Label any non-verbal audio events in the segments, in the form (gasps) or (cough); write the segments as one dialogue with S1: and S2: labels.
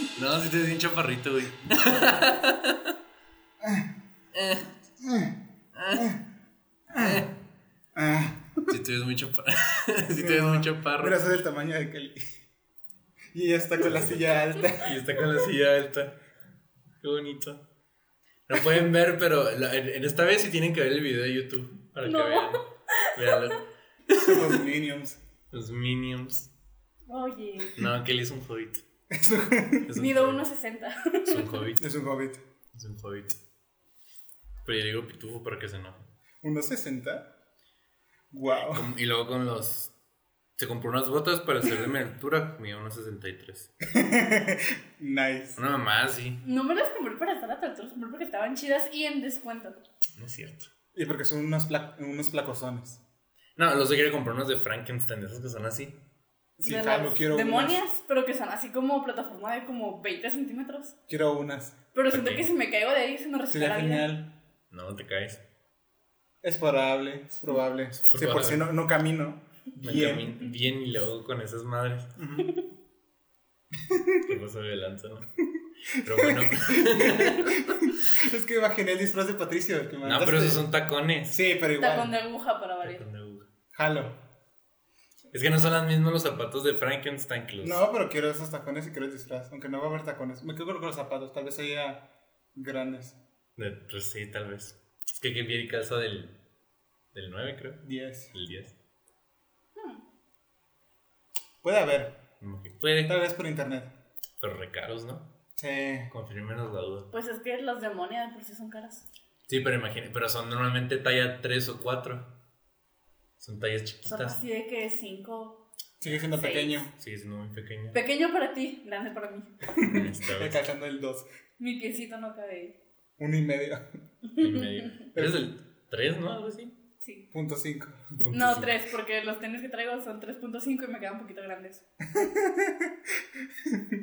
S1: Estás bien chaparrito, güey. Si tú eres muy chaparro. (laughs) si tú eres muy chaparro.
S2: Ah, Mira, soy del tamaño de Kelly. (laughs) Y ella
S1: (laughs)
S2: está con la silla alta.
S1: Y está con la silla alta. Qué bonito. No pueden ver, pero la- en, en esta vez sí tienen que ver el video de YouTube. Para
S3: No.
S1: que vean. Veanlo.
S2: Somos minions.
S1: Los Minions.
S3: Oye,
S1: No, Kelly es un hobbit.
S2: Es un,
S1: Es un
S3: mido
S1: hobbit.
S3: 1.60.
S1: Es un hobbit.
S2: es un hobbit.
S1: Es un hobbit. Pero yo le digo pitufo para que se enoje.
S2: ¿Unos 60? Wow.
S1: Como- Y luego con los. Se compró unas botas para hacer de mi altura. Mide 1.63.
S2: Nice.
S1: Una mamá así.
S3: (laughs) No me las compré para estar a tu altura, las compré porque estaban chidas y en descuento.
S1: No es cierto.
S2: Y porque son unos, pla- unos placozones.
S1: No, los de quiere comprar unos de Frankenstein, esos que son así.
S2: Sí,
S3: de
S2: jalo,
S3: las
S2: quiero
S3: demonias,
S2: unas.
S3: pero que son así como plataforma de como 20 centímetros.
S2: Quiero unas.
S3: Pero siento
S1: Ok.
S3: que si me caigo de ahí se me resbala
S2: Sería
S3: la vida.
S2: genial.
S1: No, te caes.
S2: Es probable, es probable. Si por
S1: probable.
S2: si no, no camino.
S1: Me
S2: Bien.
S1: camin- bien y luego con esas
S2: (laughs)
S1: madres. Qué cosa de lanza,
S2: (laughs)
S1: ¿no? Pero bueno.
S2: Es que imaginé el disfraz de Patricio. el que
S1: no,
S2: mandaste.
S1: pero esos son tacones.
S2: Sí, pero
S3: Tacón de
S2: igual.
S3: aguja para variar.
S1: Tacón de aguja.
S2: Jalo.
S1: Es que no son las mismas los zapatos de Frankenstein que los.
S2: No, pero quiero esos tacones y quiero el disfraz. Aunque no va a haber tacones. Me quedo con los zapatos. Tal vez haya grandes.
S1: de- pues sí, tal vez. Es que que bien calza del, del 9, creo.
S2: 10.
S1: El 10.
S2: Puede haber.
S1: Como que puede,
S2: Tal vez por internet.
S1: pero recaros, ¿no?
S2: Sí.
S1: Confirmenos la duda.
S3: Pues es que las demonias de por sí son caras.
S1: Sí, pero imagínate, pero son normalmente talla 3 o 4. Son tallas
S3: Son
S1: chiquitas.
S3: así de que 5.
S2: Sigue siendo
S3: Seis.
S2: pequeño.
S1: Sigue siendo muy pequeña.
S3: Pequeño para ti, grande para mí.
S1: Esta
S2: (laughs) Estoy
S1: vez,
S2: cachando el 2.
S3: Mi piecito no cabe ahí.
S2: Uno y medio. (laughs)
S1: en medio. Eres el 3, ¿no? Algo así.
S3: Sí.
S2: Punto 5.
S3: No, 3, porque los tenis que traigo son 3.5 y me quedan un poquito grandes.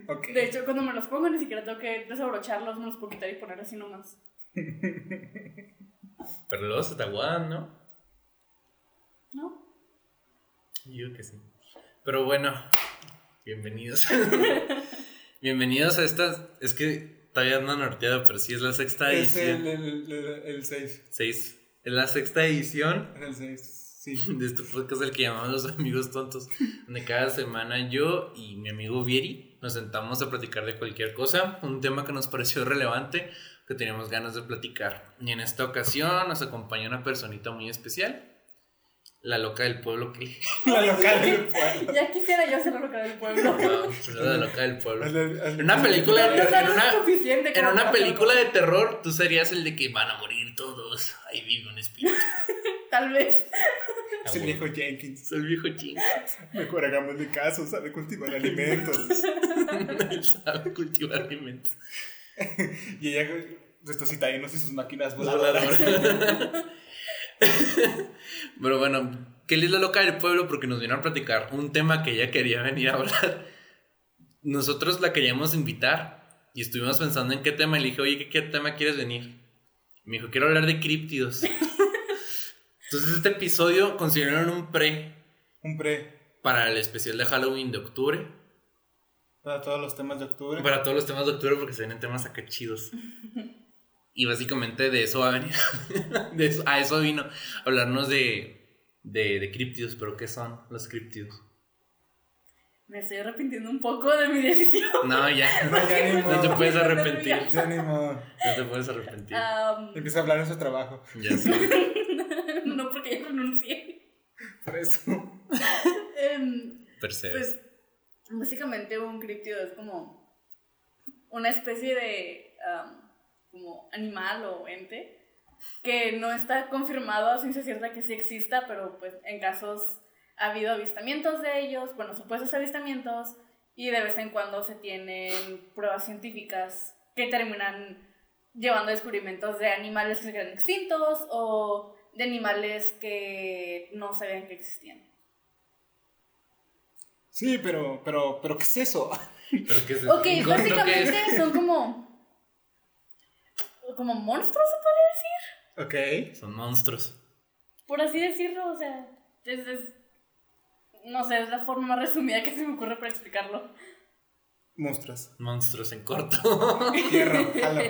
S2: Ok.
S3: De hecho, cuando me los pongo ni siquiera tengo que desabrocharlos, me los puedo quitar y poner así nomás.
S1: Pero luego se te aguadan, ¿no?
S3: ¿No?
S1: Yo que sí. Pero bueno,
S2: (laughs)
S1: bienvenidos. bienvenidos a estas. Es que todavía andan norteada, pero sí es la sexta
S2: es el,
S1: edición.
S2: el, el, el 6.
S1: Seis. Es la sexta edición
S2: Es el 6. Sí.
S1: (laughs)
S2: (laughs)
S1: de este podcast el que llamamos Los Amigos Tontos, donde cada semana yo y mi amigo Vieri nos sentamos a platicar de cualquier cosa, un tema que nos pareció relevante, que teníamos ganas de platicar. Y en esta ocasión nos acompaña una personita muy especial, la loca del pueblo que... (laughs)
S2: La local del pueblo.
S3: Ya quisiera yo ser la loca
S1: (laughs)
S3: del pueblo.
S1: la loca del pueblo.
S2: Es el- es el-
S1: Una película
S3: No, no
S1: en
S3: sabes
S1: una-
S3: lo suficiente
S1: En
S3: como
S1: una
S3: para
S1: película de terror, tú serías el de que van a morir todos. Ahí vive un espíritu. (laughs)
S3: hacerlo. Tal vez.
S2: Es el
S1: Ah,
S2: viejo Jenkins.
S1: Es el viejo chingo. (laughs)
S2: Mejor hagamos de caso, sabe cultivar alimentos.
S1: Él sabe cultivar alimentos.
S2: y ella, de estos italianos y sus máquinas voladoras.
S1: Pero bueno, Kelly es la loca del pueblo porque nos vino a platicar un tema que ella quería venir a hablar. Nosotros la queríamos invitar y estuvimos pensando en qué tema. Y le dije, oye, ¿qué, qué tema quieres venir? Me dijo, quiero hablar de críptidos. Entonces este episodio consideraron un pre
S2: (laughs) Un pre
S1: para el especial de Halloween de octubre.
S2: para todos los temas de octubre.
S1: Para todos los temas de octubre porque se vienen temas acá chidos. Y básicamente de eso va a venir. (laughs) de eso- a eso vino. a Hablarnos de, de, de críptidos, pero ¿qué son los críptidos?
S3: Me estoy arrepintiendo un poco de
S1: (laughs)
S3: mi decisión.
S1: No, ya.
S2: (laughs) No, ya ni
S1: No te
S2: modo.
S3: (laughs)
S1: puedes arrepentir.
S2: Ya ni modo.
S1: No te puedes arrepentir.
S3: Am, (laughs)
S2: Empieza a hablar de su trabajo.
S1: Ya sé.
S3: no porque ya renuncié.
S2: Por eso.
S3: Em,
S1: Persever.
S3: pues, básicamente un criptido es como una especie de am, como animal o ente que no está confirmado a ciencia cierta que sí exista, pero pues en casos ha habido avistamientos de ellos, bueno, supuestos avistamientos, y de vez en cuando se tienen pruebas científicas que terminan llevando a descubrimientos de animales que se quedan extintos o de animales que no sabían que existían.
S2: Sí, pero, pero, pero, ¿qué es eso? (laughs)
S1: Pero ¿qué es eso?
S3: Ok,
S1: ¿Un conto qué
S3: básicamente
S1: es?
S3: son como. como monstruos, se podría decir.
S2: Ok.
S1: Son monstruos.
S3: Por así decirlo, o sea. Es, es- no sé, es la forma más resumida que se me ocurre para explicarlo.
S2: Monstruos.
S1: Monstruos en corto. (laughs)
S2: Hierro,
S3: (laughs)
S2: jalo.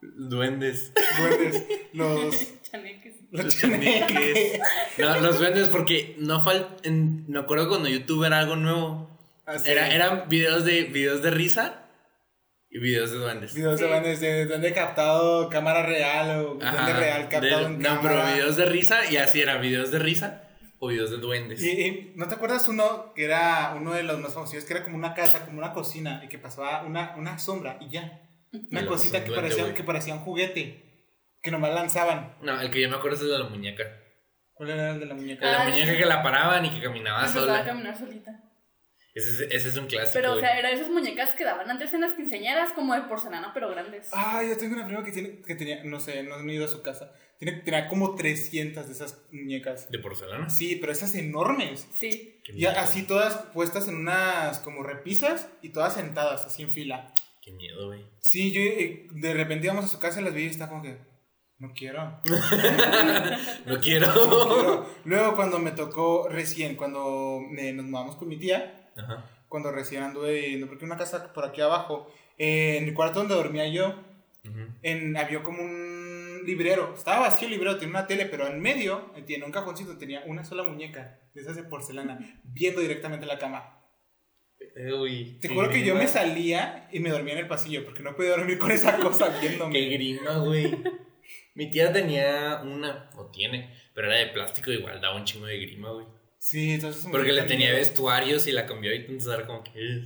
S1: duendes.
S2: Duendes. (laughs) Los.
S3: Chaneques.
S1: Los
S2: Los chaneques.
S1: chaneques. No, los duendes porque no fal... en- Me acuerdo cuando YouTube era algo nuevo.
S2: Así.
S1: Era, eran videos de, videos de risa y videos de duendes.
S2: Videos de
S3: Sí.
S2: duendes, de duende captado, cámara real o
S1: Ajá,
S2: duende real captado
S1: del-
S2: en
S1: no,
S2: cámara.
S1: pero videos de risa y así era, videos de risa o videos de duendes.
S2: Y, y, ¿no te acuerdas uno que era uno de los más famosos? Que era como una casa, como una cocina y que pasaba una, una sombra y ya. Una
S1: Lo
S2: cosita
S1: hizo
S2: que
S1: un duende,
S2: parecía,
S1: güey.
S2: que parecía un juguete que nomás lanzaban.
S1: No, el que yo me acuerdo es el de la muñeca.
S2: ¿Cuál era el de la
S1: El de
S2: muñeca?
S1: la
S3: Ah,
S1: muñeca
S3: sí.
S1: que la paraban y que caminaba
S3: Empezaba a
S1: Ah, sola.
S3: caminar solita.
S1: Ese es, ese es un clásico.
S3: Pero, o
S1: güey.
S3: sea, eran esas muñecas que daban antes en las quinceañeras, como de porcelana, pero grandes.
S2: Ah, yo tengo una prima que, tiene, que tenía, no sé, no he ido a su casa. Tiene, tenía como 300 de esas muñecas.
S1: de porcelana.
S2: Sí, pero esas enormes.
S3: Sí.
S1: Qué
S2: Y
S1: miedo,
S2: así
S1: güey.
S2: todas puestas en unas como repisas y todas sentadas, así en fila.
S1: Qué miedo, güey.
S2: Sí, yo eh, de repente íbamos a su casa y las vi y estaba como que, no
S1: (laughs)
S2: quiero.
S1: No
S2: (laughs)
S1: quiero.
S2: no quiero". Luego cuando me tocó recién, cuando eh, nos mudamos con mi tía,
S1: Ajá.
S2: cuando recién anduve viviendo, porque una casa por aquí abajo, eh, en el cuarto donde dormía yo,
S1: Ujú.
S2: en, había como un librero. Estaba vacío el librero, tenía una tele, pero en medio, eh, tiene un cajoncito, tenía una sola muñeca, de esas de
S1: (laughs)
S2: porcelana, viendo directamente la cama.
S1: Eh, Uy.
S2: Te
S1: qué
S2: juro que yo
S1: grima.
S2: me salía y me dormía en el pasillo, porque no podía dormir con esa cosa viéndome.
S1: (laughs) Qué grima, güey. Mi tía tenía una, o tiene, pero era de plástico, igual daba un chingo de grima, güey.
S2: Sí, entonces... me
S1: Porque
S2: dio
S1: le tenía
S2: miedo.
S1: vestuarios y la cambió y entonces era como que. eh.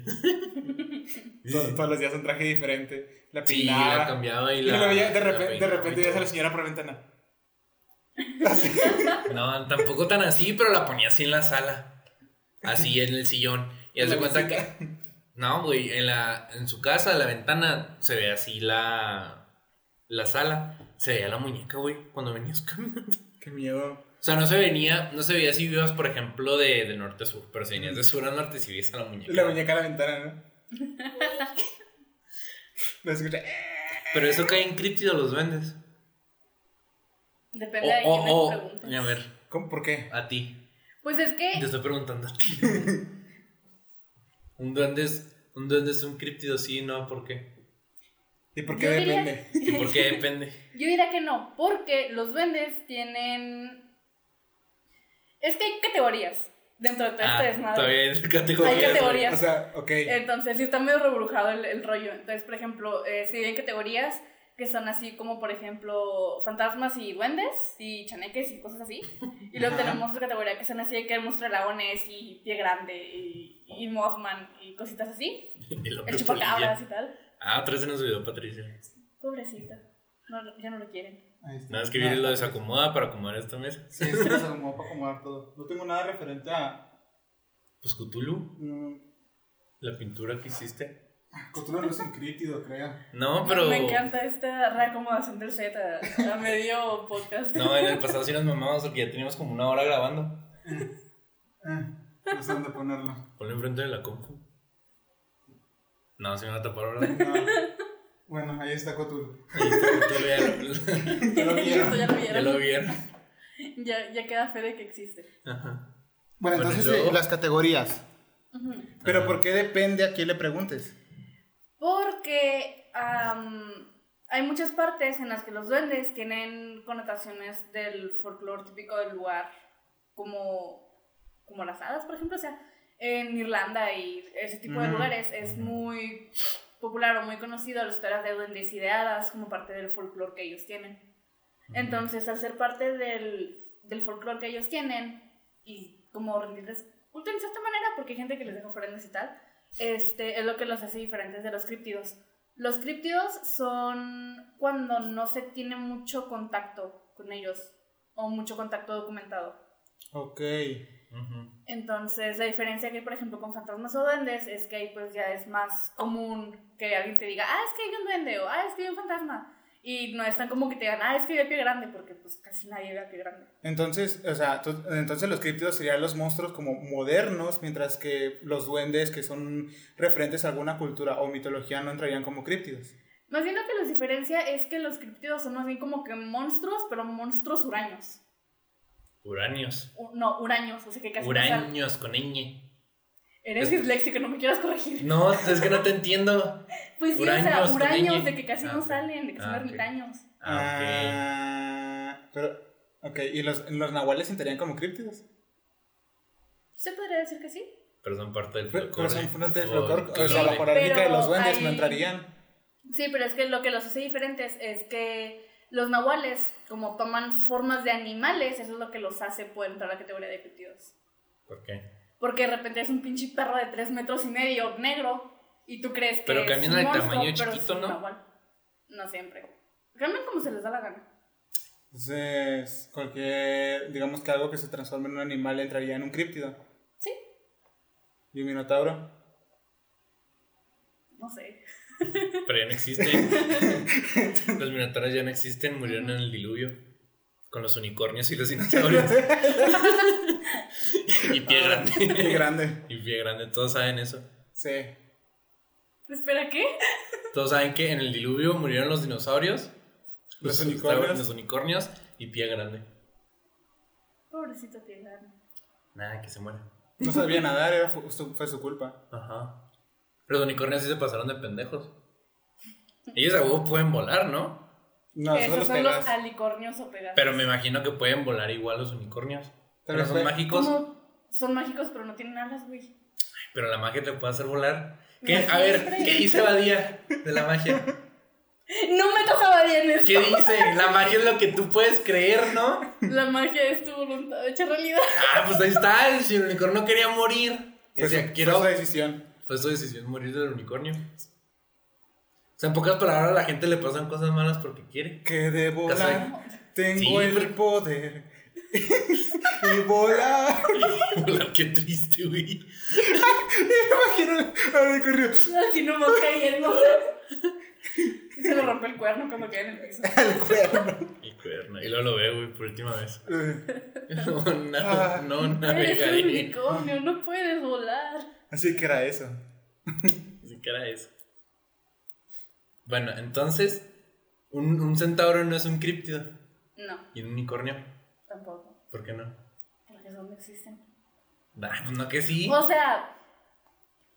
S2: (laughs) Todos, todos los días un traje diferente. La
S1: Sí,
S2: peinaba.
S1: la cambiaba y
S2: y
S1: la.
S2: luego ya de
S1: la
S2: repente, de
S1: peinaba y
S2: repente veías a la
S1: todo.
S2: señora por la ventana.
S1: No, tampoco tan así, pero la ponía así en la sala. Así en el sillón. Y
S2: En
S1: hace
S2: la
S1: cuenta que.
S2: mesita.
S1: No, güey, en, la, en su casa, la ventana, se ve así la. La sala. Se veía la muñeca, güey, cuando venías caminando.
S2: Qué miedo.
S1: O sea, no se venía, no se veía si vivas, por ejemplo, de, de norte a sur, pero si venías de sur a norte, si veías a la muñeca.
S2: La muñeca a la ventana,
S3: (laughs)
S2: ¿no? Lo escucha. "Eh".
S1: Pero eso cae en criptido los duendes.
S3: Depende de quién
S1: o, o,
S3: le
S1: o-
S3: preguntes.
S1: a ver,
S2: ¿Cómo? ¿Por qué?
S1: a ti.
S3: Pues es que
S1: Te estoy preguntando a
S2: (laughs)
S1: ti. un duende es un, duende es un críptido, sí, no, ¿por qué?
S2: ¿Y por qué
S3: yo diría-
S2: depende?
S1: ¿Y por qué
S3: (laughs)
S1: depende?
S3: Yo diría que no, porque los duendes tienen. Es que hay categorías dentro de todo
S1: Ah,
S3: este desmadre.
S1: todavía hay categorías.
S3: Hay categorías.
S2: O sea, ok.
S3: Entonces, sí está medio rebrujado el, el rollo. Entonces, por ejemplo, eh, sí hay categorías que son así como, por ejemplo, fantasmas y duendes y chaneques y cosas así. Y luego
S2: Ajá.
S3: tenemos otra categoría que son así de que monstruo de lagones y pie grande y, y Mothman y cositas así.
S1: güey. El hombre
S3: El chupacabras
S1: polilla.
S3: y tal.
S1: Ah, otra vez se nos olvidó Patricia.
S3: Pobrecita. No, lo- ya no lo quieren.
S2: Ahí está.
S1: Nada, es que Viri lo
S2: Ah,
S1: desacomoda para acomodar esta mesa.
S2: Sí, se los acomodó para acomodar todo. No tengo nada referente a.
S1: Pues Cthulhu,
S2: mm,
S1: la pintura que hiciste.
S2: Cthulhu no es un crítido, creo.
S1: No, pero.
S3: Me encanta esta reacomodación del set a, a medio podcast.
S1: No, en el pasado sí nos mamamos porque ya teníamos como una hora grabando.
S2: Ah, no sé dónde ponerlo.
S1: Ponlo enfrente de la compu. No, se me va a tapar
S3: (laughs)
S1: ahora.
S2: No. Bueno, ahí está Cthulhu. Ya lo vieron.
S3: (laughs) Esto ya lo
S1: Ya
S3: vieron.
S1: lo vieron.
S3: Ya, ya queda fe de que existe.
S1: Ajá. Bueno,
S2: Bueno, entonces
S1: y luego-
S2: eh, las categorías.
S3: Ujú.
S2: Pero
S1: Ajá.
S2: ¿por qué depende a quién le preguntes?
S3: Porque am, hay muchas partes en las que los duendes tienen connotaciones del folclore típico del lugar, como, como las hadas, por ejemplo. O sea, en Irlanda y ese tipo de
S2: Ujú.
S3: lugares es muy popular o muy conocido las historias de duendes y de hadas como parte del folclore que ellos tienen. Entonces, al ser parte del, del folclore que ellos tienen y como rendirles culto en cierta manera, porque hay gente que les deja ofrendas y tal, este, es lo que los hace diferentes de los críptidos. Los críptidos son cuando no se tiene mucho contacto con ellos o mucho contacto documentado.
S2: Ok.
S1: Ujú.
S3: Entonces, la diferencia que hay, por ejemplo, con fantasmas o duendes es que ahí pues ya es más común que alguien te diga, ah, es que hay un duende o ah, es que hay un fantasma. Y no es tan como que te digan, ah, es que hay pie grande, porque pues casi nadie ve a pie grande.
S2: Entonces, o sea, tú- entonces los críptidos serían los monstruos como modernos, mientras que los duendes que son referentes a alguna cultura o mitología no entrarían como críptidos.
S3: Más bien lo que los diferencia es que los criptidos son más bien como que monstruos, pero monstruos huraños.
S1: Uranios.
S3: U- no, huraños, o sea que casi no salen.
S1: Uraños con ñ.
S3: Eres
S1: Es-
S3: disléxico, no me quieras corregir.
S1: No, es que no te entiendo.
S3: Pues sí, o
S1: Huraños,
S3: sea,
S1: tu
S3: huraños
S1: niñe.
S3: de que casi
S1: Ah,
S3: no
S1: ok.
S3: salen, de que son
S1: Ah, ok.
S3: ermitaños.
S1: Ah, ok.
S2: Ah, pero, ok, ¿y los, los nahuales entrarían como críptidos?
S3: ¿Se podría decir que sí?
S1: Pero son parte del
S2: Pero, pero
S1: folclore.
S2: son frente del
S1: O
S2: folclore, o sea,
S1: folclore.
S2: la jerárquica de
S3: Pero
S2: los duendes no
S3: ahí-
S2: entrarían.
S3: Sí, pero es que lo que los hace diferentes es que los nahuales, como toman formas de animales, eso es lo que los hace poder entrar a la categoría de críptidos.
S1: ¿Por qué?
S3: Porque de repente es un pinche perro de tres metros y medio, negro, y tú crees que
S1: Pero
S3: es
S1: cambian
S3: un
S1: de
S3: monstruo,
S1: tamaño
S3: pero
S1: chiquito,
S3: es un
S1: ¿no?
S3: nahual. No siempre. Cambian como se les da la gana.
S2: Entonces, cualquier, digamos que algo que se transforme en un animal entraría en un críptido.
S3: Sí,
S2: ¿Y un minotauro?
S3: no sé.
S1: Pero ya no existen.
S2: (laughs)
S1: los minotauros ya no existen, murieron en el diluvio. Con los unicornios y los dinosaurios. (laughs) y pie
S2: (laughs)
S1: grande.
S2: Qué grande.
S1: Y pie grande, todos saben eso.
S2: Sí.
S3: ¿Espera qué?
S1: Todos saben que en el diluvio murieron los dinosaurios,
S2: Los unicornios.
S1: los unicornios y pie grande.
S3: Pobrecito Tigrano.
S1: Nada, que se muera.
S2: No sabía nadar, era, fu- su- fue su culpa.
S1: Ajá. Pero los unicornios sí se pasaron de pendejos. Ellos a huevo pueden volar, ¿no?
S2: No, esos son los
S3: Esos son los,
S2: Ah, pegas.
S3: alicornios o pegasos.
S1: Pero me imagino que pueden volar igual los unicornios.
S2: Tal
S1: Pero
S2: vez
S1: son
S2: fue-
S1: mágicos.
S3: ¿Cómo? Son mágicos, pero no tienen alas, güey. (laughs)
S1: Pero la magia te puede hacer volar. ¿Qué?
S3: No
S1: a ver,
S3: siempre.
S1: ¿qué dice Badía de la magia?
S3: No me tocaba bien esto.
S1: ¿Qué dice? La magia es lo que tú puedes creer, ¿no?
S3: La magia es tu voluntad hecha realidad.
S1: Ah, pues ahí está. Si el unicornio no quería morir,
S2: Fue su-
S1: decía,
S2: fue
S1: quiero.
S2: su decisión.
S1: Fue su decisión morir del unicornio. O sea, en pocas palabras, a la gente le pasan cosas malas porque quiere. (laughs)
S2: Que de volar tengo
S1: Sí.
S2: el poder. (laughs) y volar.
S1: Volar, Qué triste, güey.
S2: Me imagino al unicornio.
S3: Así no me cayendo. Y (laughs) Se le rompe el cuerno cuando queda en el piso.
S2: El cuerno.
S1: El cuerno. Y luego lo veo, güey, por última vez. (laughs)
S2: Eh,
S1: No,
S2: Ah.
S1: no, no navega
S3: Eres un
S1: ahí.
S3: unicornio, no puedes volar.
S2: Así que era eso.
S1: Ni siquiera eso. Bueno, entonces, un, un centauro no es un críptido.
S3: No,
S1: ¿Y un unicornio?
S3: tampoco.
S1: ¿Por qué no?
S3: Porque eso no existen.
S1: Nah, pues no que sí.
S3: O sea,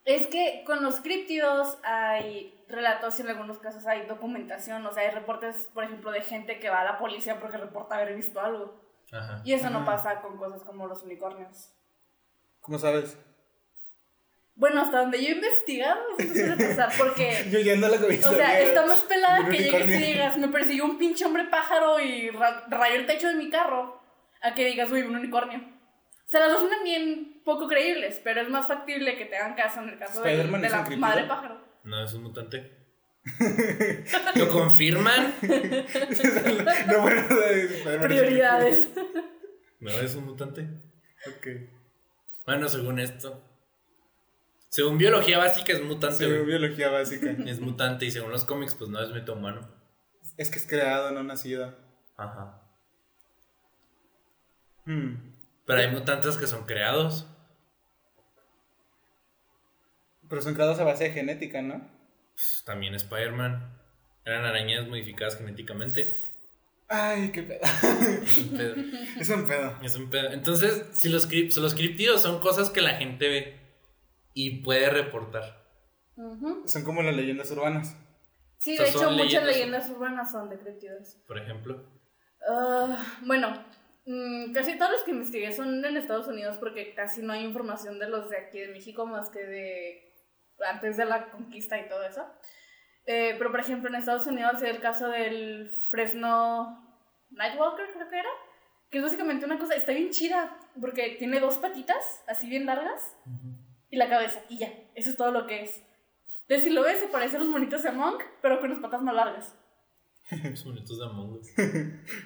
S3: es que con los críptidos hay relatos y en algunos casos hay documentación. O sea, hay reportes, por ejemplo, de gente que va a la policía porque reporta haber visto algo.
S1: Ajá.
S3: Y eso
S2: Ah.
S3: no pasa con cosas como los unicornios.
S2: ¿Cómo sabes?
S3: Bueno, hasta donde yo he investigado, eso suele pasar porque...
S2: Yo ya no la he
S3: O sea, está más pelada
S2: Un
S3: que llegues y
S2: unicornio.
S3: digas, me persiguió un pinche hombre pájaro y ra- rayó el techo de mi carro, a que digas, uy, un unicornio. O sea, las dos son bien poco creíbles, pero es más factible que te hagan caso en el caso de,
S2: ¿Spider-Man
S3: de
S2: es
S3: la
S2: un críptido?
S3: madre pájaro.
S1: No, es un mutante. ¿Lo confirman?
S2: No, bueno, de- de-
S3: Prioridades.
S1: No, es un mutante.
S2: Ok.
S1: Bueno, según esto. Según biología básica es mutante.
S2: Sí,
S1: güey.
S2: biología básica.
S1: Es mutante y según los cómics, pues no es metahumano.
S2: Es que es creado, no nacido.
S1: Ajá.
S2: Hmm.
S1: Pero hay mutantes que son creados.
S2: Pero son creados a base de genética, ¿no?
S1: Pues, también Spider-Man. Eran arañas modificadas genéticamente.
S2: Ay, qué pedo.
S1: Es un pedo.
S2: Es un pedo.
S1: Es un pedo. Entonces, si los, cript- los criptidos son cosas que la gente ve y puede reportar.
S3: Ujú.
S2: Son como las leyendas urbanas.
S3: Sí,
S1: O sea,
S3: de hecho,
S1: son
S3: muchas
S1: leyendas-
S3: leyendas urbanas son de críptidos.
S1: Por ejemplo,
S3: Ah, bueno, mm, casi todos los que investigué son en Estados Unidos porque casi no hay información de los de aquí de México más que de antes de la conquista y todo eso. Eh, pero por ejemplo en Estados Unidos hay el caso del Fresno Nightwalker, creo que era, que es básicamente una cosa, está bien chida porque tiene dos patitas así bien largas y la cabeza y ya, eso es todo lo que es. Entonces si lo ves se parece a los monitos de Monk, pero con las patas más largas.
S1: los bonitos de Among Us.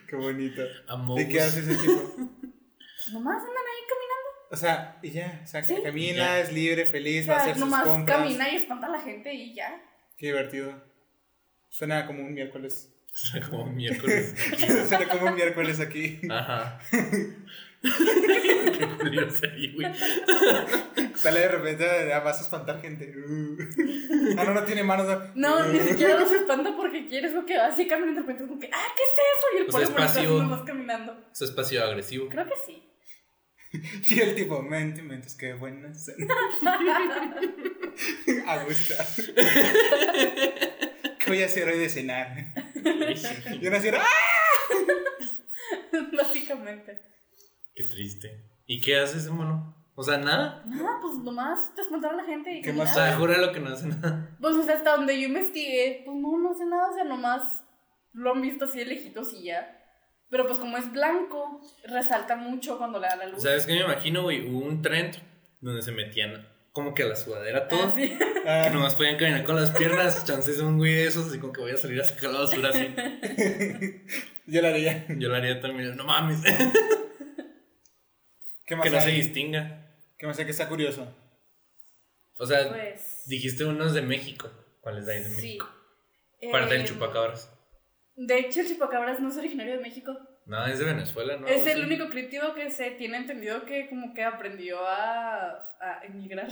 S2: Qué bonito.
S1: Among
S2: ¿Y qué
S1: Us. (laughs)
S2: hace ese tipo?
S3: Pues nomás andan ahí caminando.
S2: O sea, y ya. O sea, que
S3: Sí.
S2: camina,
S1: Ya.
S2: es libre, feliz, va a
S3: sea,
S2: hacer sus
S3: nomás
S2: compras.
S3: camina y espanta a la gente y ya.
S2: Qué divertido. Suena como un miércoles.
S1: Será como miércoles.
S2: (laughs) Suena como un miércoles aquí.
S1: Ajá. Qué curioso ahí, güey.
S2: Sale de repente, ah, vas a espantar gente. Uh. Ah, no, no tiene manos.
S3: No,
S2: Uh.
S3: ni siquiera los espanta porque quieres, porque así caminando de repente es como que, ah, ¿qué es eso? Y el
S1: O sea,
S3: pobre
S1: es
S3: bonito así
S1: pasivo.
S3: nomás caminando. (laughs)
S1: Es espacio agresivo.
S3: Creo que sí.
S2: (laughs) Y el tipo, mente, mentes, qué buena cena. (laughs) A
S3: (laughs)
S2: gusto. ¿Qué voy a hacer hoy de cenar? Y una señora, ¡ah!
S3: Básicamente.
S1: Qué triste. ¿Y qué hace ese mono? O sea, nada.
S3: Nada, pues nomás espantar a la gente y
S2: ¿Qué
S1: O
S2: más
S3: caminar.
S1: sea, jura lo que no hace nada.
S3: Pues o sea, hasta donde yo investigué, pues no, no sé nada, o sea, nomás lo han visto así de lejitos y ya. Pero pues como es blanco, resalta mucho cuando le da la luz.
S1: ¿Sabes qué me imagino, güey? Hubo un trend donde se metían como que a la sudadera todo.
S3: Así.
S2: Ah,
S1: Que nomás podían caminar con las piernas. Chances de un güey de esos, así como que voy a salir a sacar la basura así.
S2: Yo la haría.
S1: Yo lo haría también. No mames. (laughs)
S2: ¿Qué más
S1: Que no se
S2: hay?
S1: distinga.
S2: ¿Qué más hay que está curioso?
S1: O sea,
S3: Pues.
S1: dijiste unos de México. ¿Cuáles hay de
S3: Sí.
S1: México? Parte del
S3: Eh,
S1: chupacabras.
S3: De hecho, el chupacabras no es originario de México.
S1: No, es de Venezuela, ¿no?
S3: es
S2: pues
S1: Sí.
S3: el único críptido que se tiene entendido que como que aprendió a, a emigrar.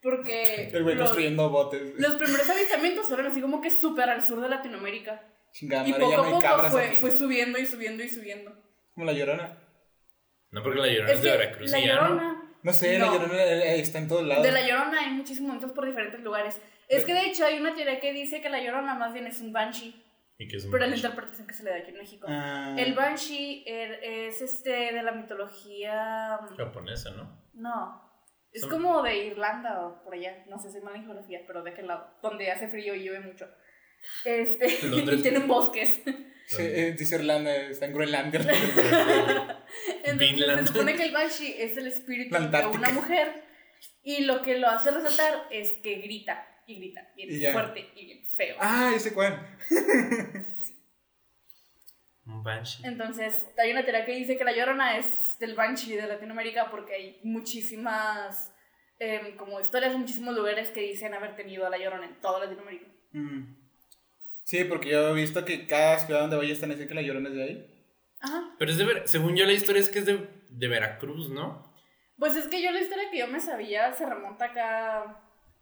S3: Porque
S2: El güey
S3: los,
S2: construyendo botes.
S3: los primeros avistamientos fueron así como que súper al sur de Latinoamérica.
S2: Chingada
S3: y
S2: madre,
S3: poco
S2: ya
S3: a
S2: no hay
S3: poco
S2: cabras.
S3: fue,
S2: aquí.
S3: fue subiendo y subiendo y subiendo.
S2: Como la llorona.
S1: No, porque la llorona es,
S3: Es
S1: de
S3: que
S1: Veracruz.
S3: la
S1: y ya, ¿no?
S3: llorona.
S2: No sé, la
S3: No.
S2: llorona eh, está en todos lados.
S3: De la llorona hay muchísimos momentos por diferentes lugares. Es que de hecho hay una teoría que dice que la llorona más bien es un banshee,
S1: Y que es un
S3: pero es la
S1: macho.
S3: interpretación que se le da aquí en México.
S2: Ah,
S3: El banshee er- es este de la mitología.
S1: japonesa, ¿no?
S3: No. Es
S1: Son-
S3: como de Irlanda o por allá. No sé, soy mala en geografía, pero de aquel lado. Donde hace frío y llueve mucho. Este,
S2: (laughs)
S1: Londres.
S3: y tienen bosques. (laughs)
S2: sí, eh, dice Irlanda, está en Groenlandia.
S1: (laughs)
S3: Entonces, se
S1: Vinland.
S3: supone
S2: (laughs)
S3: que el Banshee es el espíritu
S2: La
S3: de
S2: Antártica.
S3: una mujer. Y lo que lo hace resaltar es que grita. Y grita bien
S2: Y ya.
S3: fuerte y bien feo.
S2: ah, ese cuál.
S1: Un banshee.
S3: Entonces, hay una teoría que dice que la llorona es del Banshee de Latinoamérica porque hay muchísimas, em, como historias, muchísimos lugares que dicen haber tenido a la llorona en toda Latinoamérica.
S2: Mm. Sí, porque yo he visto que cada ciudad donde vaya están diciendo que la llorona es de ahí.
S3: Ajá.
S1: Pero es de Ver- según yo la historia es que es de, de Veracruz, ¿no?
S3: Pues es que yo la historia que yo me sabía se remonta acá.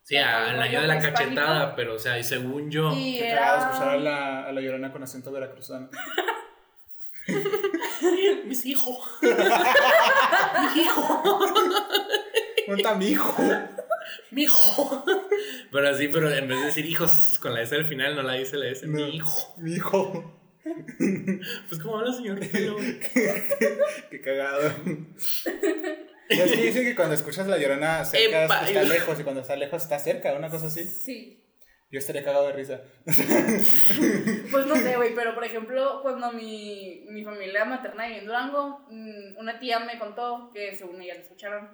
S1: Sí,
S3: Ajá,
S1: al
S3: el
S1: año
S3: rollo
S1: de la
S3: prehispánico.
S1: cachetada, pero o sea, y según yo...
S3: y
S2: Qué cagado escuchar a
S3: era.
S2: la, a la llorona con acento veracruzano.
S1: (laughs) Mis
S2: (laughs)
S1: hijos.
S2: Cuenta mi hijo.
S1: Mi hijo. (laughs) Pero así, pero en vez de decir hijos con la S al final, no la dice la S,
S2: No.
S1: mi hijo.
S2: Mi hijo.
S1: Pues como habla
S2: (laughs)
S1: señor Pelo.
S2: Qué cagado. Y es que dicen que cuando escuchas la llorona cerca
S1: Epa.
S2: está lejos y cuando está lejos está cerca, una cosa así.
S3: Sí.
S2: Yo estaría cagado de risa.
S3: Pues no sé, güey, pero por ejemplo, cuando mi, mi familia materna vivía en Durango, mm, una tía me contó que según ella lo escucharon,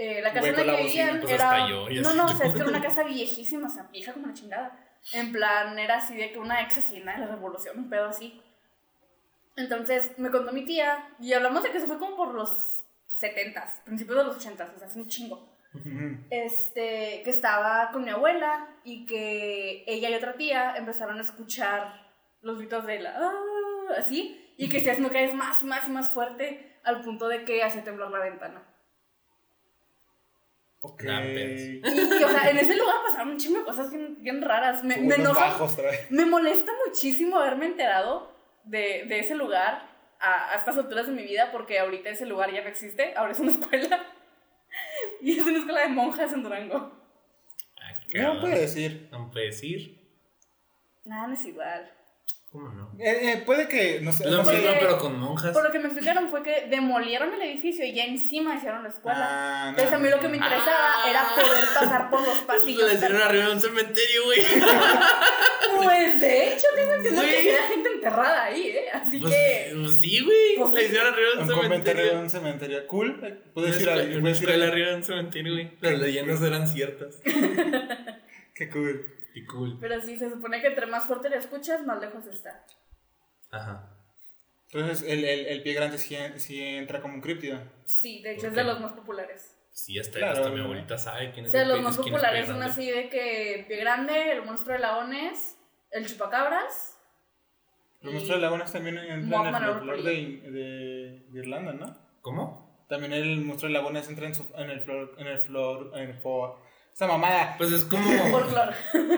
S3: eh, la casa
S2: Güey,
S3: en
S2: con
S3: la
S2: la
S3: que
S2: bocina,
S3: vivían
S1: pues,
S3: era.
S1: hasta yo, ya
S3: No, no, o
S1: siento.
S3: sea, es que era una casa viejísima, o sea, vieja como la chingada. En plan, era así de que una ex asesina de la revolución, un pedo así. Entonces me contó mi tía, y hablamos de que se fue como por los 70s, principios de los 80s, o sea, hace un chingo.
S2: Ujú.
S3: este, que estaba con mi abuela y que ella y otra tía empezaron a escuchar los gritos de la "Ah", así y que se hacen cada vez más y más y más fuerte al punto de que hacía temblar la ventana.
S2: Ok.
S1: Nah, pedos.
S3: Y, y, o sea, en ese lugar pasaron un chingo de cosas bien, bien raras. Me,
S2: Como
S3: me
S2: unos
S3: enoja,
S2: bajos otra vez.
S3: me molesta muchísimo haberme enterado de, de ese lugar a, a estas alturas de mi vida porque ahorita ese lugar ya no existe, ahora es una escuela. (laughs) Y es una escuela de monjas en Durango.
S1: Ah, qué cagado.
S2: No pues. puede decir.
S1: No puede decir.
S3: Nada, no es igual.
S1: ¿Cómo no?
S2: Eh, eh, puede que, no sé.
S1: Lo
S2: no sé.
S1: mismo,
S3: porque-
S1: pero con monjas.
S3: Por lo que me explicaron fue que demolieron el edificio y ya encima hicieron la escuela.
S2: Ah, no.
S3: Entonces a mí lo que me interesaba
S1: Ah.
S3: era poder
S1: (laughs)
S3: pasar por los
S1: Se la
S3: pasillos.
S1: hicieron arriba de un cementerio, güey.
S3: Pues de hecho tengo entendido
S1: Güey.
S3: que había gente enterrada ahí, ¿eh? Así
S1: Pues,
S3: que...
S1: pues sí, güey.
S3: Pues
S1: la
S3: sí.
S1: hicieron arriba de
S2: Un
S1: un
S2: convento arriba de
S1: cementerio.
S2: un cementerio. Cool. eh,
S1: Una
S2: Puedes ir a
S1: escuela- una
S2: puedes ir
S1: escuela
S2: a-
S1: arriba de un cementerio, güey. Las leyendas eran ciertas.
S2: Qué cool.
S1: Y cool.
S3: Pero sí, se supone que entre más fuerte le escuchas, más lejos está.
S1: Ajá.
S2: Entonces el, el, el pie grande sí, sí entra como un críptido.
S3: Sí, de hecho es
S1: Ok.
S3: de los más populares.
S1: Sí, hasta,
S2: Claro,
S1: hasta mi
S2: no.
S1: abuelita sabe quién
S3: O
S1: es
S3: sea,
S1: el
S3: los
S1: pe-
S3: más
S1: quién es
S3: populares son
S1: Pedro.
S3: así de que Pie Grande, El Monstruo de Laones, El Chupacabras.
S2: Los
S3: y-
S2: monstruos de lagones también entran en
S3: Mothman
S2: el
S3: o
S2: flor de,
S3: Repollo.
S2: de- de Irlanda, ¿no?
S1: ¿Cómo?
S2: También el monstruo de lagones entra en, su- en el flor. En el flor. En el fo- Esa mamada.
S1: Pues es como
S3: (laughs)
S1: (laughs)
S3: Folclore.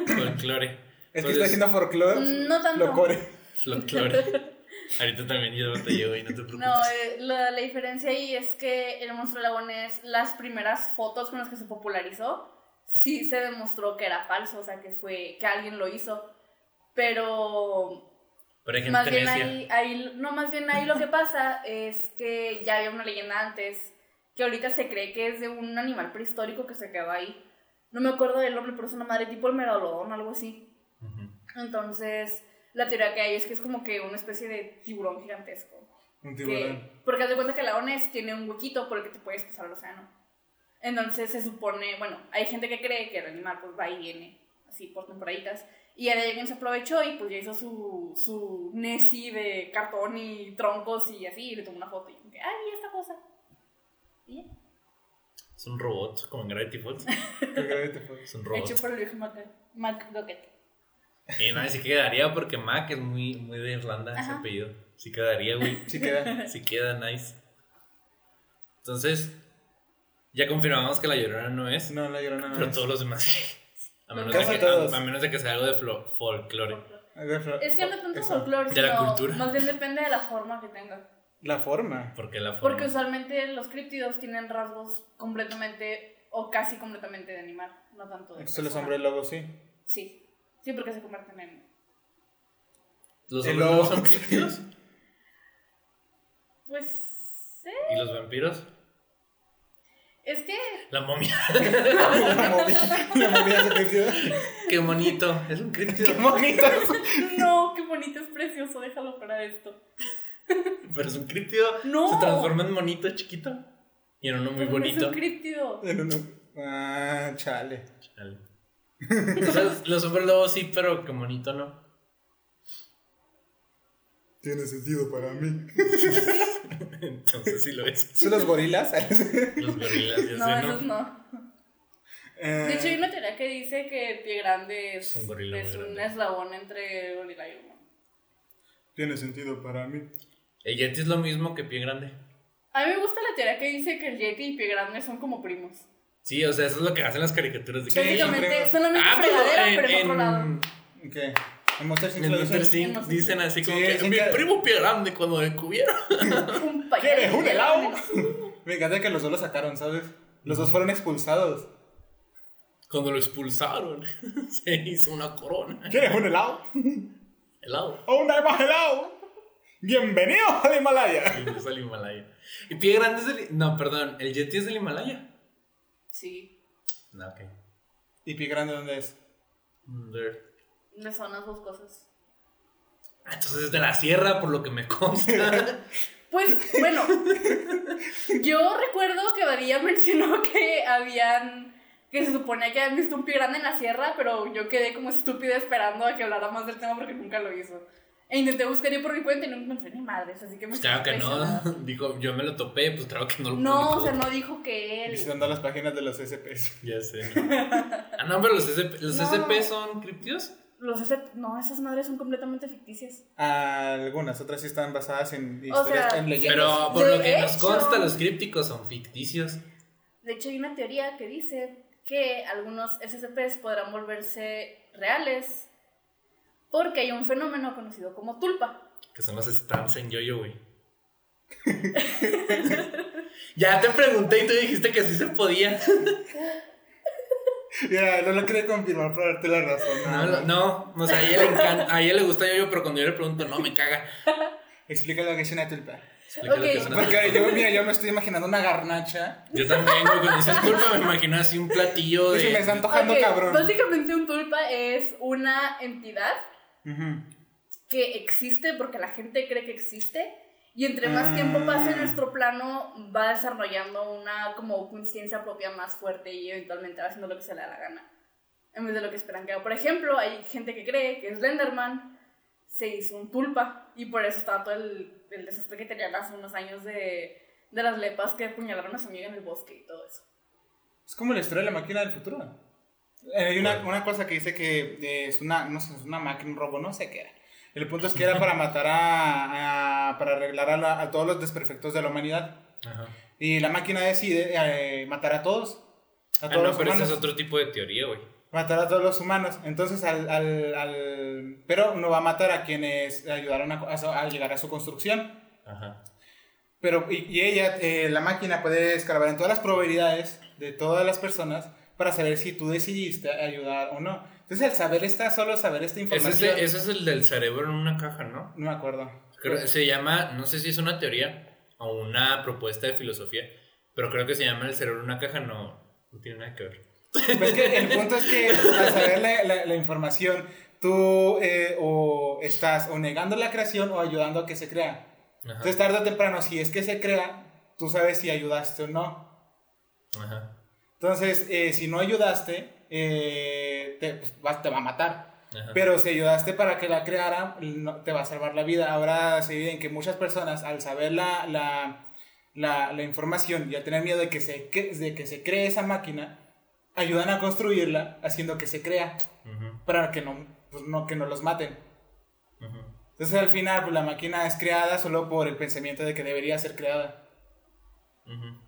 S1: folclore.
S2: Es
S1: Pues
S2: que está haciendo folclore.
S3: Mm, No tanto.
S2: Locore.
S1: folclore. (laughs) Ahorita también yo te llevo y no te preocupes.
S3: No, eh, la, la diferencia ahí es que el monstruo del lago es las primeras fotos con las que se popularizó, sí se demostró que era falso, o sea, que fue, que alguien lo hizo, pero
S1: Por ejemplo,
S3: más bien
S1: Grecia.
S3: ahí, ahí- no, más bien ahí lo que pasa es que ya había una leyenda antes, que ahorita se cree que es de un animal prehistórico que se quedó ahí. No me acuerdo del nombre, pero es una madre tipo el megalodón, algo así.
S1: Ujú.
S3: Entonces, la teoría que hay es que es como que una especie de tiburón gigantesco.
S2: Un
S3: que-
S2: tiburón.
S3: porque haz de cuenta que la ONES tiene un huequito por el que te puedes pasar al océano. Entonces se supone, bueno, hay gente que cree que el animal pues va y viene, así por temporaditas. Y ya de alguien se aprovechó y pues ya hizo su, su Nessie de cartón y troncos y así, y le tomó una foto y como que, ay, ¿y esta cosa. Y ya,
S1: Es un robot, como en Gravity Falls.
S2: Qué grave te fue.
S1: Es
S3: (laughs)
S1: un robot.
S3: hecho por el viejo Mac- McDucket.
S1: Y nadie sí quedaría porque Mac es muy, muy de Irlanda ese
S3: Ajá.
S1: apellido. Sí quedaría, güey.
S3: (laughs)
S2: Sí queda.
S1: Sí queda nice. Entonces, ya confirmamos que la llorona no es,
S2: No, la llorona no.
S1: pero
S2: es.
S1: todos los demás. sí. A menos,
S2: Casi
S1: de que,
S2: todos.
S1: a, a menos de que sea algo de flo- folclore.
S3: Es que no tanto
S2: Eso.
S3: folclore,
S1: De la
S3: sino
S1: cultura.
S3: más bien depende de la forma que tenga.
S2: La forma.
S1: Porque la forma.
S3: Porque usualmente los críptidos tienen rasgos completamente o casi completamente de animal, no tanto de
S2: Entonces los
S3: persona.
S2: hombres lobos sí. (laughs)
S3: Sí, sí, porque se convierten en...
S1: los
S2: el
S1: hombres lobos
S2: lobo.
S1: son críptidos.
S3: Pues... ¿eh?
S1: ¿Y los vampiros?
S3: Es que...
S1: La momia. (laughs)
S2: La movida, la movida se creció.
S1: Qué bonito. Es un críptido.
S2: Bonito.
S3: No, qué bonito, es precioso, déjalo fuera de esto.
S1: Pero es un críptido.
S3: No.
S1: Se transforma en monito chiquito. Y en uno muy
S3: Pero no Es
S1: bonito.
S3: un críptido.
S2: En uno. Ah, chale.
S1: Chale. Entonces, los hombres lobos sí, pero que monito no. (laughs)
S2: Tiene sentido para mí.
S1: Entonces sí lo es.
S2: ¿Son los
S1: (laughs)
S2: gorilas?
S1: Los gorilas, ya
S3: (laughs) No,
S1: sé,
S3: esos no.
S2: Eh,
S3: De hecho, hay una teoría que dice que Pie Grande es,
S1: Es un gorila
S3: es
S1: muy
S3: un
S1: grande.
S3: eslabón entre gorila y humano.
S2: Tiene sentido para mí.
S1: El yeti es lo mismo que pie grande.
S3: A mí me gusta la teoría que dice que el Yeti y Pie Grande son como primos.
S1: Sí, o sea, eso es lo que hacen las caricaturas de
S2: Sí,
S1: que-
S3: Prácticamente,
S2: primos.
S3: solamente
S1: Ah, pero
S3: fregadera,
S1: en-
S3: pero en otro lado.
S1: (laughs) en-
S2: ¿Qué? ¿En Monster
S1: En el Monster
S2: Inc.
S1: Inc.
S3: Monster
S1: dicen
S3: Inc.
S1: así como
S2: Sí,
S1: que
S2: sí,
S1: mi
S2: claro.
S1: primo pie grande cuando descubrieron. (laughs)
S3: Un payaso.
S2: ¿Quieres un helado? (laughs) Me encanta que los dos lo sacaron, ¿sabes? Los dos fueron expulsados.
S1: Cuando lo expulsaron, (laughs) se hizo una corona. (laughs)
S2: ¿Quieres un helado?
S1: Helado.
S2: ¡Oh, no hay más helado! ¡Bienvenidos al Himalaya!
S1: Y es el Himalaya. Y pie grande es el. No, perdón, el Yeti es del Himalaya.
S3: Sí,
S1: No, ok.
S2: ¿Y Pi Grande dónde es?
S1: Mm, there.
S3: me son las dos cosas.
S1: Ah, Entonces es de la sierra, por lo que me consta.
S3: Pues,
S1: (laughs)
S3: bueno, yo recuerdo que Badía mencionó que habían, que se suponía que habían visto un pie grande en la sierra, pero yo quedé como estúpida esperando a que hablara más del tema porque nunca lo hizo. E intenté buscar yo por mi cuenta y no encontré ni madres, así que me
S1: Pues claro
S3: sentí
S1: que no. (laughs)
S3: presionada.
S1: Dijo, yo me lo topé, pues claro que no lo
S3: No, o
S1: publicó.
S3: sea, no dijo que él.
S2: Visitando las páginas de los SPS.
S1: Ya sé. ¿no? Ah, no, pero los SP, los
S3: No.
S1: SP son criptios.
S3: Los ese- no, esas madres son completamente ficticias.
S2: Algunas, otras sí están basadas en historias,
S3: sea,
S2: en leyendas.
S1: Pero por
S3: De
S1: lo que nos
S3: hecho.
S1: consta, los crípticos son ficticios.
S3: De hecho, hay una teoría que dice que algunos SCPs podrán volverse reales porque hay un fenómeno conocido como tulpa.
S1: Que son los stands en yo-yo,
S3: (laughs)
S1: güey. ya te pregunté y tú dijiste que sí se podía.
S2: (laughs) Mira, no lo quería confirmar para darte la razón.
S1: No,
S2: nada
S1: lo-
S2: más.
S1: no, o sea, a ella le encanta, a ella le gusta yo-yo, pero cuando yo le pregunto, no, me caga.
S2: Explica lo que es una tulpa.
S1: Explica lo que
S3: Ok.
S1: es una
S2: Porque
S1: tulpa.
S2: yo, mira, yo me estoy imaginando una garnacha.
S1: Yo también, güey, cuando dices tulpa me imagino así un platillo
S2: Y se me está
S1: de...
S2: antojando
S3: Ok, pues
S2: cabrón.
S3: Básicamente un tulpa es una entidad
S2: Ujú.
S3: que existe porque la gente cree que existe y entre más
S2: Ah.
S3: tiempo pase en nuestro plano va desarrollando una como conciencia propia más fuerte y eventualmente va haciendo lo que se le da la gana en vez de lo que esperan que haga. Por ejemplo, hay gente que cree que Slenderman se hizo un tulpa y por eso estaba todo el, el desastre que tenían hace unos años de, de las lepas que apuñalaron a su amiga en el bosque y todo eso.
S2: Es como la historia de la máquina del futuro. Eh, Hay una, una cosa que dice que eh, es una, no sé, es una máquina, un robo, no sé qué era. El punto es que era para matar a, a- para arreglar a, la- a todos los desperfectos de la humanidad.
S1: Ajá.
S2: Y la máquina decide eh, matar a todos. A
S1: Ah,
S2: todos
S1: no,
S2: los
S1: pero ese
S2: humanos.
S1: es otro tipo de teoría, güey.
S2: matar a todos los humanos. Entonces, al, al, al- pero no va a matar a quienes ayudaron a, a- a llegar a su construcción.
S1: Ajá.
S2: Pero, y, y ella, eh, la máquina puede escarbar en todas las probabilidades de todas las personas para saber si tú decidiste ayudar o no. Entonces, el saber está solo saber esta
S1: Ese es,
S2: información.
S1: de- ese es el del cerebro en una caja, ¿no?
S2: No me acuerdo.
S1: Creo-
S2: Pues-
S1: se llama, no sé si es una teoría o una propuesta de filosofía, pero creo que se llama el cerebro en una caja, no, no tiene nada que ver.
S2: Pues que el punto
S1: (laughs)
S2: es que al saber la, la- la información, tú eh, o estás o negando la creación o ayudando a que se crea.
S1: Ajá.
S2: Entonces, tarde o temprano, si es que se crea, tú sabes si ayudaste o no.
S1: Ajá.
S2: Entonces, eh, si no ayudaste, eh, te, pues, vas- te va a matar.
S1: Ajá.
S2: Pero si ayudaste para que la creara, no- te va a salvar la vida. Ahora se vive en que muchas personas, al saber la, la, la- la información y al tener miedo de que, se, cre- de que se cree esa máquina, ayudan a construirla haciendo que se crea
S1: Ujú,
S2: para que no, pues, no, que no los maten.
S1: ujú.
S2: Entonces al final pues, la máquina es creada solo por el pensamiento de que debería ser creada.
S1: Ujú.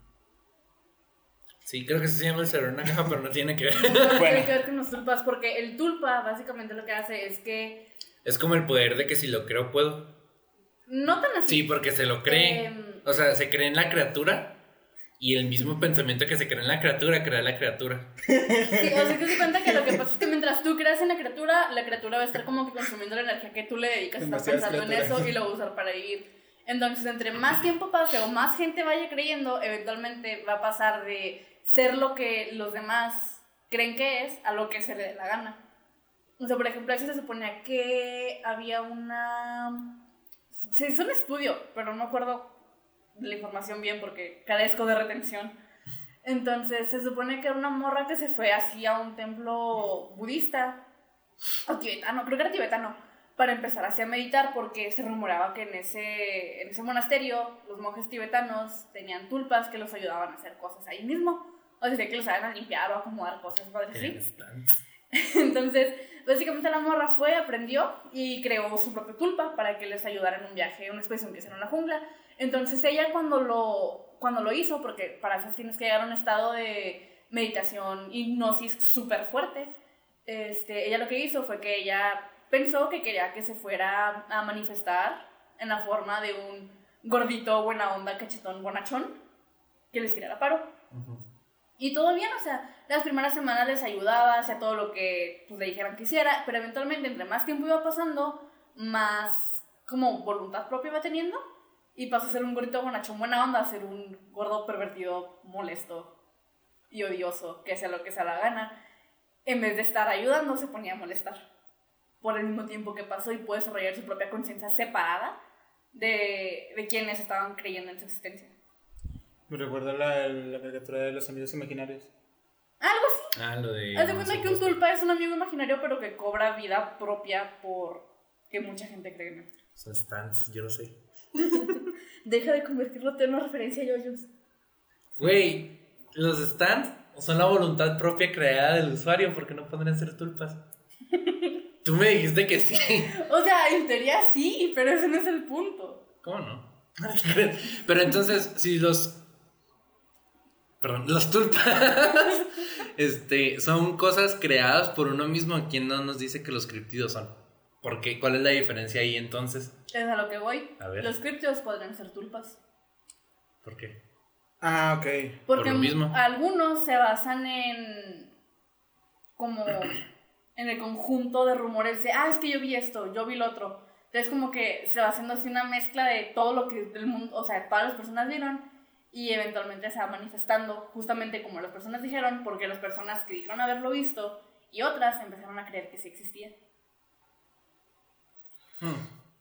S1: Sí, creo que sí se llama el cerebro en una caja, pero no tiene que ver. (laughs)
S2: Bueno.
S3: Tiene que ver con los tulpas, porque el tulpa básicamente lo que hace es que.
S1: Es como el poder de que si lo creo, puedo.
S3: No tan así.
S1: Sí, porque se lo cree.
S3: Em.
S1: O sea, se cree en la criatura y el mismo pensamiento que se cree en la criatura crea la criatura.
S3: Sí, o sea que se cuenta que lo que pasa es que mientras tú creas en la criatura, la criatura va a estar como que consumiendo la energía que tú le dedicas a estar
S2: Demasiadas
S3: pensando en
S2: criaturas.
S3: eso y lo va a usar para vivir. Entonces, entre más tiempo pase o más gente vaya creyendo, eventualmente va a pasar de ser lo que los demás creen que es a lo que se le dé la gana. O sea, por ejemplo, eso se suponía que había una... Se hizo un estudio, pero no me acuerdo la información bien porque carezco de retención. Entonces, se supone que era una morra que se fue así a un templo budista o tibetano, creo que era tibetano, para empezar así a meditar porque se rumoraba que en ese, en ese monasterio los monjes tibetanos tenían tulpas que los ayudaban a hacer cosas ahí mismo. O sea, que los saben a limpiar o acomodar cosas, padres así. (laughs) Entonces, básicamente la morra fue, aprendió y creó su propia culpa para que les ayudara en un viaje, una expedición que hicieron a la jungla. Entonces ella cuando lo, cuando lo hizo, porque para eso tienes que llegar a un estado de meditación, hipnosis súper fuerte, este, ella lo que hizo fue que ella pensó que quería que se fuera a manifestar en la forma de un gordito, buena onda, cachetón, bonachón, que les tirara paro. Y todo bien, o sea, las primeras semanas les ayudaba, hacía todo lo que pues, le dijeran que hiciera, pero eventualmente entre más tiempo iba pasando, más como voluntad propia iba teniendo y pasó a ser un gordito bonachón buena onda a ser un gordo pervertido molesto y odioso que hacía lo que se la gana. En vez de estar ayudando, se ponía a molestar por el mismo tiempo que pasó y puede desarrollar su propia conciencia separada de, de quienes estaban creyendo en su existencia.
S2: Me recuerda la, la caricatura de los amigos imaginarios.
S3: Algo así.
S1: Ah, lo de.
S3: Haz de cuenta que un tulpa es un amigo imaginario, pero que cobra vida propia por que mucha gente cree en él.
S1: Son stands, yo lo sé.
S3: Deja de convertirlo en una referencia a yoyos.
S1: Güey, los stands son la voluntad propia creada del usuario, porque no podrían ser
S3: (laughs)
S1: tulpas. Tú me dijiste que sí.
S3: O sea, en teoría sí, pero ese no es el punto.
S1: ¿Cómo (laughs) no? Pero entonces, si los. Perdón, los tulpas. (laughs) Este, son cosas creadas por uno mismo. ¿Quién no nos dice que los criptidos son? ¿Por qué? ¿Cuál es la diferencia ahí entonces?
S3: Es a lo que voy.
S1: A ver.
S3: Los criptios podrán ser tulpas.
S1: ¿Por qué?
S2: Ah, ok.
S3: Porque
S1: Por lo mismo.
S3: algunos se basan en. como. en el conjunto de rumores de, ah, es que yo vi esto, yo vi lo otro. Entonces, como que se va haciendo así una mezcla de todo lo que el mundo, o sea, todas las personas vieron y eventualmente se va manifestando, justamente como las personas dijeron, porque las personas que dijeron haberlo visto y otras empezaron a creer que sí existía.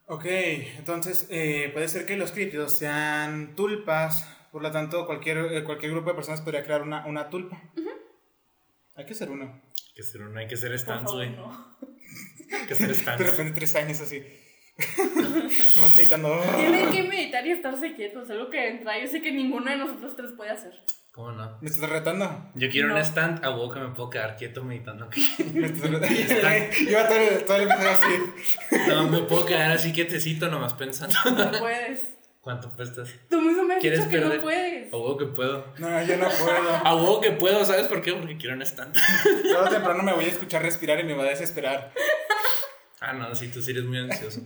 S2: Ok, entonces eh, puede ser que los criptidos sean tulpas, por lo tanto cualquier, eh, cualquier grupo de personas podría crear una, una tulpa. Hay que ser uno.
S1: Hay que ser uno, hay que ser
S3: Por
S1: stands,
S3: favor,
S1: güey.
S3: no.
S1: Hay que (laughs) ser
S2: De
S1: stands.
S2: repente tres años así. "Oh, Nomás meditando.
S3: Tienen que meditar y estarse quietos, algo que entra. Yo sé que ninguno de nosotros tres puede hacer.
S1: ¿Cómo no?
S2: Me estás
S1: (laughs)
S2: retando.
S1: Yo quiero
S3: No.
S1: un stand a huevo que me puedo quedar quieto meditando (laughs) aquí.
S2: Me estás (laughs) retando. Yo todo el todo el episodio así.
S1: No, me puedo quedar así quietecito nomás pensando. (laughs)
S3: No puedes.
S1: ¿Cuánto cuestas?
S3: Tú mismo me has
S1: ¿Quieres
S3: dicho que
S1: perder?
S3: no puedes.
S1: A huevo que puedo.
S2: No, yo no puedo.
S1: A huevo que puedo, ¿sabes por qué? Porque quiero un estante.
S2: Todo temprano me voy a escuchar respirar y me va a desesperar.
S1: (laughs) Ah, no, sí, tú sí eres muy ansioso.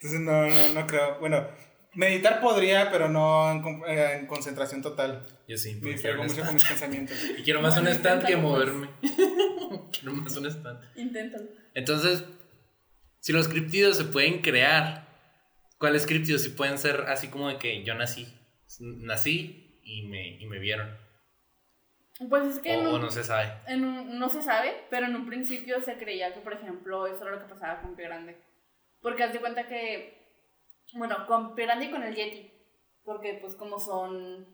S2: Entonces, no, no, no creo. Bueno, meditar podría, pero no en, con- eh, en concentración total.
S1: Yo sí.
S2: Me
S1: porque quiero
S2: distraigo
S1: un
S2: mucho con
S1: stand.
S2: mis
S1: (laughs)
S2: pensamientos.
S1: Y quiero más un
S3: Bueno,
S1: stand que
S3: inténtalo, pues. (laughs)
S1: moverme. quiero más un stand.
S3: Inténtalo.
S1: Entonces, si los criptidos se pueden crear, ¿cuáles criptidos sí pueden ser así como de que yo nací? Nací y me, y me vieron.
S3: Pues es que en
S1: O, o
S3: un-
S1: no se sabe.
S3: en un- no se sabe, pero en un principio se creía que, por ejemplo, eso era lo que pasaba con Pie Grande. Porque haz de cuenta que, bueno, con Pie Grande y con el Yeti. Porque, pues, como son.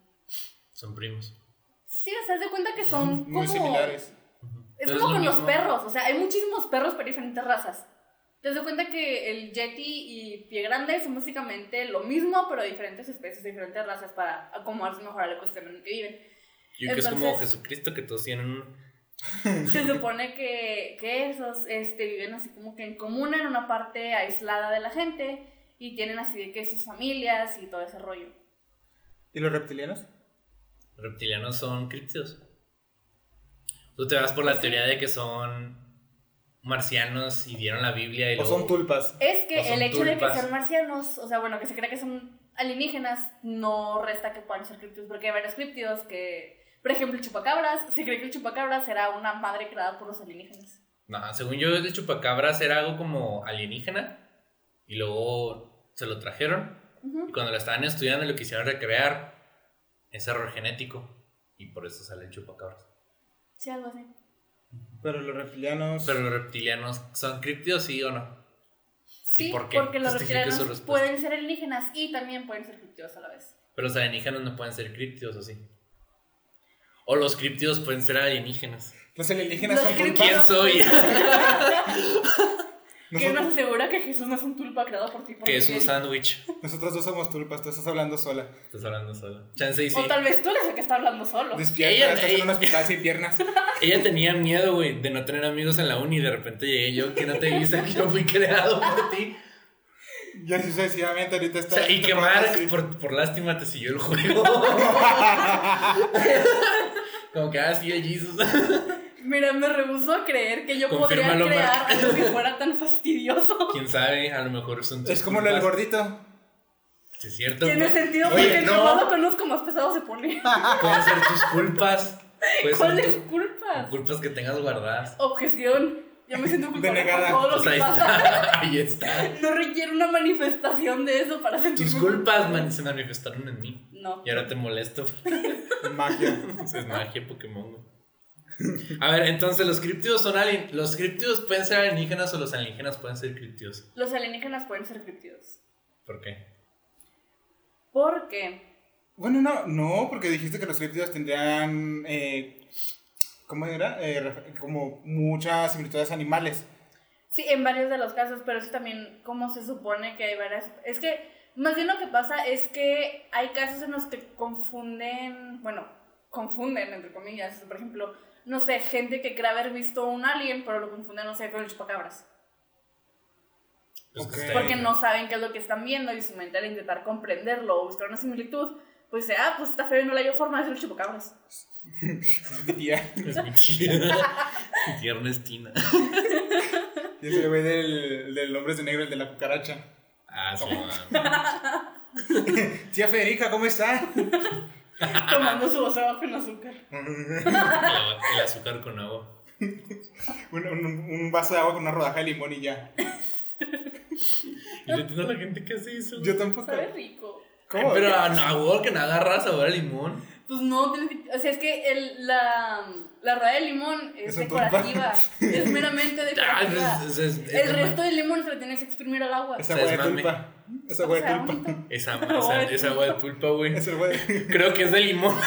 S1: Son primos.
S3: Sí, o sea, haz de cuenta que son como.
S2: Muy similares.
S3: Es
S1: Pero es
S3: como
S1: lo
S3: con los
S1: mismo.
S3: perros, o sea, hay muchísimos perros pero diferentes razas. Te das de cuenta que el Yeti y Pie Grande son básicamente lo mismo, pero diferentes especies, diferentes razas para acomodarse mejor al ecosistema en el que viven.
S1: Yo creo que es como
S3: Entonces-
S1: Jesucristo que todos tienen un-
S3: Se supone que, que esos este, viven así como que en comuna, en una parte aislada de la gente, y tienen así de que sus familias y todo ese rollo.
S2: ¿Y los reptilianos?
S1: reptilianos son criptidos. Tú te vas por la teoría de que son marcianos y dieron la Biblia y
S2: ¿O
S1: luego-
S2: son tulpas?
S3: Es que
S1: O Pues son
S3: el hecho de que
S1: tulpas.
S3: sean marcianos, o sea, bueno, que se crea que son alienígenas, no resta que puedan ser criptidos, porque hay varios criptidos que, por ejemplo, el chupacabras, se cree que el chupacabras era una madre creada por los alienígenas.
S1: No, según yo el chupacabras era algo como alienígena y luego se lo trajeron
S3: Ujú.
S1: y cuando lo estaban estudiando lo quisieron recrear es error genético y por eso sale el chupacabras.
S3: Sí, algo así.
S2: Pero los reptilianos...
S1: Pero los reptilianos son criptidos sí o no?
S3: Sí,
S1: por qué?
S3: porque los
S1: Justifique su
S3: reptilianos
S1: respuesta.
S3: pueden ser alienígenas y también pueden ser criptidos a la vez.
S1: Pero los alienígenas no pueden ser criptidos o sí. O los criptidos pueden ser alienígenas.
S2: ¿Los alienígenas
S3: Los
S2: son
S1: ¿Quién
S2: tulpas?
S1: soy?
S3: criptidos- (laughs)
S1: (laughs)
S3: Que nos
S2: Nosotros,
S3: asegura que Jesús no es un tulpa creado por ti. por
S1: que es un
S3: Miguel.
S1: sándwich.
S2: nosotros dos somos tulpas, tú estás hablando sola.
S1: Estás hablando solo. Chance y sí.
S3: O tal vez tú eres el que está hablando solo.
S2: Despierta,
S1: Ella-
S2: estás en un hospital sin piernas.
S1: Ella tenía miedo, güey, de no tener amigos en la uni y de repente llegué yo que no te viste, que yo fui creado por ti.
S2: Y así sucesivamente ahorita
S1: O
S2: está... este
S1: sea, y que Mar, por, por lástima, te siguió el
S2: (laughs)
S1: juego. Como que, ah, sí, el Jesus. (laughs)
S3: Mira, me rehuso a creer que yo podría
S1: Confírmalo,
S3: crear
S1: Mark.
S3: algo que fuera tan
S1: (laughs)
S3: fastidioso.
S1: Quién sabe, a lo mejor son tus
S2: Es como lo del
S1: culpas.
S2: gordito.
S1: Sí, es cierto.
S3: Tiene
S1: güey.
S3: sentido
S1: Oye,
S3: porque
S1: no.
S3: yo no lo conozco más pesado se pone.
S1: (laughs) Pueden ser tus culpas. Pueden ser
S3: ¿Cuáles
S1: tus-
S3: culpas?
S1: culpas que tengas guardadas.
S3: Objeción. Yo me siento culpable por
S2: Denegada.
S3: todo lo
S1: Pues
S3: que
S1: ahí
S3: pasa.
S1: está. (laughs) Ahí está.
S3: No requiere una manifestación de eso para sentirme.
S1: Tus culpas man, se manifestaron en mí.
S3: No.
S1: Y ahora te molesto. pues,
S2: Magia.
S1: Es magia Pokémon. güey. A ver, entonces los criptidos son alien. Los criptidos pueden ser alienígenas o los alienígenas pueden ser criptidos.
S3: Los alienígenas pueden ser criptidos.
S1: ¿Por qué?
S3: ¿Por qué?
S2: Bueno, no, no, porque dijiste que los criptidos tendrían, eh, ¿cómo era? Eh, ref- como muchas similitudes animales. (laughs)
S3: Sí, en varios de los casos, pero eso también, como se supone que hay varias. Es que, más bien lo que pasa es que hay casos en los que confunden, bueno, confunden, entre comillas. Por ejemplo, no sé, gente que cree haber visto un alien, pero lo confunden, no sé, con el chupacabras.
S1: Pues que
S2: Ok.
S1: está
S3: Porque
S1: bien.
S3: no saben qué es lo que están viendo y su mente al intentar comprenderlo o buscar una similitud, pues dice, ah, pues está feo y no le dio forma de hacer el chupacabras. (laughs)
S2: Es mi tía.
S1: Es mi tía. (laughs) Mi tía Ernestina.
S2: Yo soy el güey del, del hombre de negro, el de la cucaracha.
S1: Ah, sí, mamá.
S2: Tía Federica, ¿cómo está? (laughs)
S3: Tomando su voz abajo con azúcar.
S1: El, el azúcar con agua.
S2: Un, un- un vaso de agua con una rodaja de limón y ya.
S1: Y le entiendo a la gente que hace eso.
S2: Yo tampoco.
S3: Sabe rico.
S1: Ay,
S2: ¿Cómo?
S1: pero a no, a huevo que no agarra sabor a limón.
S3: Pues no, tienes que- o sea, es que el- la, la rueda de limón es,
S2: Es un
S3: decorativa, (laughs) es meramente
S1: Ah,
S3: decorativa.
S1: es- es- es-
S3: el resto del limón se lo tienes que exprimir al agua.
S2: Es
S1: O
S2: agua
S1: sea,
S2: de
S1: es mame.
S2: tulpa. Es agua de
S3: O sea,
S2: tulpa.
S3: bonito.
S1: Esa, esa, esa agua de pulpa, güey.
S2: Es agua de... (laughs)
S1: Creo que es de limón. (laughs)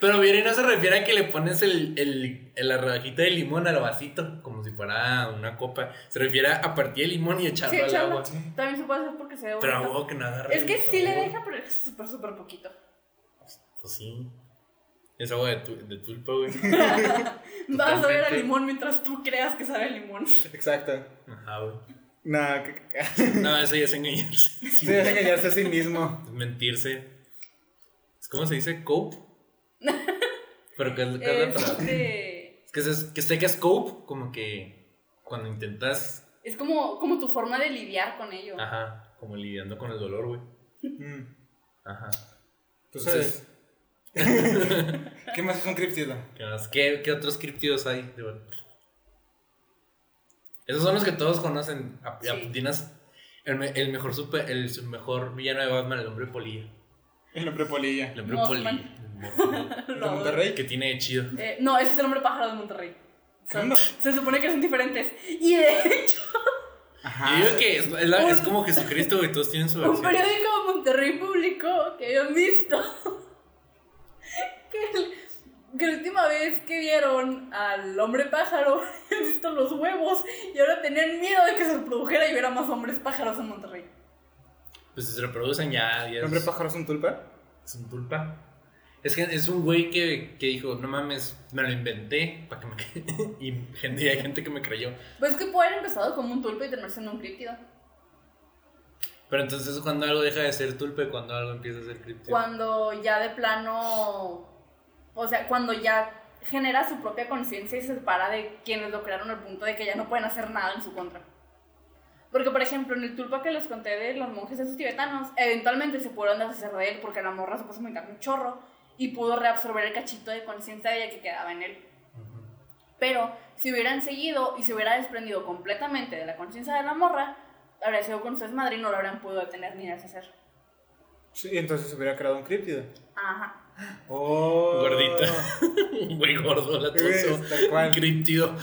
S1: Pero bien, y no se refiere a que le pones el, el- el- la rodajita de limón al vasito, como si fuera una copa. Se refiere a partir el limón y echarlo
S3: Sí,
S1: al
S3: echarlo.
S1: agua.
S3: También se puede hacer porque se ve
S1: Pero a
S3: bonito.
S1: huevo que no agarra
S3: Es que
S1: el
S3: sí le
S1: sabor.
S3: deja, pero es súper, súper poquito.
S1: Pues sí. Es agua de, tu- de tulpa, güey.
S3: Vas a ver a
S1: Totalmente.
S3: limón mientras tú creas que sabe a limón.
S2: Exacto.
S1: (laughs) Ajá, güey.
S2: Nada, que, que-
S1: No, eso ya es engañarse.
S2: sí, es engañarse a sí mismo.
S1: Mentirse. Es como se dice (laughs) cope. Pero que es, que es la palabra.
S3: Este,
S1: Es que, se- que sacas cope, como que cuando intentas,
S3: es como, como tu forma de lidiar con ello.
S1: Ah. ajá, como lidiando con el dolor, güey.
S2: Mm.
S1: Ajá.
S2: Tú
S1: Entonces-
S2: sabes. ¿Qué más es un criptido?
S1: ¿Qué, más? ¿Qué, qué otros criptidos hay? Digo, Esos son los que todos conocen. A- a-
S3: Sí.
S1: Dinas, el, me- el mejor super, el su- mejor villano de Batman, el hombre polilla.
S2: El hombre polilla.
S1: El hombre
S3: Mothman.
S1: (laughs) polilla.
S2: ¿De
S3: (laughs) Lo adoro.
S2: Monterrey?
S1: que tiene de chido.
S3: Eh, no, ese es el nombre pájaro de Monterrey. Son-
S2: ¿Cómo no?
S3: Se supone que son diferentes. Y de hecho,
S2: Ajá.
S1: Yo digo que es, es la-
S3: Un-
S1: es como Jesucristo, güey. Todos tienen su
S3: un
S1: versión.
S3: periódico de Monterrey publicó que habían visto que, el- que la última vez que vieron al hombre pájaro, (laughs) habían visto los huevos y ahora tenían miedo de que se reprodujera y hubiera más hombres pájaros en Monterrey.
S1: Pues se reproducen ya. ya
S2: ¿El hombre
S1: es-
S2: pájaro es un tulpa?
S1: Es un tulpa. Es que es un güey que, que dijo, no mames, me lo inventé para que me cre-". (laughs) y gente, y hay gente que me creyó.
S3: Pues es que puede haber empezado como un tulpa y terminarse en un críptido.
S1: Pero entonces cuando algo deja de ser tulpa y cuando algo empieza a ser criptido.
S3: Cuando ya de plano. O sea, cuando ya genera su propia conciencia y se separa de quienes lo crearon al punto de que ya no pueden hacer nada en su contra. Porque, por ejemplo, en el tulpa que les conté de los monjes esos tibetanos, eventualmente se pudieron deshacer de él porque la morra se puso a aumentar un chorro y pudo reabsorber el cachito de conciencia de ella que quedaba en él.
S1: Ujú.
S3: Pero si hubieran seguido y se hubiera desprendido completamente de la conciencia de la morra, habría sido con su madre y no lo habrían podido detener ni deshacer.
S2: Sí, entonces se hubiera creado un criptido.
S3: Ajá.
S2: Oh.
S1: Gordito. (laughs) Un güey gordo, latoso,
S2: Es tal cual.
S1: criptido.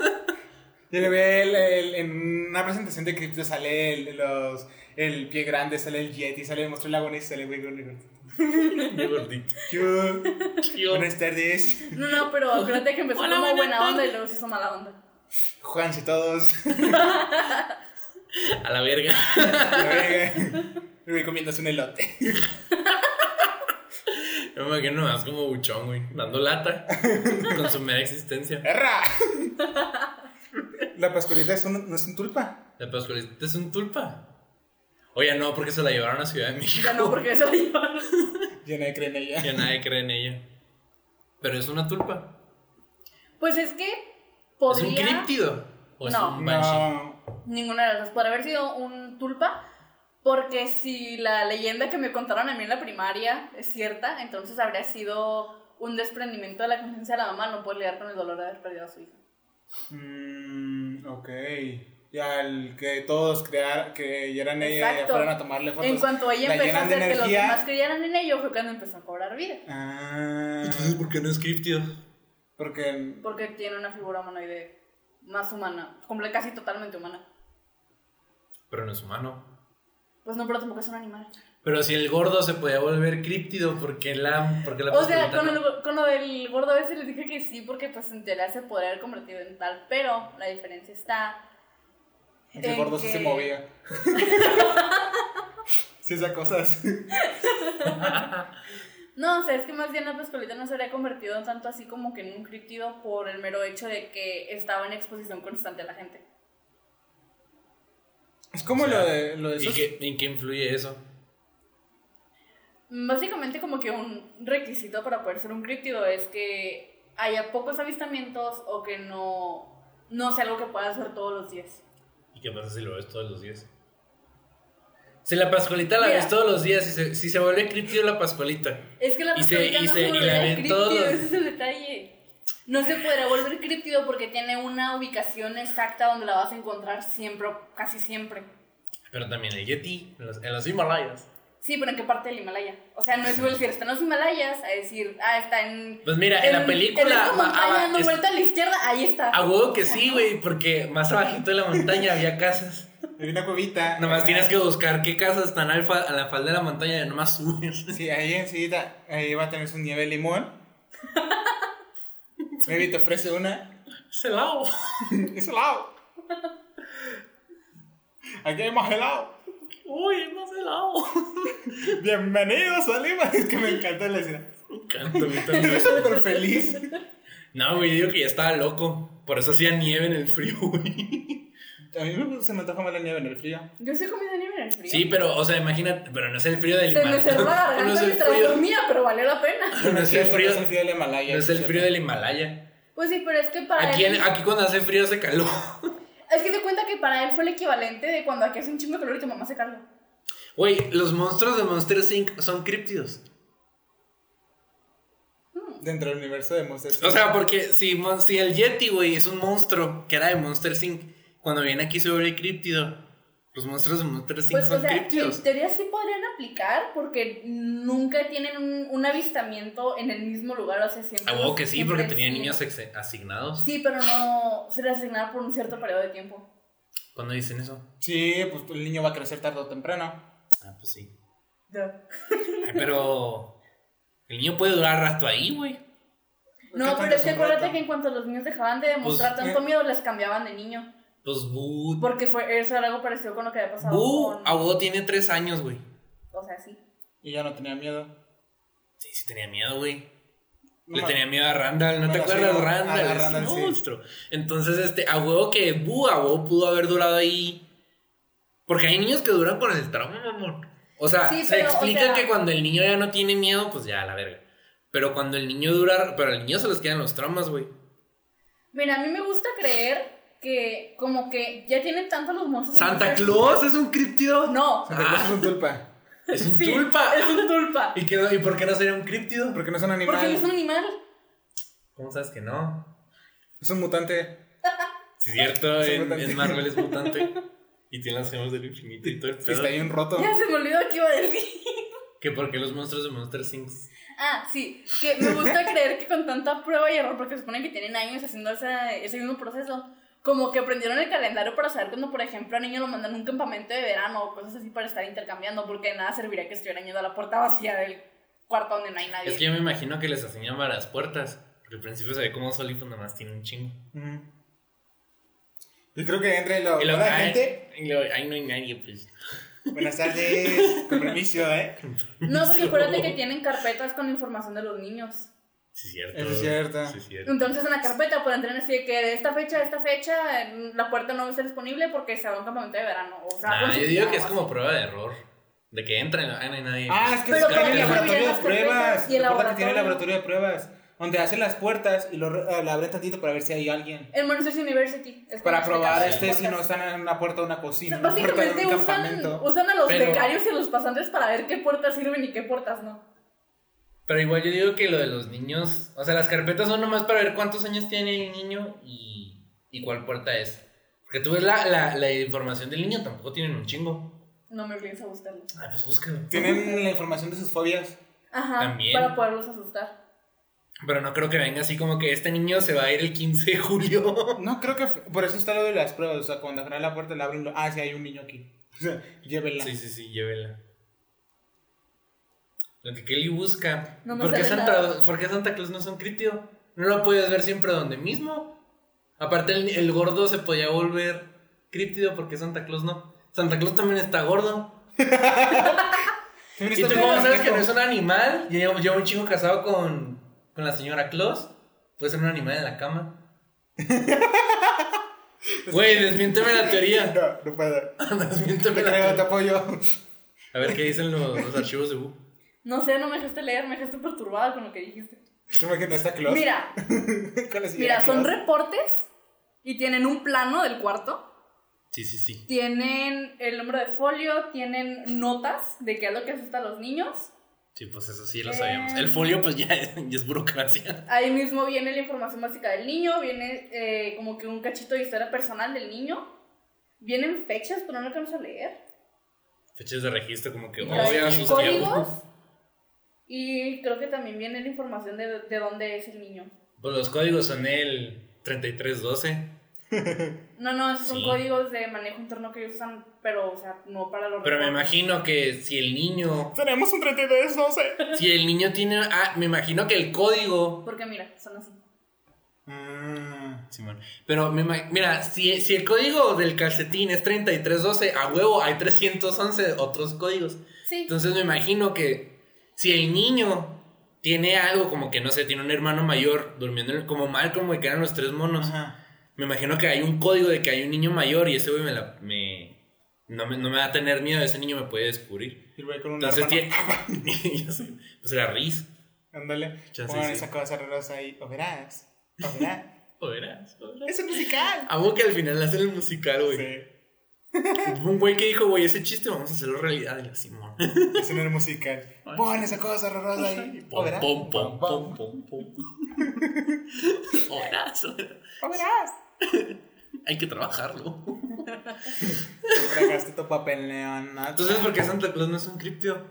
S1: (laughs)
S2: Yo le ve el- el- en una presentación de criptido sale el, los, el pie grande, sale el yeti, sale el monstruo del lago y sale el güey gordito.
S1: Muy gordito.
S2: ¿Qué?
S1: Yo-
S2: Buenas tardes.
S3: No, no, pero acuérdate que empezó
S1: Hola,
S3: como
S1: buenas
S3: buena Ah, onda
S1: tardes.
S3: y luego se hizo mala onda.
S2: Juanse todos.
S1: A la verga.
S2: La verga. Me recomiendas un elote.
S1: Yo me imagino más como buchón, güey. Dando
S2: (laughs)
S1: lata. con su mera existencia.
S2: ¡Erra! La pascualita es un, no es un tulpa.
S1: La Pascualita es un tulpa. Oye, no, porque se la llevaron a Ciudad de México.
S3: Ya no, porque se la llevaron.
S2: Yo no creo en ella.
S1: Ya nadie cree en ella. Pero es una tulpa.
S3: Pues es que
S1: ¿Es un
S3: podría.
S1: críptido? ¿O es
S3: No.
S1: un banshee?
S2: No.
S3: Ninguna de las dos. Podría haber sido un tulpa. Porque si la leyenda que me contaron a mí en la primaria es cierta, entonces habría sido un desprendimiento de la conciencia de la mamá. No puede lidiar con el dolor de haber perdido a su hija.
S2: Mm, ok. Y al que todos crear, creyeran ella y
S3: Exacto.
S2: fueran a tomarle fotos.
S3: En cuanto ella
S2: la
S3: empezó a
S2: llenan de
S3: hacer que los
S2: energía.
S3: demás creyeran en ello, fue cuando empezó a cobrar vida.
S2: Ah,
S1: Entonces, ¿por qué no es críptido?
S2: porque
S3: Porque tiene una figura humanoide más humana, comple- casi totalmente humana.
S1: Pero no es humano.
S3: Pues no, pero tampoco es un animal.
S1: Pero si el gordo se podía volver críptido, ¿por qué la, por qué la
S3: O sea,
S1: Pascualita
S3: con,
S1: no?
S3: el- con lo del gordo ese les dije que sí, porque pues en teoría se podría haber convertido en tal, pero la diferencia está.
S2: el
S3: en
S2: gordo sí
S3: que-
S2: se movía. sí, esas cosas.
S3: No, o sea, es que más bien la pascualita no se habría convertido en tanto así como que en un críptido por el mero hecho de que estaba en exposición constante a la gente.
S2: Es como
S1: O sea,
S2: lo de, lo de
S1: ¿Y
S2: esos.
S1: qué, ¿En qué influye eso?
S3: Básicamente como que un requisito para poder ser un críptido es que haya pocos avistamientos o que no, no sea algo que puedas ver todos los días.
S1: ¿Y qué pasa si lo ves todos los días? Si la Pascualita la
S3: Mira.
S1: ves todos los días, y se- si se vuelve críptido la Pascualita.
S3: Es que la
S1: Y se-
S3: pascualita
S1: y
S3: no
S1: se-
S3: se
S1: y la
S3: volverá
S1: ven
S3: críptido,
S1: todos.
S3: ese es el detalle. No se podrá volver críptido porque tiene una ubicación exacta donde la vas a encontrar siempre, o casi siempre.
S1: Pero también el Yeti, en los, en los Himalayas.
S3: Sí, pero ¿en qué parte del Himalaya? O sea, no es igual decir, está en los Himalayas, a decir, ah, está en...
S1: Pues mira, en, la película.
S3: En esta
S1: ma-
S3: montaña
S1: ah,
S3: dando
S1: es-
S3: vuelta a la izquierda, ahí está.
S1: a huevo que sí, güey, porque más abajito de la montaña había casas.
S2: Hay una cuevita.
S1: Nomás
S2: Ah,
S1: tienes que buscar qué casas están al fa- a la falda de la montaña, nomás
S2: (laughs)
S1: subes.
S2: Ah, Sí, ahí enseguida ahí va a tener su nieve de limón. Maybe te ofrece una.
S1: Es helado.
S2: Es helado. Aquí hay más helado.
S1: Uy, es más helado.
S2: Bienvenidos a Lima. (laughs) Es que me encanta la escena.
S1: Me encanta, a mí
S2: Estoy
S1: también.
S2: súper feliz.
S1: No, güey, digo que ya estaba loco. Por eso hacía nieve en el frío, güey.
S2: A mí me- se me antoja más la nieve en el frío.
S3: Yo sí he comido nieve en el frío.
S1: Sí, pero, o sea, imagínate, pero no es el frío del
S3: Se me
S1: Himalaya.
S3: cerró la
S1: No
S3: garganta
S1: es el
S3: mientras
S1: frío.
S3: dormía, pero valió la pena. (laughs)
S1: No es el frío.
S2: No es el frío del Himalaya.
S1: No es el
S2: cierto.
S1: frío del Himalaya.
S3: Pues sí, pero es que para
S1: Aquí,
S3: él.
S1: en- aquí cuando hace frío hace calor. (laughs)
S3: Es que se cuenta que para él fue el equivalente de cuando aquí hace un chingo de calor y tu mamá se carga.
S1: Güey, los monstruos de Monster Inc. son críptidos.
S2: Dentro del universo de Monster
S1: O sea, porque si, mon- si el Yeti, güey, es un monstruo que era de Monster Inc., cuando viene aquí se vuelve críptido. Los monstruos de Monster Inc.
S3: Pues,
S1: son
S3: o sea,
S1: críptidos.
S3: en teoría sí podrían aplicar porque nunca tienen un, un avistamiento en el mismo lugar, o sea, siempre.
S1: A huevo que sí, porque
S3: siempre
S1: tenía
S3: sí.
S1: niños ex- asignados.
S3: Sí, pero no se les asignaba por un cierto periodo de tiempo.
S1: Cuando dicen eso?
S2: Sí, pues el niño va a crecer tarde o temprano.
S1: Ah, pues sí. Ay, Pero el niño puede durar rato ahí, güey.
S2: ¿Qué
S3: No, pero
S2: tanto
S3: es que
S2: son
S3: acuérdate
S2: rato?
S3: que en cuanto los niños dejaban de demostrar
S2: Pues,
S3: tanto
S2: eh.
S3: miedo, les cambiaban de niño.
S1: Pues Bu.
S3: Porque fue, eso era algo parecido con lo que había pasado
S1: Bu,
S3: con.
S1: a huevo tiene tres años, güey.
S3: O sea, sí.
S2: Y ya no tenía miedo.
S1: Sí, sí tenía miedo, güey.
S2: No
S1: Le
S2: me-
S1: tenía miedo a Randall, ¿no
S2: Bueno,
S1: te
S2: sí,
S1: acuerdas?
S2: no, a
S1: Randall,
S2: la
S1: es
S2: Randall,
S1: un
S2: sí.
S1: monstruo. Entonces, este, a huevo que Bu, a huevo pudo haber durado ahí. Porque hay niños que duran con el trauma, mi amor. O sea,
S3: Sí,
S1: se
S3: pero, o
S1: explica
S3: sea-
S1: que cuando el niño ya no tiene miedo, pues ya, a la verga. Pero cuando el niño dura, pero al niño se les quedan los traumas, güey.
S3: Mira, a mí me gusta creer que, como que ya tienen tanto los monstruos.
S1: Santa
S3: Entonces-
S1: Claus es un criptido.
S3: No,
S2: Santa Claus Ah. es un tulpa.
S1: Es un
S3: Sí,
S1: tulpa.
S3: es un
S1: (laughs)
S3: tulpa.
S1: ¿Y, qué no- ¿Y por qué no sería un criptido?
S2: Porque no es un animal.
S3: Porque es un animal.
S1: ¿Cómo sabes que no?
S2: Es un mutante.
S1: Sí, es cierto,
S2: Es un
S1: en,
S2: mutante.
S1: en Marvel es mutante. (laughs) y tiene las gemas del infinito y todo el
S2: Que está
S1: pedo.
S2: ahí un roto.
S3: Ya se me olvidó que iba a decir.
S1: Que porque los monstruos de Monster Inc.
S3: Ah, sí, que me
S2: (laughs)
S3: gusta creer que con tanta prueba y error, porque se supone que tienen años haciendo esa- ese mismo proceso, como que aprendieron el calendario para saber cuando, por ejemplo, a niño lo mandan a un campamento de verano o cosas así para estar intercambiando, porque de nada serviría que estuvieran yendo a la puerta vacía del cuarto donde no hay nadie.
S1: Es que yo me imagino que les asignan varias puertas. Porque al principio se ve como solito nomás tiene un chingo.
S2: Ujú. Yo creo que entre lo,
S1: Y luego,
S2: la
S1: ay,
S2: gente.
S1: y luego, ay, no hay nadie, pues.
S2: Buenas tardes. Con permiso, ¿eh?
S3: No, porque acuérdate que tienen carpetas con información de los niños.
S1: Sí, es cierto.
S2: Eso es cierto.
S1: Sí, es cierto.
S3: Entonces en la carpeta pueden tener así de que de esta fecha a esta fecha eh, la puerta no va a estar disponible porque se va a un campamento de verano. O sea,
S1: Nah,
S3: con
S1: yo
S3: sus
S1: digo que es
S3: clavos.
S1: como prueba de error. De que entran, ay, no hay nadie.
S2: Ah, es que
S3: Pero
S2: es que
S3: para
S2: hay el
S3: que
S2: laboratorio
S3: miren
S2: de
S3: las carpetas
S2: pruebas.
S3: y el
S2: Recuerda que tiene el laboratorio
S3: laboratorio.
S2: de pruebas. Donde hacen las puertas y lo re- eh, la abren tantito para ver si hay alguien.
S3: En Manchester University. es
S2: Para
S3: como
S2: probar
S3: se
S2: este
S3: hacen
S2: si no
S3: puertas.
S2: están en una puerta de una
S3: O
S2: cocina.
S3: sea,
S2: una puerta de
S3: básicamente
S2: un
S3: usan,
S2: campamento.
S3: usan a los
S1: Pero-
S3: becarios y a los pasantes para ver qué puertas sirven y qué puertas no.
S1: Pero igual yo digo que lo de los niños, o sea, las carpetas son nomás para ver cuántos años tiene el niño y, y cuál puerta es. Porque tú ves la, la, la información del niño, tampoco tienen un chingo.
S3: No me obligues a buscarlo.
S2: Ah,
S1: Ay, pues búscalo.
S2: Tienen la información de sus fobias.
S3: Ajá.
S1: También.
S3: Para poderlos asustar.
S1: Pero no creo que venga así como que este niño se va a ir el 15 de julio.
S2: No, creo que. Por eso está lo de las pruebas. O sea, cuando abren la puerta, la abren. lo- Ah, sí, hay un niño aquí. O sea, llévenla.
S1: Sí, sí, sí, llévela. Lo que Kelly busca.
S3: No me
S1: ¿Por, qué
S3: sale
S1: Santa,
S3: nada.
S1: ¿Por qué Santa Claus no es un crítico? No lo puedes ver siempre donde mismo. Aparte, el, el gordo se podía volver crítico porque Santa Claus no. Santa Claus también está gordo. ¿Y tú cómo sabes que no es un animal? Yo llevo- llevo un chico casado con, con la señora Claus. Puede ser un animal en la cama. Güey, desmiénteme la
S2: (laughs)
S1: teoría. (laughs)
S2: No, no puedo.
S1: desmiénteme
S2: Te
S1: la
S2: creo, te
S1: teoría.
S2: apoyo. (laughs)
S1: A ver qué dicen los, los archivos de Wu.
S3: No sé, no me dejaste leer, me dejaste perturbada con lo que dijiste.
S2: ¿Te imaginas esta Claus?
S3: Mira,
S2: Con la señora
S3: mira, son
S2: Claus.
S3: reportes y tienen un plano del cuarto.
S1: Sí, sí, sí.
S3: Tienen el número de folio, tienen notas de qué es lo que asusta a los niños.
S1: Sí, pues eso sí lo sabíamos. El folio, pues ya es, ya es burocracia.
S3: Ahí mismo viene la información básica del niño, viene eh, como que un cachito de historia personal del niño. Vienen fechas, pero no alcanzo a leer.
S1: Fechas de registro, como que "Oh,
S2: Los
S1: obvio,
S2: códigos.
S1: asusté a
S3: Códigos.
S1: Wu.
S3: Y creo que también viene la información de, de dónde es el niño.
S1: Pues los códigos son el 3312.
S3: No, no, esos son
S1: Sí.
S3: códigos de manejo interno que ellos usan, pero, o sea, no para los
S1: Pero me
S3: reportes.
S1: imagino que si el niño.
S2: Tenemos un 32, no sé.
S1: Si el niño tiene. Ah, me imagino que el código
S3: Porque mira, son así.
S2: Ah,
S1: Simón. Pero me ima- mira, si, si el código del calcetín es 3312, a huevo hay 311 otros códigos.
S3: Sí.
S1: Entonces me imagino que si el niño tiene algo como que no sé, tiene un hermano mayor durmiendo en el- como mal, como que eran los tres monos.
S2: ajá.
S1: Me imagino que hay un código de que hay un niño mayor y ese güey me la. Me, no, me, no me va a tener miedo, ese niño me puede descubrir.
S2: Y el güey con un
S1: Entonces
S2: arma,
S1: tiene. (laughs) yo sé, pues era Riz.
S2: ¿no? Ándale.
S1: Chance,
S2: Pongan
S1: sí.
S2: esa cosa raras ahí. O verás. O verás.
S1: O verás, o verás.
S2: es un musical.
S1: Amo que al final hacen el musical, güey.
S2: Sí.
S1: Hubo un güey que dijo, güey, ese chiste vamos a hacerlo realidad. Y la Simón.
S2: Es un musical. Pon esa cosa raras ahí. O
S1: Pom,
S2: verás.
S1: pom, pom,
S2: Pom, pom.
S1: pom, pom, pom. (laughs) O verás, o verás.
S3: oh,
S2: O verás.
S1: Hay que trabajarlo.
S2: Tragaste tu papel leona.
S1: Entonces, ¿por qué Santa Claus no es un criptio?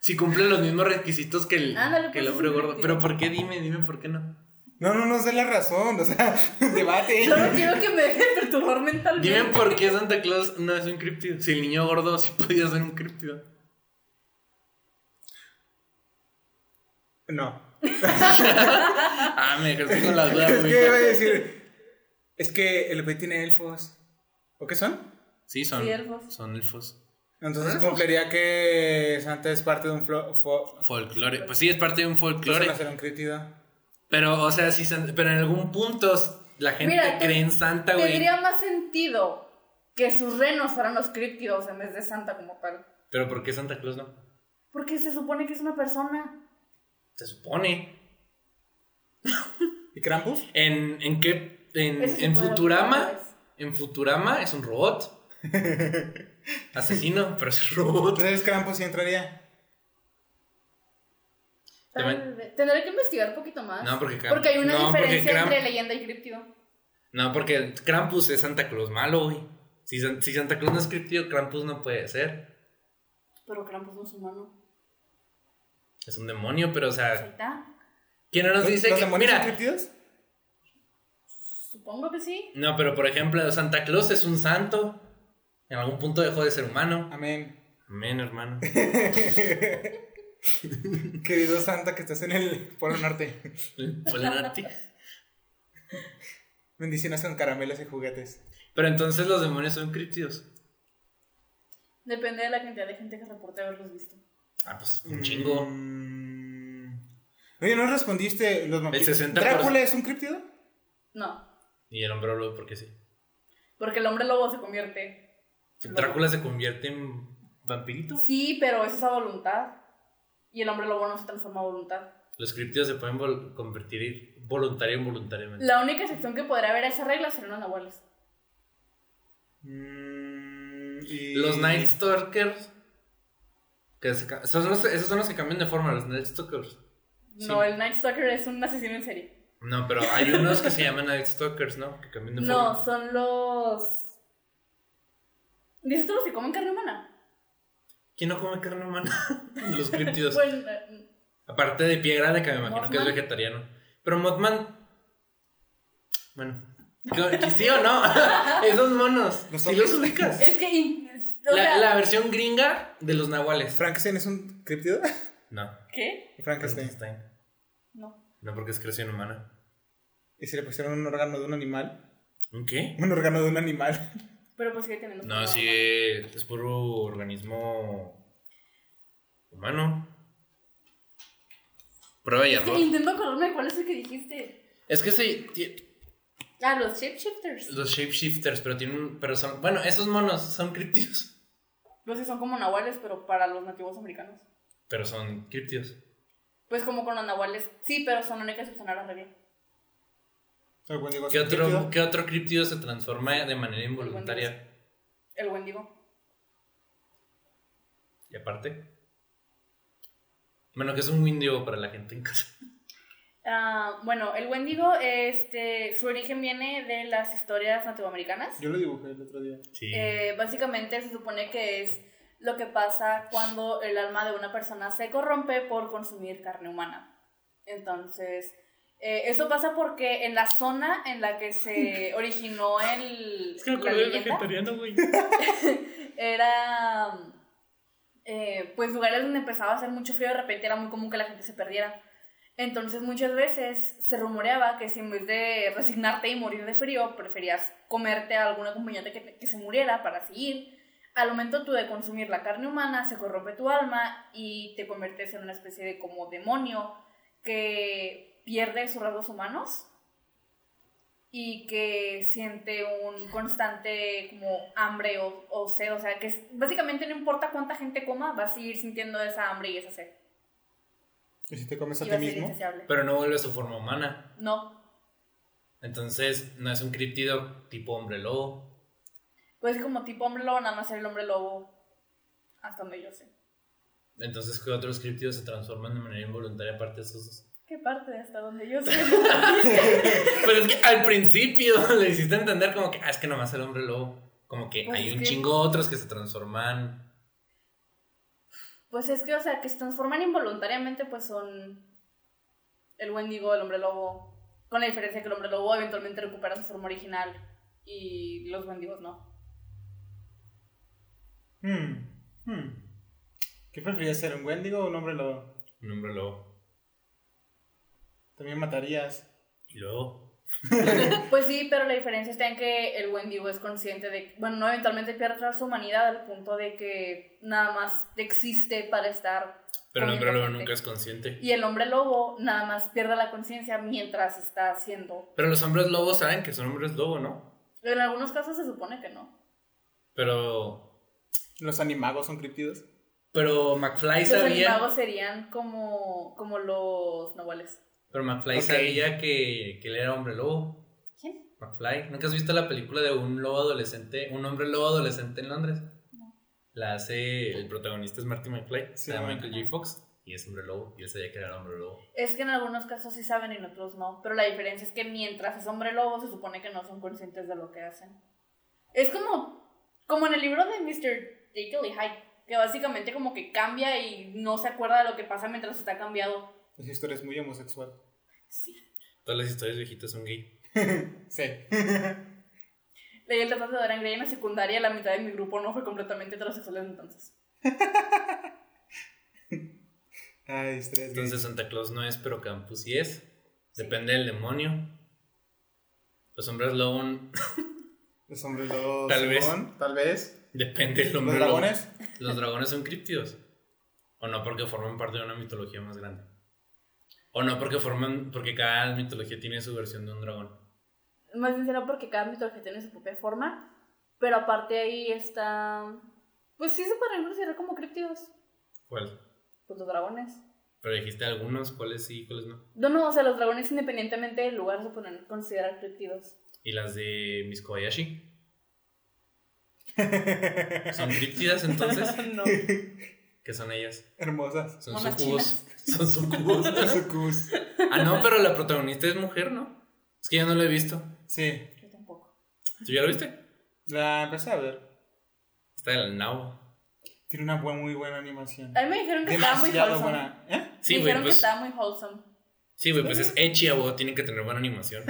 S1: Si cumple los mismos requisitos que el,
S3: Ándale,
S1: que el
S3: pues,
S1: hombre
S3: es un
S1: gordo.
S3: criptio.
S1: Pero ¿por qué? Dime, dime por qué no.
S2: No, no, no sé la razón. O sea, (laughs) debate.
S3: Solo quiero que me dejen perturbar mentalmente.
S1: Dime por qué Santa Claus no es un criptio. Si el niño gordo sí podía ser un criptio.
S2: No.
S1: Ah, me dejaste con la duda,
S2: Es que iba a
S1: güey.
S2: decir. Es que el güey tiene elfos. ¿O qué son?
S1: Sí, son,
S3: Sí, elfos.
S1: son elfos.
S2: Entonces cumpliría que Santa es parte de un flo- fo-
S1: Folclore. Pues sí, es parte de un folclore.
S2: Entonces, no será un crítido.
S1: Pero, o sea, sí, Santa- pero en algún punto la gente
S3: Mira, te-
S1: cree en Santa, güey.
S3: Tendría más sentido que sus renos fueran los críptidos en vez de Santa como tal.
S1: Pero ¿por qué Santa Claus no?
S3: Porque se supone que es una persona.
S1: Se supone.
S2: ¿Y Krampus?
S1: ¿En, en qué? En,
S3: Ese se
S1: en
S3: puede
S1: Futurama.
S3: hablar después.
S1: En Futurama es un robot. Asesino, pero es robot.
S2: Entonces Krampus sí entraría.
S3: Tal
S1: También-
S3: vez. Tendré que investigar un poquito más.
S1: No, porque Kram-
S3: Porque hay una
S1: no, porque
S3: diferencia
S1: Kram-
S3: entre leyenda y criptido.
S1: No, porque Krampus es Santa Claus malo, güey. Si, San- si Santa Claus no es criptido, Krampus no puede ser.
S3: Pero Krampus no es humano.
S1: Es un demonio, pero, o
S3: Pues, Ahí
S1: sea,
S3: está.
S1: ¿quién no nos
S2: ¿Los-
S1: dice
S2: ¿Los
S1: que.
S2: demonios son
S1: Mira,
S2: críptidos?
S3: Supongo que sí.
S1: no, pero por ejemplo, Santa Claus es un santo. En algún punto dejó de ser humano.
S2: Amén.
S1: Amén, hermano.
S2: Querido Santa que estás en el Polo Norte.
S1: Pues, la nati-
S2: Bendiciones con caramelos y juguetes.
S1: Pero entonces los demonios son criptidos.
S3: Depende de la cantidad de gente que reporte haberlos visto.
S1: Ah, pues un chingo.
S2: Mm. Oye, ¿no respondiste los vampiros?
S1: 60%.
S2: ¿Drácula es un críptido?
S3: No.
S1: Y el hombre lobo, porque sí.
S3: Porque el hombre lobo se convierte.
S1: Drácula se convierte en vampirito.
S3: Sí, pero eso es a voluntad. Y el hombre lobo no se transforma a voluntad.
S1: Los criptidos se pueden vol- convertir voluntaria e involuntariamente.
S3: La única excepción que podría haber a esa regla serían los nahuales.
S2: Mm, y-
S1: Los Night Stalkers. que se ca- son los- esos son los que cambian de forma, los Night Stalkers.
S3: No,
S1: Sí.
S3: el Night Stalker es un asesino en serie.
S1: No, pero hay unos que se llaman Night Stalkers, ¿no? Que cambian de
S3: No,
S1: forma.
S3: son los. ¿Dices tú los que comen carne humana?
S1: ¿Quién no come carne humana? (laughs) los criptidos.
S3: Bueno, eh,
S1: Aparte de pie grande, que me imagino que es
S3: Mothman.
S1: vegetariano. Pero Mothman. Bueno.
S3: (laughs)
S1: ¿qué- que ¿Sí o no? (laughs) Esos monos.
S2: Los
S1: ¿Sí los ubicas?
S3: es que. in- o
S1: La,
S3: sea,
S1: la versión gringa de los nahuales.
S2: ¿Frankenstein es un críptido? (laughs)
S1: No.
S3: ¿Qué?
S2: Frankenstein.
S1: Frankenstein.
S3: No.
S1: No, porque es creación humana.
S2: ¿Y si le pusieron un órgano de un animal? (laughs)
S1: ¿Un qué?
S2: Un órgano de un animal.
S3: Pero pues sigue teniendo.
S1: No,
S3: forma
S1: sí,
S3: humana.
S1: es puro organismo humano. Prueba y
S3: Es que
S1: error.
S3: intento acordarme cuál es el que dijiste.
S1: Es que sí, ti-
S3: Ah, los shapeshifters.
S1: los shapeshifters, pero tienen, pero son, bueno, esos monos son criptidos,
S3: Los que son como nahuales, pero para los nativos americanos.
S1: (laughs) pero son criptidos.
S3: Pues como con los nahuales, sí, pero son la única excepción a la regla.
S2: Algún digo,
S1: ¿Qué
S2: ¿es un
S1: otro,
S2: críptido?
S1: ¿Qué otro criptido se transforma de manera involuntaria?
S3: El Wendigo.
S1: Y aparte, bueno, que es un windio para la gente en casa. (laughs)
S3: Ah, bueno, el Wendigo, este, su origen viene de las historias nativoamericanas.
S2: Yo lo dibujé el otro día.
S1: Sí.
S3: Eh, básicamente se supone que es lo que pasa cuando el alma de una persona se corrompe por consumir carne humana. Entonces, eh, eso pasa porque en la zona en la
S1: (laughs)
S3: que se originó el... la leyenda,
S1: güey.
S3: era eh, pues lugares donde empezaba a hacer mucho frío de repente era muy común que la gente se perdiera entonces muchas veces se rumoreaba que si en vez de resignarte y morir de frío preferías comerte a algún acompañante que, te- que se muriera para seguir al momento tú de consumir la carne humana se corrompe tu alma y te conviertes en una especie de como demonio que pierde sus rasgos humanos y que siente un constante como hambre o, o sed, o sea, que es- básicamente no importa cuánta gente coma, vas a seguir sintiendo esa hambre y esa sed.
S2: ¿Y si te comes a
S3: Y
S2: ti
S3: va a ser
S2: mismo?
S3: insaciable.
S1: Pero no vuelve a su forma humana.
S3: No,
S1: Entonces, no es un criptido tipo hombre lobo.
S3: pues como tipo hombre lobo, nada más ser el hombre lobo, hasta donde yo sé.
S1: Entonces, ¿qué otros criptidos se transforman de manera involuntaria aparte de esos dos?
S3: ¿Qué parte de hasta donde yo sé?
S1: Pero es que al principio (laughs) le hiciste entender como que, ah, es que nomás el hombre lobo. Como que
S3: Pues
S1: hay
S3: es
S1: un
S3: que-
S1: chingo otros que se transforman.
S3: (laughs) pues es que, o sea, que se transforman involuntariamente, pues son el Wendigo, el hombre lobo, con la diferencia que el hombre lobo eventualmente recupera su forma original y los Wendigos no.
S2: Hmm, hmm. ¿Qué preferirías ser, un Wendigo o un hombre lobo?
S1: Un hombre lobo.
S2: También matarías.
S1: Y luego,
S3: Pues sí, pero la diferencia está en que el Wendigo es consciente de que, bueno, no eventualmente pierde su humanidad al punto de que nada más existe para estar.
S1: pero el
S3: comiendo
S1: hombre lobo
S3: gente.
S1: nunca es consciente.
S3: Y el hombre lobo nada más pierde la conciencia mientras está haciendo.
S1: Pero los hombres lobos saben que son hombres lobo, ¿no?
S3: En algunos casos se supone que no.
S1: Pero.
S2: ¿Los animagos son criptidos?
S1: Pero McFly
S3: Los
S1: sabía.
S3: animagos serían como, como los nahuales.
S1: Pero McFly
S2: Ok.
S1: sabía que, que él era hombre lobo.
S3: ¿Quién?
S1: McFly. ¿Nunca has visto la película de un lobo adolescente, un hombre lobo adolescente en Londres?
S3: No.
S1: La hace, el protagonista es Marty McFly,
S2: Sí,
S1: se llama
S2: no.
S1: Michael J. Fox, y es hombre lobo, y él sabía que era hombre lobo.
S3: Es que en algunos casos sí saben y en otros no. Pero la diferencia es que mientras es hombre lobo se supone que no son conscientes de lo que hacen. Es como, como en el libro de Mr. Jekyll y Hyde, que básicamente como que cambia y no se acuerda de lo que pasa mientras está cambiado.
S2: Esa historia es muy homosexual.
S3: Sí.
S1: Todas las historias viejitas son gay.
S2: Sí.
S3: Leí el tratado de Dorian Gray en la secundaria y la mitad de mi grupo no fue completamente heterosexual desde entonces.
S2: Ay, historias gays.
S1: Entonces Santa Claus no es, pero Campus sí es. Depende del demonio. Los hombres lobo,
S2: Los hombres lobos.
S1: Tal vez.
S2: son, Tal vez.
S1: (laughs) depende del
S2: ¿Los
S1: hombre lobo.
S2: dragones?
S1: Los dragones son críptidos. O no porque forman parte de una mitología más grande. O no porque forman, porque cada mitología tiene su versión de un dragón.
S3: más sincero porque cada mitología tiene su propia forma, pero aparte ahí está, pues sí se pueden considerar como críptidos,
S1: ¿Cuál?
S3: pues los dragones.
S1: Pero dijiste algunos, cuáles sí, cuáles no.
S3: No, no, o sea, los dragones independientemente del lugar se pueden considerar críptidos.
S1: Y las de Miss Kobayashi. ¿Son críptidas entonces?
S3: (laughs)
S2: (laughs)
S3: no,
S1: ¿Qué son ellas? (laughs)
S2: Hermosas.
S1: Son
S3: Monas
S1: sucubos. (laughs) Son sucubos.
S2: Sucus.
S1: Ah, no, pero la protagonista es mujer, ¿no? Es que yo no la he visto.
S2: Sí.
S3: yo tampoco.
S1: ¿Tú ya la viste?
S2: La empecé a ver.
S1: Está de la nao.
S2: Tiene una buen- muy buena animación.
S3: A mí me dijeron que estaba Eh, muy
S2: Demasiado
S3: wholesome.
S2: buena. ¿Eh?
S1: Sí,
S3: me
S1: güey,
S3: dijeron que
S1: pues,
S3: estaba muy wholesome.
S1: sí, güey, pues es Echi, abogado, tiene que tener buena animación.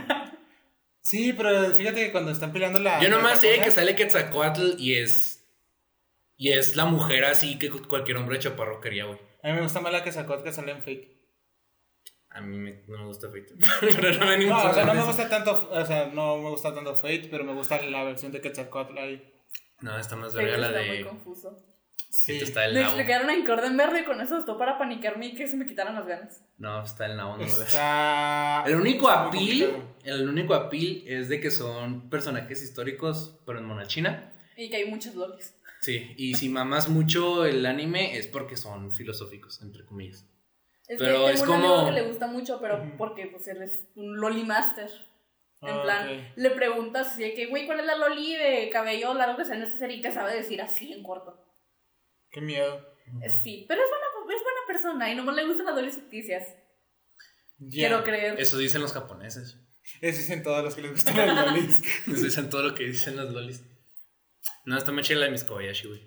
S2: Sí, pero fíjate que cuando están peleando la.
S1: Yo nomás
S2: la
S1: sé
S2: dragona,
S1: que sale Quetzalcoatl y es. Y es la mujer así que cu- cualquier hombre de chaparro quería, güey.
S2: ¿eh? A mí me gusta más la que sacó que sale en fake.
S1: A mí me- no me gusta Fate. (laughs) pero no me
S2: No, o sea, no me gusta tanto. O sea, no me gusta tanto Fate, pero me gusta la versión de Quetzalcoatl ahí.
S1: No, está más
S3: Pero
S1: verga la
S3: está muy
S1: de.
S3: confuso.
S2: Sí.
S1: Está el
S3: Lo
S1: nabo.
S3: explicaron en Cordenberry y con eso estuvo para panicarme y que se me quitaran las ganas.
S1: No, está el nabo. no, güey.
S2: Está.
S1: El único
S2: está muy
S1: apil.
S2: complicado.
S1: El único apil es de que son personajes históricos, pero en monachina.
S3: Y que hay muchos lolis.
S1: Sí, y si mamas mucho el anime es porque son filosóficos, entre comillas.
S3: Es
S1: Pero
S3: que
S1: es
S3: tengo un amigo
S1: como-
S3: que le gusta mucho, pero
S2: Ujú.
S3: porque pues él es un loli master. En
S2: Ah,
S3: plan,
S2: ok.
S3: le preguntas así de que, güey, ¿cuál es la loli de cabello largo que sea necesaria? Y te sabe decir así en corto.
S2: Qué miedo.
S1: Ujú.
S3: Sí, pero es buena, es buena persona y nomás le gustan las lolis ficticias.
S2: Ya.
S3: Quiero creer.
S1: Eso dicen los japoneses.
S2: Eso dicen todos los que les gustan
S1: (laughs)
S2: las lolis.
S1: Eso Pues dicen todo lo que dicen las lolis. No, está más chida la de mis Kobayashi, güey.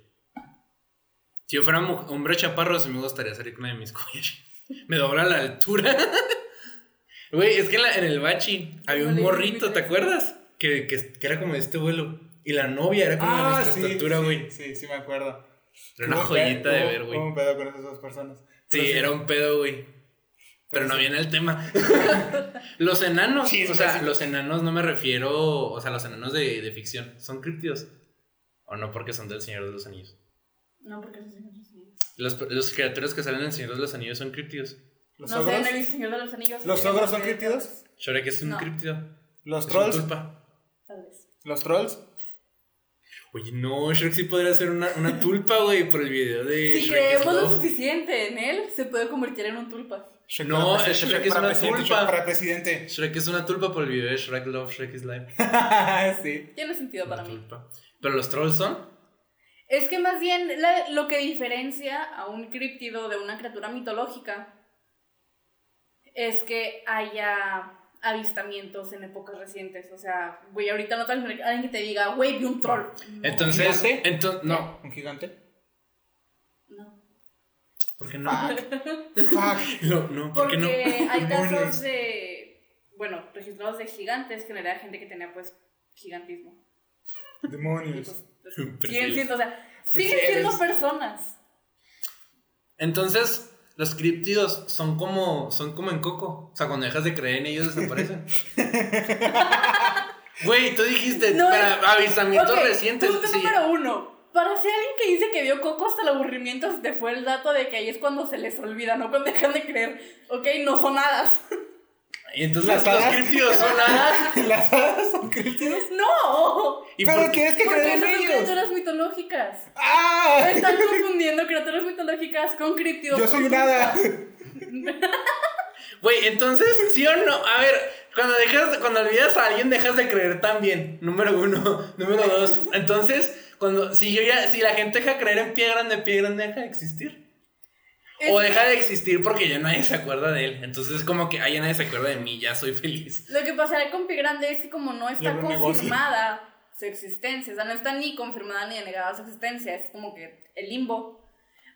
S1: Si yo fuera mu- hombre chaparro, sí me gustaría salir con la de mis Kobayashi. (laughs) Me dobla la altura. (laughs) Güey, es que en, la- en el bachi había
S3: No
S1: un
S3: le-
S1: morrito, ¿te acuerdas? Que, que- que era como de este vuelo. Y la novia era como de nuestra estatura,
S2: Ah, sí,
S1: güey.
S2: Sí, sí, me acuerdo.
S1: Era una
S2: Hubo
S1: joyita
S2: pe-
S1: de
S2: hubo-
S1: ver, güey.
S2: hubo un pedo con esas dos personas.
S1: Sí,
S2: Pero
S1: era un pedo, güey. Pero no
S2: sí.
S1: viene el tema. (laughs) los enanos,
S2: Sí, es
S1: o sea,
S2: clásico.
S1: los enanos no me refiero, o sea, los enanos de, de ficción, son críptidos. O no porque son del Señor de los Anillos.
S3: No, porque no sé. No
S1: Los, los criaturas que salen en el Señor de los Anillos son críptidos.
S2: ¿Los
S3: sé,
S2: ogros?
S3: no he visto Señor de los Anillos.
S2: ¿Los ogros son críptidos?
S1: Shorek es un
S3: No.
S1: críptido.
S2: Los
S1: Es
S2: trolls.
S1: un tulpa.
S3: Tal vez.
S2: Los trolls.
S1: Oye, no, Shrek sí podría ser una, una tulpa, güey, por el video de Shrek
S3: Si
S1: is
S3: creemos lo
S1: Love.
S3: suficiente en él, se puede convertir en un tulpa.
S2: Shrek
S1: No,
S2: para
S1: el
S2: presi-
S1: Shrek es
S2: para
S1: una
S2: presidente,
S1: tulpa.
S2: Shrek para presidente.
S1: Shrek es una tulpa por el video de Shrek Love, Shrek is Life.
S2: (laughs) sí.
S3: Tiene sentido para
S1: Una
S3: mí.
S1: tulpa. Pero los trolls son.
S3: Es que más bien la- lo que diferencia a un críptido de una criatura mitológica es que haya avistamientos en épocas recientes. O sea, güey, ahorita no te vas a encontrar a alguien que te diga, güey, vi un troll. No.
S1: Entonces,
S2: ¿Gigante?
S1: entonces no.
S2: ¿Un gigante?
S3: No.
S1: ¿Por
S3: (laughs)
S1: qué no?
S2: Fuck.
S1: No, no, ¿por qué
S3: Porque
S1: no? (laughs)
S3: hay casos
S1: Demonios.
S3: de, bueno, registrados de gigantes que en realidad era gente que tenía pues gigantismo. Y,
S2: Demonios.
S3: pues, siguen siendo, o sea,
S2: Pues
S3: siguen
S2: sí
S3: siendo
S2: eres.
S3: personas.
S1: Entonces, los críptidos son como, son como en Coco. O sea, cuando dejas de creer en ellos,
S3: (laughs)
S1: desaparecen. Güey, tú dijiste,
S3: No,
S1: para avistamientos
S3: Ok,
S1: recientes.
S3: Punto
S1: sí.
S3: número uno. Para ser alguien que dice que vio Coco hasta el aburrimiento, se te fue el dato de que ahí es cuando se les olvida, no cuando dejan de creer. Ok, no son hadas.
S1: Y entonces
S2: Las
S1: los
S2: hadas.
S1: críptidos son hadas.
S2: (laughs) ¿Las hadas son cristianos?
S3: (laughs) ¡No!
S1: ¿Y
S2: ¿Pero
S1: por qué?
S2: quieres que
S3: Porque
S2: creen
S3: esas son
S2: en ellos?
S3: criaturas mitológicas.
S2: ¡Ah!
S3: Están (laughs) confundiendo criaturas mitológicas con criptidos.
S2: Yo soy un hada. (laughs)
S1: Güey, entonces, ¿sí o no? A ver, cuando dejas, cuando olvidas a alguien, dejas de creer también. Número uno. (laughs) Número dos. Entonces, cuando, si yo ya, si la gente deja de creer en pie grande, pie grande deja de existir. O deja de existir porque ya nadie se acuerda de él. Entonces, como que, ay, ya nadie se acuerda de mí, ya soy feliz.
S3: Lo que pasará con Pi Grande es que como no
S2: Y
S3: está
S2: abre un negocio.
S3: confirmada su existencia, o sea, no está ni confirmada ni denegada su existencia, es como que el limbo.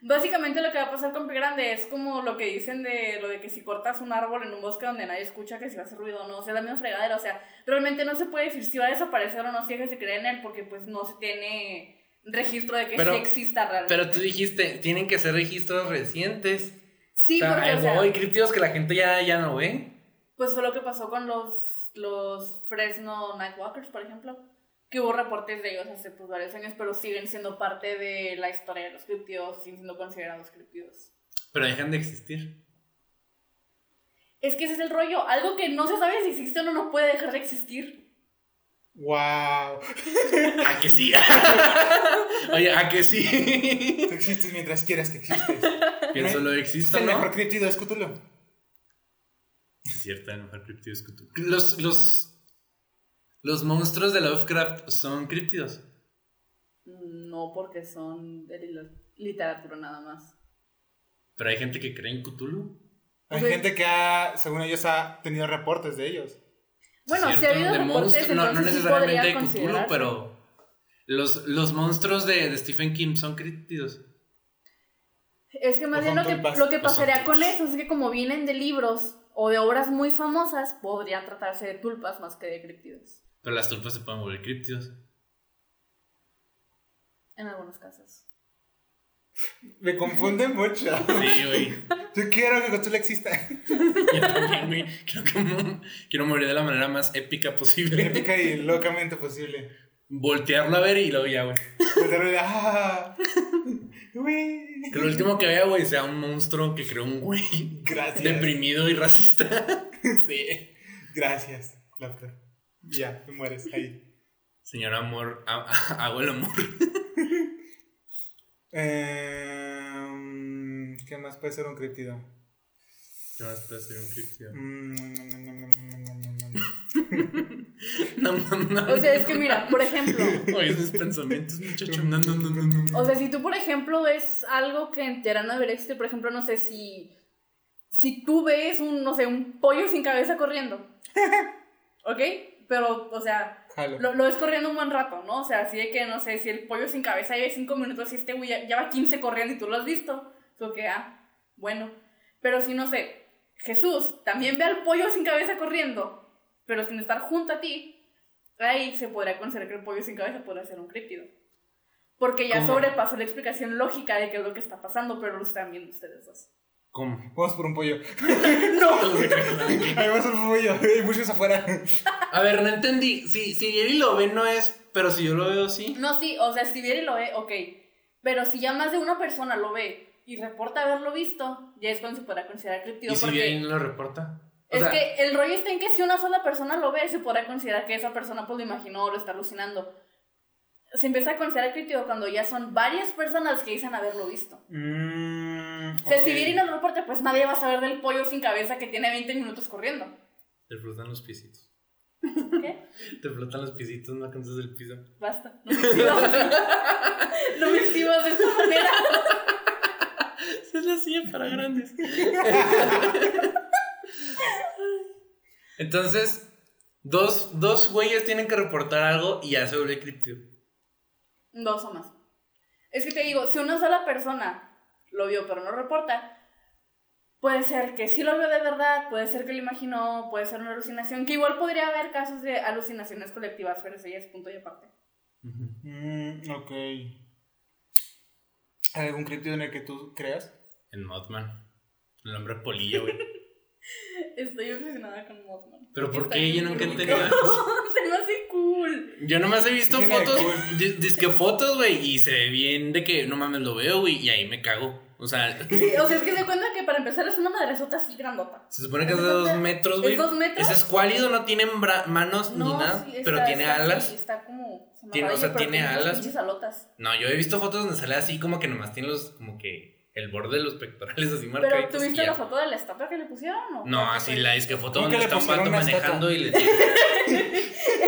S3: Básicamente lo que va a pasar con Pi Grande es como lo que dicen de lo de que si cortas un árbol en un bosque donde nadie escucha que si va a hacer ruido o no, o sea, la misma fregadera, o sea, realmente no se puede decir si va a desaparecer o no, si es que se cree en él, porque pues no se tiene registro de que
S1: Pero-
S3: sí exista realmente.
S1: Pero tú dijiste, tienen que ser registros recientes.
S3: sí,
S1: o sea,
S3: porque,
S1: hay
S3: o sea,
S1: crípticos que la gente ya, ya no ve.
S3: Pues fue lo que pasó con los, los Fresno Nightwalkers, por ejemplo. Que hubo reportes de ellos hace pues, varios años, pero siguen siendo parte de la historia de los criptidos, siguen siendo considerados criptidos.
S1: Pero dejan de (laughs) existir.
S3: Es que ese es el rollo. Algo que no se sabe si existe o no, no puede dejar de existir.
S2: ¡Wow!
S1: ¿A que sí? (laughs) Oye, ¿a que (laughs) sí?
S2: Tú existes mientras quieras que (laughs) existes.
S1: Pienso lo
S2: Es
S1: existo,
S2: el mejor
S1: ¿no?
S2: criptido, es Cthulhu.
S1: Sí, Es cierto, el mejor críptido es Cthulhu. Los, los, los monstruos de Lovecraft son críptidos.
S3: No porque son de li- literatura nada más.
S1: Pero hay gente que cree en Cthulhu.
S2: Hay
S3: Ok.
S2: gente que ha, según ellos, ha tenido reportes de ellos.
S3: Bueno,
S1: ¿cierto?
S3: si ha habido
S1: De
S3: reportes,
S1: monstruos, no, no
S3: entonces sí
S1: necesariamente
S3: podría
S1: de Cthulhu,
S3: considerarse.
S1: pero los, los monstruos de, de Stephen King son críptidos.
S3: Es que más
S2: O
S3: bien lo
S2: son
S3: que,
S2: tulpas,
S3: lo que
S1: o son
S3: pasaría con
S1: tulpas.
S3: eso es que como vienen de libros o de obras muy famosas, podría tratarse de tulpas más que de criptidos.
S1: Pero las tulpas se pueden volver críptidos.
S3: En algunos casos.
S2: Me confunde mucho.
S1: Sí, güey.
S3: (laughs)
S2: Yo quiero que Cthulhu exista. (laughs)
S1: Yo también, güey. Quiero, que mu- quiero morir de la manera más épica posible.
S2: Épica y locamente posible.
S1: Voltearlo a ver y luego ya, güey.
S2: Pues de verdad, ¡ah! Uy.
S1: Que lo último que vea, güey, sea un monstruo que creó un güey
S2: Gracias.
S1: deprimido y racista.
S2: Sí. Gracias, Lovecraft. Ya, te mueres ahí.
S1: Señor amor, a- a- hago el amor.
S2: Em, ¿Qué más puede ser un criptido?
S1: ¿Qué más puede ser un críptido?
S2: Mm, nom, nom, nom, nom, nom, nom, nom, nom.
S1: No, no, no.
S3: O sea, es que mira, por ejemplo,
S1: Oye, esos pensamientos, muchacho. No, no, no, no, no.
S3: o sea, si tú, por ejemplo, ves algo que en Terano debería existir, por ejemplo, no sé si. Si tú ves un, no sé, un pollo sin cabeza corriendo. ¿Ok? Pero, o sea,
S2: Jalo.
S3: lo, lo ves corriendo un buen rato, ¿no? O sea, así de que, no sé, si el pollo sin cabeza lleva 5 minutos y este güey ya, ya va 15 corriendo y tú lo has visto. Eso que, ah, bueno. Pero si, no sé, Jesús también ve al pollo sin cabeza corriendo, pero sin estar junto a ti, ahí se podría considerar que el pollo sin cabeza podría ser un críptido. Porque ya
S1: ¿Cómo?
S3: sobrepasó la explicación lógica de qué es lo que está pasando, pero lo están viendo ustedes dos.
S1: ¿Cómo?
S2: Vamos por un pollo.
S1: O sea,
S2: Ahí vamos por un pollo. Hay muchos afuera.
S1: A ver, no entendí. Si, si Jerry lo ve, no es. Pero si yo lo veo, sí.
S3: No, sí, o sea, si viene y lo ve, ok. Pero si ya más de una persona lo ve y reporta haberlo visto, ya es cuando se podrá considerar criptido
S1: ¿Y si
S3: porque
S1: Jerry no lo reporta? O
S3: es
S1: sea-
S3: que el rollo está en que si una sola persona lo ve, se podrá considerar que esa persona pues lo imaginó o lo está alucinando. Se empieza a considerar crítico cuando ya son varias personas las que dicen haberlo visto.
S2: Mm,
S3: O sea,
S2: ok.
S3: si viene el reporte, pues nadie va a saber del pollo sin cabeza que tiene 20 minutos corriendo.
S1: Te flotan los pisitos.
S3: ¿Qué?
S1: (laughs) Te flotan los pisitos, no alcanzas el piso.
S3: Basta. No me exhibas. (laughs) no me exhibas de esta manera.
S1: Esa es la silla para grandes. (laughs) Entonces, dos, dos güeyes tienen que reportar algo y ya se vuelve criptido.
S3: Dos o más. Es que te digo, si una sola persona lo vio pero no reporta, puede ser que sí lo vio de verdad, puede ser que lo imaginó, puede ser una alucinación, que igual podría haber casos de alucinaciones colectivas, pero ese ya es punto y aparte.
S2: Mm, ok. ¿Hay algún criptido en el que tú creas?
S1: En Mothman. El hombre polilla, güey.
S3: Estoy obsesionada con Mothman. (laughs)
S1: Pero ¿por
S3: Está
S1: qué? Yo
S3: bien
S1: nunca he
S3: bonito.
S1: entendido.
S3: (laughs) Se me hace cool.
S1: Yo nomás he visto
S2: Sí tiene de
S1: fotos, dis- disque fotos, güey, y se ve bien de que no mames lo veo, güey, y ahí me cago. O sea,
S3: Sí, o sea, es que se cuenta que para empezar es una madresota así grandota.
S1: se supone que es de dos metros, güey.
S3: ¿Es dos metros?
S1: Es escuálido, no tiene bra- manos ni nada,
S3: sí, está-
S1: pero tiene
S3: está así,
S1: alas.
S3: está como. se me
S1: Tiene- o
S3: raya,
S1: sea,
S3: pero
S1: tiene
S3: unas
S1: alas.
S3: pinches alotas.
S1: No, yo he visto fotos donde sale así como que nomás tiene los, como que el borde de los pectorales así
S3: Pero
S1: marcaditos.
S3: ¿tú viste
S1: y ya.
S3: la foto de la estatua que le pusieron? ¿o?
S1: No, así la es que foto
S2: Creo que
S1: donde
S2: le
S1: está un vato
S2: pusieron una estatua.
S1: manejando y le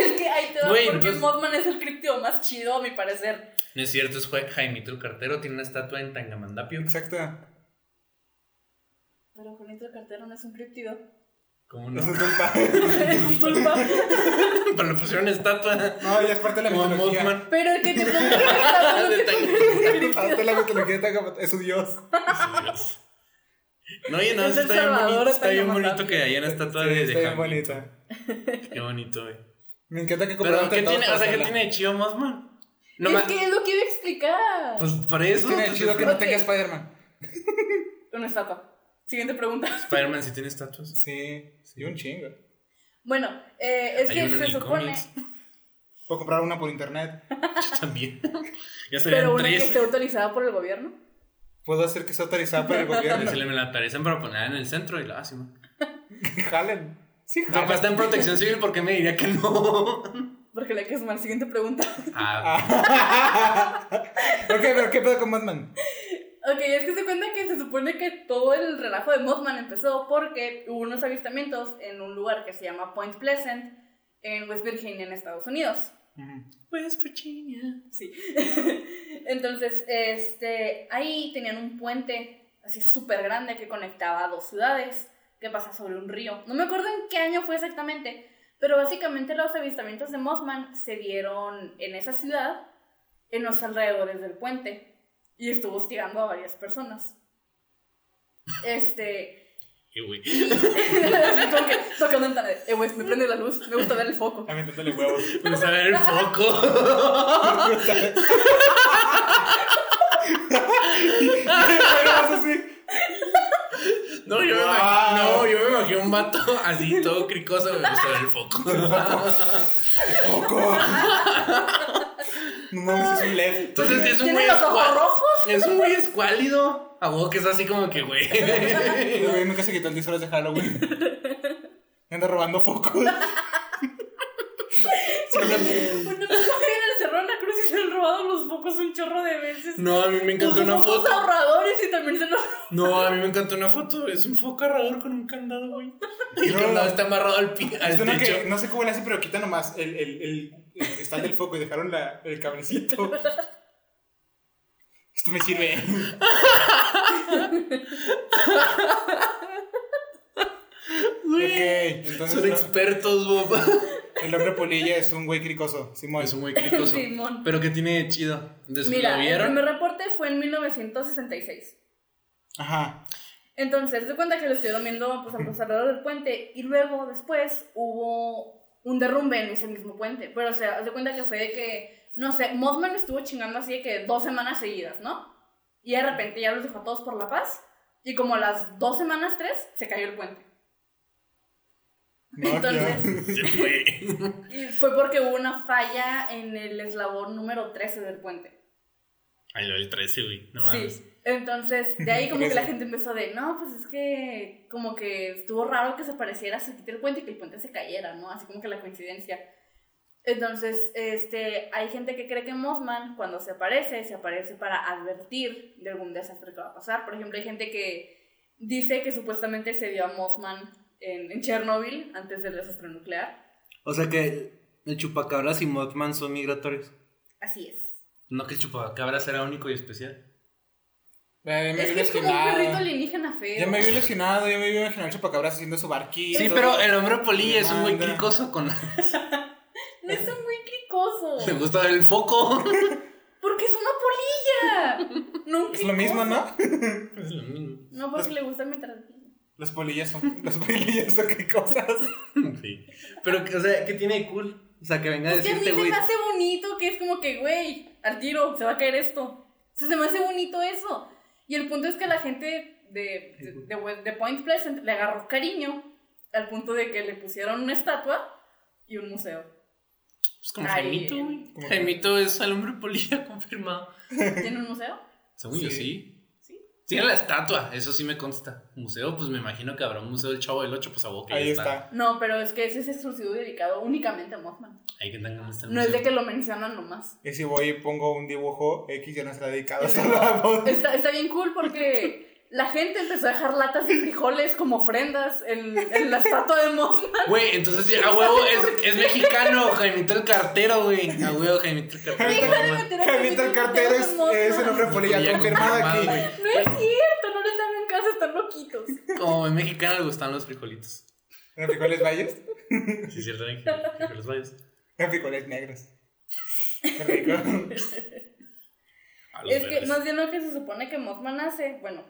S3: Es que ahí te va
S1: Güey, pues-
S3: porque
S1: entonces-
S3: Mothman es el criptido más chido, a mi parecer.
S1: (laughs) No es cierto, es Jue- Jaimito el cartero, tiene una estatua en Tangamandapio.
S2: Exacto.
S3: Pero Juanito el cartero no es un (laughs) criptido.
S1: ¿Cómo
S2: No.
S1: no? (laughs)
S3: es un tulpa.
S1: Pero le pusieron estatua.
S2: no, ya es parte de la
S1: Como
S2: mitología.
S3: (laughs)
S1: Mothman. (laughs)
S3: Pero el que te ponga una estatua no
S1: De
S3: te convierte en
S2: Parte
S3: criptido.
S2: de la mitología de Tagamatá, es su dios.
S1: Dios. (laughs) No, oye, no,
S3: Es
S1: sí
S3: el
S1: está bien
S3: Salvador
S1: bonito.
S3: de
S1: Está bien bonito
S3: Tangamandapio.
S1: que haya una estatua
S2: Sí,
S1: de, de
S2: está bien
S1: Jaimito.
S2: bonita.
S1: Qué bonito, güey.
S2: Me encanta que
S1: Pero
S2: compraron
S1: ¿qué tiene? O sea, ¿qué
S2: hacerla.
S1: tiene de chido Mothman? No
S3: es
S1: más.
S3: que es lo que iba a explicar.
S1: Pues para eso.
S2: Tiene
S1: pues,
S2: chido que no
S3: Ok.
S2: tenga Spider-Man.
S3: Una estatua. Siguiente pregunta.
S1: Spider-Man sí tiene estatuas.
S2: Sí, sí, un chingo.
S3: Bueno, eh, es
S1: Hay
S3: que
S1: uno en
S3: se
S1: el
S3: supone.
S1: cómics. (laughs)
S2: Puedo comprar una por internet.
S1: Yo también. Ya serían
S3: Pero una que
S1: tres.
S3: esté autorizada por el gobierno.
S2: Puedo hacer que sea autorizada por el
S1: Que
S2: gobierno.
S1: se le me la aparecen para ponerla en el centro y la ah, hacen.
S3: Ah,
S2: Jalen. Sí, jalen.
S1: Capaz pues, está
S3: pues,
S1: en protección civil, ¿por qué me diría que
S3: (laughs)
S1: no?
S3: Porque le hay que sumar. Siguiente pregunta. (laughs)
S1: Ah,
S2: Ah. (laughs) ok, pero ¿qué pedo con Batman?
S3: Ok, es que se cuenta que se supone que todo el relajo de Mothman empezó porque hubo unos avistamientos en un lugar que se llama Point Pleasant, en West Virginia, en Estados Unidos.
S1: West Virginia.
S3: Sí. (laughs) Entonces, este, ahí tenían un puente así súper grande que conectaba a dos ciudades, que pasa sobre un río. No me acuerdo en qué año fue exactamente, pero básicamente los avistamientos de Mothman se dieron en esa ciudad, en los alrededores del puente, y estuvo hostigando a varias personas. Este,
S1: Y güey.
S3: (laughs) así como que tocando en tarde, eh, güey, me prende la luz, me gusta ver el
S2: (laughs)
S3: foco.
S2: Aventándole huevos.
S1: Vamos Pues, a ver el
S3: (laughs)
S1: foco.
S2: Huevos así.
S1: No, yo me,
S2: Wow.
S3: Ah.
S1: imag- no, yo me imagino un vato así todo cricoso. Me gusta ver el foco.
S2: Poco. No mames, es un LED.
S1: Entonces sí es un
S3: ¿Tiene
S1: güey
S3: los ojos
S1: escuá-
S3: rojos?
S1: Es un güey escuálido. A vos que es así como que, güey. (laughs)
S2: El güey nunca se quitó el disfraz de Halloween. Anda robando focos.
S3: Una mujer le cerró la cruz y se han robado los focos un chorro de veces.
S1: No, a mí me encantó
S3: Puso
S1: una
S3: focos
S1: foto.
S3: ahorradores y también se los
S1: No, a mí me encantó una foto. Es un foco agarrador con un candado,
S3: (laughs)
S1: güey. Y el
S2: No.
S1: candado está amarrado al, pi- al
S2: Es una
S1: techo.
S2: que no sé cómo le hacen, pero quitan nomás el, el, el, el cristal del foco y dejaron la, el cablecito. Esto me sirve.
S1: Güey.
S2: ok,
S1: Son
S2: entonces ¿no?
S1: expertos, Bob.
S4: (laughs)
S2: el hombre polilla es un güey cricoso. Simón.
S1: Es un güey cricoso.
S3: Simón.
S1: Pero que tiene de chido. Desde
S3: Mira,
S1: lo
S3: el
S1: vieron.
S3: primer reporte fue en 1966.
S2: Ajá.
S3: Entonces, se cuenta que lo estuvieron viendo pues, a los alrededor del puente y luego, después, hubo un derrumbe en ese mismo puente. Pero, o sea, se cuenta que fue de que, no sé, Mothman estuvo chingando así de que dos semanas seguidas, ¿no? Y de repente ya los dejó a todos por la paz. Y como a las dos semanas, tres, se cayó el puente.
S2: No,
S1: (laughs)
S3: Entonces,
S1: Sí, güey.
S3: Y fue porque hubo una falla en el eslabón número 13 del puente.
S1: Ahí lo del 13, güey. No mames.
S3: Sí. Entonces, de ahí como que la
S2: Trece.
S3: gente empezó de, no, pues es que como que estuvo raro que se pareciera se quite el puente y que el puente se cayera, ¿no? Así como que la coincidencia. Entonces, este, hay gente que cree que Mothman cuando se aparece, se aparece para advertir de algún desastre que va a pasar. Por ejemplo, hay gente que dice que supuestamente se vio a Mothman en, en Chernobyl antes del desastre nuclear.
S4: O sea que el chupacabras y Mothman son migratorios.
S3: Así es.
S1: No que el chupacabras era único y especial.
S2: Ya me
S3: Es
S2: vi
S3: que es como un
S2: lesionado.
S3: perrito alienígena feo.
S2: Ya me vi lesionado, ya me vi imaginar chupacabras haciendo su barquito.
S1: Sí, pero eh, el hombre polilla es un güey
S2: Manda.
S1: cricoso con...
S3: No es un muy cricoso.
S1: Le gusta ver el foco.
S3: Porque es una polilla. No un
S2: Es lo
S3: cricoso.
S2: mismo, ¿no?
S1: (laughs) Es lo mismo.
S3: No, porque le gusta mientras.
S2: Los polillas son, los polillas son qué cosas.
S1: Sí. Pero, o sea, ¿qué tiene de cool?
S4: O sea que venga a
S3: Es que a mí
S4: decirte,
S3: se
S4: güey.
S3: me hace bonito que es como que, güey, al tiro, se va a caer esto. O sea, se me hace bonito eso. Y el punto es que la gente de, de, de We- de Point Pleasant le agarró cariño al punto de que le pusieron una estatua y un museo.
S1: Es pues, como
S3: Ay,
S1: Jaimito,
S2: ¿cómo
S1: güey.
S2: que?
S1: Jaimito es el hombre polilla (laughs) confirmado.
S3: ¿Tiene un museo?
S1: Según yo,
S2: Sí.
S1: sí.
S3: Sí.
S1: Tiene la estatua, eso sí me consta. Museo, pues me imagino que habrá un museo del Chavo del 8, pues a boca.
S2: Ahí está.
S3: No, pero es que ese es exclusivo y dedicado únicamente a Mothman.
S1: Ahí que tengan este
S3: No es de que lo mencionan nomás.
S2: Y si voy y pongo un dibujo X, ya no está dedicado solo a vos.
S3: Está, está bien cool porque la gente empezó a dejar latas de frijoles como ofrendas en, en la estatua de
S2: (laughs)
S3: Mothman.
S1: Güey, entonces sí, a huevo es, es
S3: (laughs)
S1: mexicano, Jaimito el cartero, güey. A huevo, Jaimito el cartero.
S3: Deja de
S1: mamá.
S3: meter a
S2: Javito el
S3: Jaimito
S2: cartero es,
S3: Mothman.
S2: es el hombre polilla
S1: Polilla
S2: confirmado aquí.
S1: confirmado,
S3: No es cierto, no les dan en casa, están loquitos.
S1: Como buen mexicano le gustan los frijolitos.
S2: ¿En frijoles valles?
S1: Sí, es cierto, ¿eh? en frijoles valles.
S2: En frijoles negros. Qué rico.
S1: A los
S3: Es que
S1: verdes.
S3: más bien lo que se supone que Mothman hace, bueno,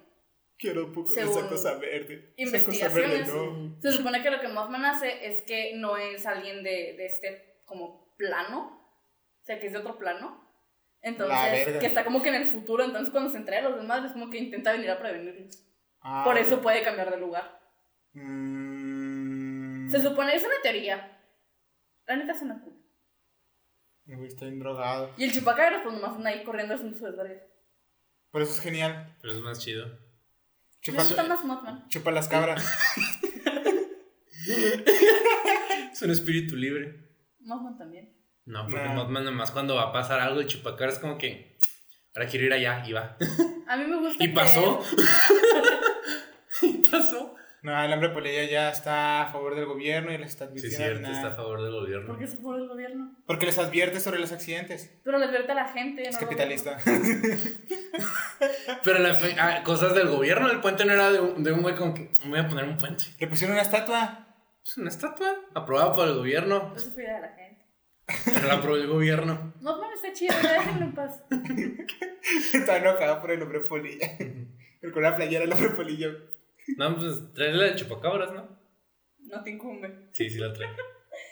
S2: Quiero un poco de
S3: Según
S2: esa cosa verde. Esa cosa verde,
S3: investigaciones,
S2: no.
S3: se supone que lo que Mothman hace es que no es alguien de, de este como plano, o sea, que es de otro plano.
S2: La
S3: Entonces,
S2: verga.
S3: que está como que en el futuro, entonces cuando se entrega a los demás es como que intenta venir a prevenirlos.
S2: Ah,
S3: Por eso puede cambiar de lugar.
S2: Mm.
S3: Se supone, es una teoría. La neta es una culpa.
S2: Me voy, estoy drogado.
S3: Y el chupacabras, pues nomás anda ahí corriendo haciendo su desvergue.
S2: Por eso es genial.
S1: Pero es más chido.
S3: Me
S2: Chupa,
S3: gusta más Mothman.
S2: chupa las cabras.
S1: Es un espíritu libre.
S3: Mothman también.
S1: No, porque
S2: Nah.
S1: Mothman nomás cuando va a pasar algo, el chupacabra es como que. Ahora quiero ir allá y va. (laughs)
S3: A mí me gusta.
S1: Y
S3: que-
S1: pasó. y pasó.
S2: No, el hambre polilla ya está a favor del gobierno y les está
S1: Sí, es
S2: advirtiendo.
S1: cierto,
S2: nada.
S1: está a favor del gobierno.
S3: Porque se fue el gobierno.
S2: Porque les advierte sobre los accidentes.
S3: Pero le advierte a la gente.
S2: Es
S3: no lo-
S2: capitalista.
S1: Pero la fe- ah, cosas del gobierno, el puente no era de un, de un güey como que "Me voy a poner un puente.
S2: (laughs) Le pusieron una estatua. (laughs)
S1: Es una estatua aprobada por el gobierno.
S3: No se cuida de la gente.
S1: Pero la aprobó el gobierno.
S3: Mothman está chido, ya déjenlo en paz.
S2: Está enojada por el hombre polilla. Pero con la playera el hombre polilla.
S1: No, pues trae la de chupacabras, ¿no?
S3: No te incumbe.
S1: Sí, sí la trae.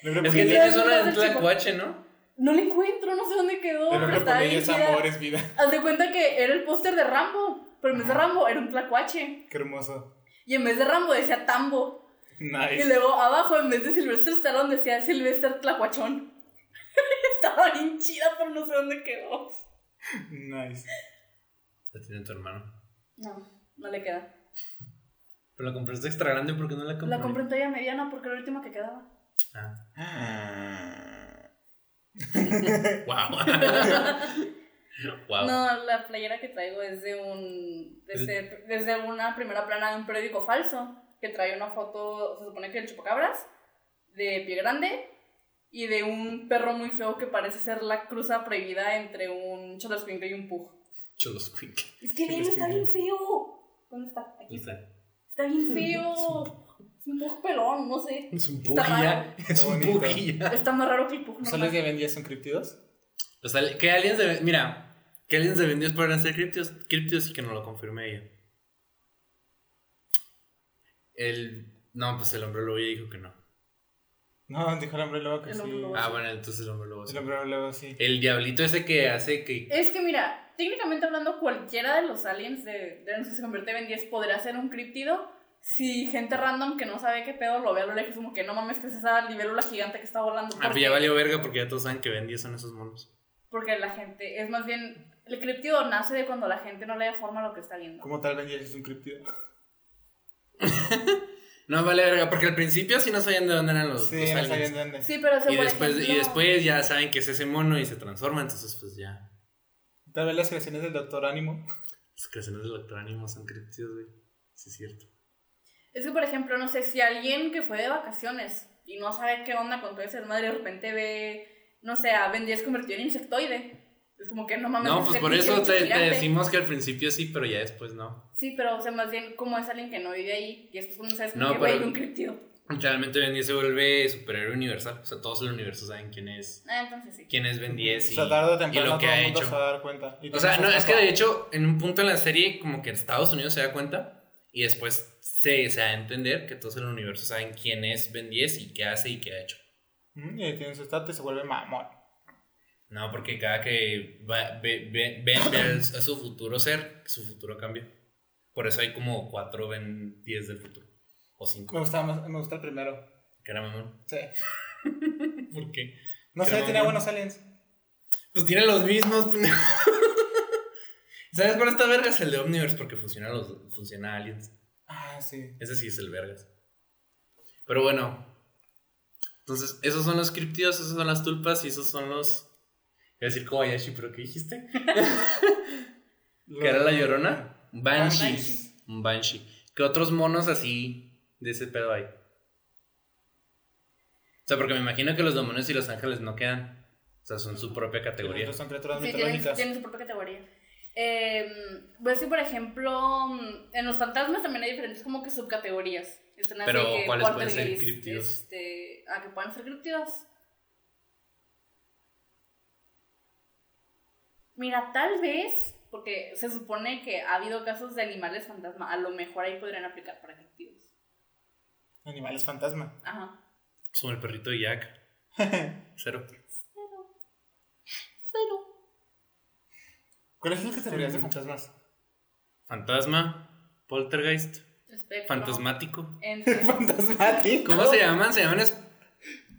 S2: El hombre
S1: Es que
S2: polilla,
S1: tienes una en Tlacuache, ¿no?
S3: No la encuentro, no sé dónde quedó.
S2: el
S3: Pero
S2: hombre
S3: está
S2: polilla
S3: ahí.
S2: es
S3: chida.
S2: amor, es vida. (laughs)
S3: Haz de cuenta que era el póster de Rambo. Pero en vez de Rambo era un tlacuache.
S2: Qué hermoso.
S3: Y en vez de Rambo decía Tambo. Y
S2: Nice.
S3: luego abajo, en vez de Silvestre Stallone, decía Silvestre Tlacuachón. (laughs) Estaba bien chida, pero no sé dónde quedó.
S2: Nice.
S1: La tiene tu hermano.
S3: No, no le queda.
S1: Pero la compraste extra grande porque no la compré.
S3: La compré en talla mediana porque era la última que quedaba.
S1: Ah.
S2: Ah.
S3: (laughs)
S1: (laughs) Wow. wow.
S3: No, la playera que traigo es de un. Desde, desde una primera plana de un periódico falso que trae una foto, se supone que del chupacabras, de pie grande y de un perro muy feo que parece ser la cruza prohibida entre un choloscuincle y un pug.
S1: Cholos quick.
S3: Es que el libro está bien feo. ¿Dónde está? Aquí
S1: Pues
S3: está. Está
S1: (laughs)
S3: bien feo. Es un poco pelón, no sé.
S1: Es un
S3: Está
S1: pujilla.
S2: (laughs)
S3: raro.
S1: Es un
S2: Bonito.
S1: pujilla.
S3: Está más raro que el Pug
S2: ¿No
S3: normal.
S2: sabes que vendías son criptidos?
S1: O sea, que aliens de. Mira, que aliens de vendidos podrán ser criptios. Criptios y que no lo confirme ella. El. No, pues el hombre lobo ya dijo que no.
S2: No, dijo el hombre lobo que
S3: El
S2: sí.
S3: hombre lobo.
S1: Ah, bueno, entonces el hombre lobo. sí.
S2: El hombre lobo sí.
S1: El diablito ese que hace que.
S3: Es que mira, técnicamente hablando, cualquiera de los aliens de, de los que se convierte en 10 podría ser un críptido. Si gente random que no sabe qué pedo lo ve a lo lejos, como que no mames, que es esa libélula gigante que está volando.
S1: Ah, pues
S3: Porque,
S1: ya valió verga porque ya todos saben que Ben 10 son esos monos.
S3: porque la gente es más bien El criptido nace de cuando la gente no le da forma a lo que está viendo.
S2: Como tal, Ben 10 es un criptido.
S1: No vale verga, porque al principio sí no sabían de dónde eran los,
S2: Sí,
S1: los
S2: no
S1: aliens.
S2: sabían dónde.
S3: Sí, pero se
S1: Y después, y
S3: ejemplo,
S1: después ya saben que es ese mono y se transforma, entonces pues ya.
S2: Tal vez las creaciones del Doctor Ánimo.
S1: Las creaciones del Doctor Ánimo son criptidos, güey. Sí, es cierto.
S3: Es que, por ejemplo, no sé, si alguien que fue de vacaciones y no sabe qué onda con todo ese desmadre, de repente ve, no sé, a Ben 10 convertido en insectoide. Es como que no mames.
S1: No,
S3: ese
S1: pues por
S3: pinche
S1: eso
S3: bicho
S1: te, te
S3: gigante.
S1: decimos que al principio sí, pero ya después no.
S3: Sí, pero, o sea, más bien, como es alguien que no vive ahí y después uno sabe
S1: No,
S3: que güey,
S1: pero-
S3: un criptido.
S1: Literalmente Ben 10 se vuelve superhéroe universal. O sea, todos en el universo saben quién es.
S3: Ah, entonces sí.
S1: Quién es Ben 10
S2: o
S1: y,
S2: sea, tarde o
S1: y
S2: temprano
S1: lo que
S2: todo
S1: ha
S2: el mundo se
S1: hecho.
S2: va a dar cuenta. Y
S1: O sea,
S2: tienes
S1: no,
S2: esa
S1: es que
S2: capa.
S1: de hecho, en un punto en la serie, como que Estados Unidos se da cuenta y después se, se da a entender que todos en el universo saben quién es Ben 10 y qué hace y qué ha hecho.
S2: Ujú, Mm, Y tiene su estatus y se vuelve mamón.
S1: No, porque cada que va- ve, ve- Ben ve al- a su futuro ser, su futuro cambia. Por eso hay como cuatro Ben 10 del futuro. O
S2: Me
S1: cinco.
S2: gusta, más, me gusta el primero.
S1: Que era mamón.
S2: Sí.
S1: ¿Por qué?
S2: No sé,
S1: Pero-
S2: tenía buenos aliens.
S1: Pues tiene los mismos. (laughs) pendejo. ¿Sabes cuál está vergas? El de Omniverse, porque funciona los funciona aliens.
S2: Ah, sí.
S1: Ese sí es el vergas. Pero bueno. Entonces, esos son los criptidos, esas son las tulpas y esos son los. Iba a decir Kobayashi, pero ¿qué dijiste? ¿Que era la llorona? Banshees. Un Banshee. ¿Qué otros monos así de ese pedo hay? O sea, porque me imagino que los demonios y los ángeles no quedan. O sea, son su propia categoría.
S2: Son criaturas
S3: Sí, tienen,
S2: mitológicas.
S3: tienen su propia categoría. Eh, voy a decir, por ejemplo, mm, en los fantasmas también hay diferentes como que subcategorías. Están así
S1: Pero,
S3: que
S1: ¿cuáles pueden ser
S3: poltergeist,
S1: críptidos?
S3: Este, ah, que pueden ser criptidos. Mira, tal vez, porque se supone que ha habido casos de animales fantasma, a lo mejor ahí podrían aplicar para criptidos.
S2: Animales fantasma.
S3: Ajá.
S1: Es Pues como el perrito de (laughs) Jack. Cero.
S3: Pero, pero,
S2: ¿Cuáles son las categorías de (laughs) fantasmas?
S1: Fantasma. Poltergeist.
S3: espectro,
S1: Fantasmático.
S3: ente.
S2: Fantasmático.
S1: ¿Cómo se llaman? Se llaman. es-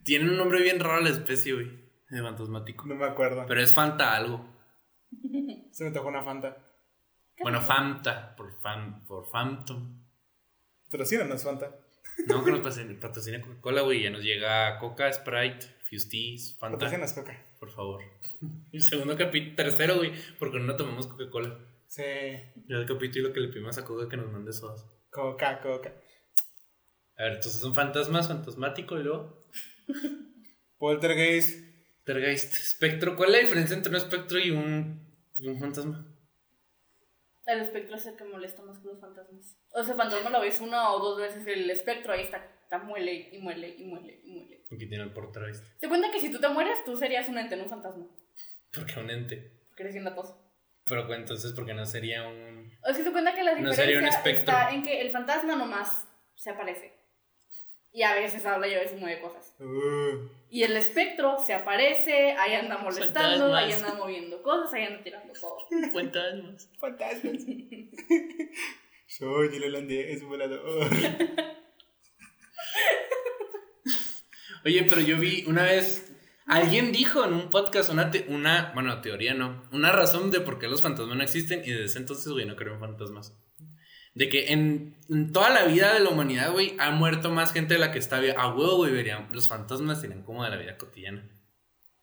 S1: Tienen un nombre bien raro la especie, güey. De fantasmático.
S2: No me acuerdo.
S1: Pero es Fanta algo.
S2: Se me tocó una fanta.
S1: Bueno, Fanta. Por, fam, por Phantom.
S2: Pero sí, no es fanta.
S1: No, que nos pasen- patrocine Coca-Cola, güey. Ya nos llega Coca, Sprite, Fusties, Fanta.
S2: Patrocinas coca.
S1: Por favor. (laughs) El segundo capítulo, tercero, güey. Porque no tomamos Coca-Cola.
S2: Sí.
S1: Ya el capítulo que le pedimos a Coca que nos mande sodas.
S2: Coca, coca.
S1: A ver, entonces son fantasmas, fantasmático y luego.
S2: Poltergeist.
S1: Tergeist, espectro. ¿Cuál es la diferencia entre un espectro y un, y un fantasma?
S3: El espectro es el que molesta más que los fantasmas. O sea, fantasma lo ves una o dos veces, el espectro ahí está, está muele y muele y muele y muele.
S1: Aquí tiene el poltergeist.
S3: Se cuenta que si tú te mueres, tú serías un ente, no un fantasma,
S1: Porque un ente.
S3: porque eres bien latoso.
S1: Pero pues, entonces, porque no sería un.
S3: O sea, se cuenta que la
S1: No
S3: diferencia
S1: sería un espectro.
S3: está en que el fantasma nomás se aparece. Y a veces habla y a veces mueve cosas.
S2: Uh,
S3: Y el espectro se aparece, ahí anda molestando,
S1: Fantasmas.
S3: ahí anda moviendo cosas, ahí anda tirando
S1: (laughs)
S3: todo.
S1: Fantasmas.
S2: fantasmas. (laughs) Soy el holandés volador.
S1: Oye, pero yo vi una vez. Alguien dijo en un podcast una, te- una. Bueno, teoría no. Una razón de por qué los fantasmas no existen. Y desde entonces, güey, no creo en fantasmas. De que en, en toda la vida de la humanidad, güey, ha muerto más gente de la que está viva. A huevo, güey, verían. Los fantasmas serían como de la vida cotidiana.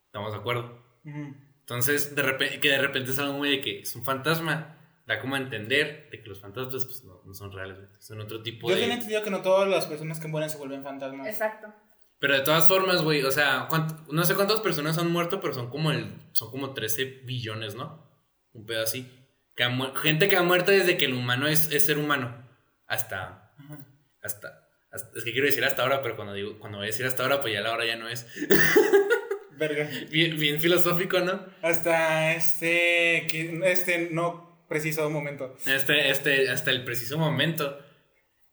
S1: ¿Estamos de acuerdo?
S2: Ujú.
S1: Entonces, de repente, que de repente salga un güey de que es un fantasma, da como a entender de que los fantasmas pues, no, no son reales, güey. son otro tipo
S2: Yo tenía
S1: de...
S2: entendido que no todas las personas que mueren se vuelven fantasmas.
S3: Exacto.
S1: Pero de todas formas, güey, o sea, cuánt- no sé cuántas personas han muerto, pero son como el son como 13 billones, ¿no? Un pedo así. Que ha muer- gente que ha muerto desde que el humano es, es ser humano. Hasta,
S2: Ajá.
S1: hasta, hasta- Es que quiero decir hasta ahora, pero cuando digo cuando voy a decir hasta ahora, pues ya la hora ya no es.
S2: Verga.
S1: Bien, bien filosófico, ¿no?
S2: Hasta este. que- Este no preciso momento.
S1: Este, este, hasta el preciso momento.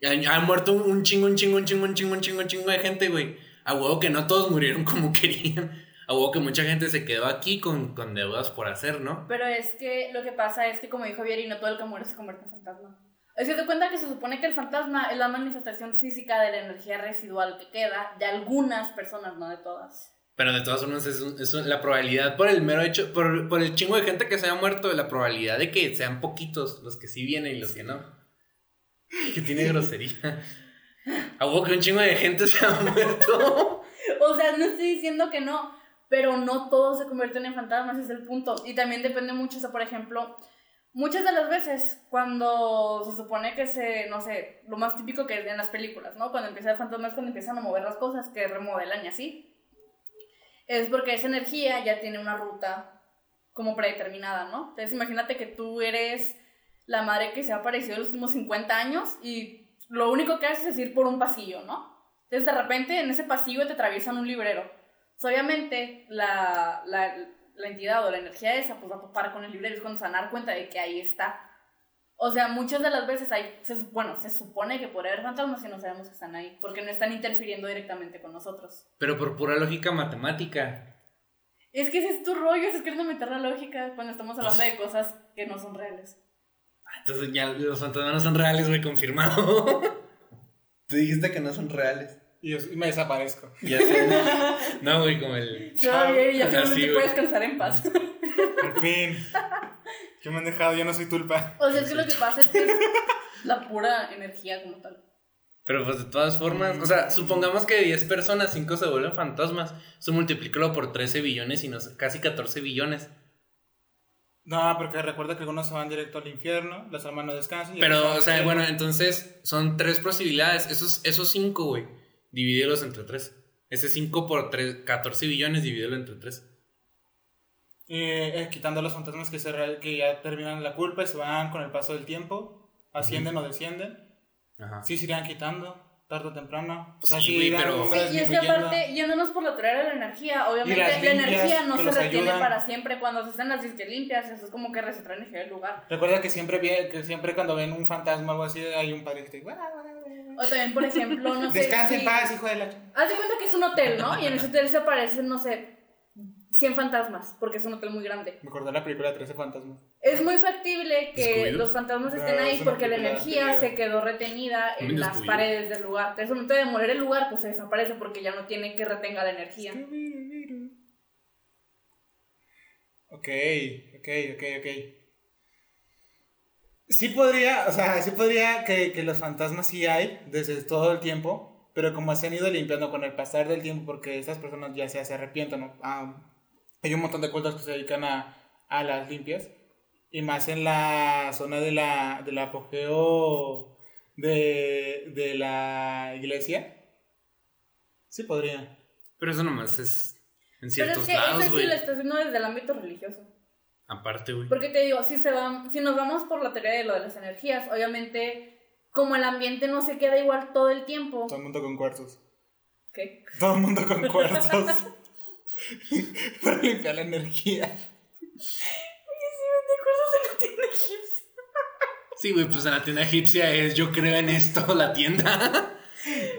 S1: Han, han muerto un, un chingo, un chingo, un chingo, un chingo, un chingo, un chingo de gente, güey. A huevo que no todos murieron (laughs) como querían. A huevo que mucha gente se quedó aquí con, con deudas por hacer, ¿no?
S3: Pero es que lo que pasa es que, como dijo Vieri, no todo el que muere se convierte en fantasma. Es que te cuenta que se supone que el fantasma es la manifestación física de la energía residual que queda de algunas personas, no de todas.
S1: Pero de todas formas es, un- es un- la probabilidad, por el mero hecho, por, por el chingo de gente que se ha muerto, la probabilidad de que sean poquitos los que sí vienen y los que no. (laughs) Que tiene grosería. A huevo que un chingo de gente se ha (laughs) muerto.
S3: (laughs) O sea, no estoy diciendo que no, pero no todos se convierten en fantasmas, ese es el punto. Y también depende mucho, o sea, por ejemplo, muchas de las veces cuando se supone que se, no sé, lo más típico que es en las películas, ¿no? Cuando empieza el fantasma es cuando empiezan a mover las cosas, que remodelan y así. Es porque esa energía ya tiene una ruta como predeterminada, ¿no? Entonces imagínate que tú eres la madre que se ha aparecido en los últimos 50 años y lo único que haces es ir por un pasillo, ¿no? Entonces, de repente, en ese pasillo te atraviesan un librero. Entonces, obviamente, la, la- la entidad o la energía esa, pues va a topar con el librero. Es cuando se van a dar cuenta de que ahí está. O sea, muchas de las veces hay. se su- bueno, se supone que podría haber fantasmas y no sabemos que están ahí. Porque no están interfiriendo directamente con nosotros.
S1: Pero por pura lógica matemática.
S3: Es que ese es tu rollo, es queriendo meter la lógica cuando estamos hablando de cosas que no
S1: (laughs)
S3: son reales.
S1: Entonces ya los fantasmas no son reales, güey, confirmado. (laughs) Tú dijiste que no son reales.
S2: Y, yo- y me desaparezco.
S1: Ya sé. No, güey, como el.
S3: Todo bien, ya
S1: Ah, Así,
S3: finalmente
S1: güey.
S3: puedes descansar en paz.
S2: Al fin. Yo me han dejado, yo no soy tulpa.
S3: O sea, es que lo que pasa es
S1: (laughs)
S3: que es la pura energía como tal.
S1: Pero pues de todas formas, o sea, supongamos que de 10 personas, 5 se vuelven fantasmas. Eso multiplícalo por 13 billones y no sé, casi 14 billones.
S2: No, porque recuerda que algunos se van directo al infierno, las almas no descansan. y otros se
S1: Pero,
S2: van
S1: o
S2: al
S1: sea,
S2: cielo.
S1: bueno, entonces son tres posibilidades. Esos, esos cinco, güey, divídelos entre tres. Ese 5 por tres- 14 billones, divídelo entre tres.
S2: Eh, eh, quitando los fantasmas que, se re- que ya terminan la culpa y se van con el paso del tiempo, ascienden o descienden.
S1: Ajá.
S2: Sí, se irían quitando, tarde o temprano. O sea,
S1: Sí,
S2: sí,
S1: güey,
S2: irán
S1: pero-
S2: números
S3: Sí, y es que
S2: disminuyendo.
S3: aparte, yéndonos por la teoría de la energía, obviamente
S2: Y
S3: la
S2: las limpias
S3: energía no
S2: que
S3: se
S2: los
S3: retiene
S2: ayudan.
S3: para siempre. Cuando se hacen las disques limpias, eso es como que resetra energía del lugar.
S2: Recuerda que siempre, vi- que siempre cuando ven un fantasma o algo así, hay un padre que te dice:
S3: O también, por ejemplo, no sé.
S2: Descansa en
S3: si-
S2: paz, hijo de la. ch-".
S3: Haz de cuenta que es un hotel, ¿no? Y en ese hotel se aparecen, no sé, 100 fantasmas, porque es un hotel muy grande.
S2: Me acordé de la película 13 fantasmas.
S3: Es muy factible que
S1: Descuido.
S3: los fantasmas
S2: No,
S3: estén ahí
S2: Ah, es una
S3: porque la
S2: película
S3: energía
S2: anterior.
S3: se quedó retenida en
S1: También
S3: las
S1: descuido.
S3: paredes del lugar. Entonces, al momento de demoler el lugar, pues se desaparece porque ya no tiene que retenga la energía.
S2: Ok, ok, ok, ok. Sí podría, o sea, sí podría que, que los fantasmas sí hay desde todo el tiempo, pero como se han ido limpiando con el pasar del tiempo, porque estas personas ya se, se arrepientan, ¿no? Ah, hay un montón de cultos que se dedican a, a las limpias, y más en la zona de la, del apogeo de, de la iglesia. Sí podría.
S1: Pero eso nomás es en
S3: Pero es
S1: ciertos
S3: que
S1: lados,
S3: eso sí
S1: güey.
S3: lo estás haciendo desde el ámbito religioso.
S1: Aparte, güey.
S3: Porque te digo, si, se van, si nos vamos por la teoría de lo de las energías, obviamente, como el ambiente no se queda igual todo el tiempo.
S2: Todo el mundo con cuartos.
S3: ¿Qué?
S2: Todo el mundo con cuartos. (laughs) Para limpiar la energía.
S3: Oye, si vende cuerdas en la tienda Gipsy.
S1: Sí, güey, pues en la tienda egipcia es yo creo en esto, la tienda.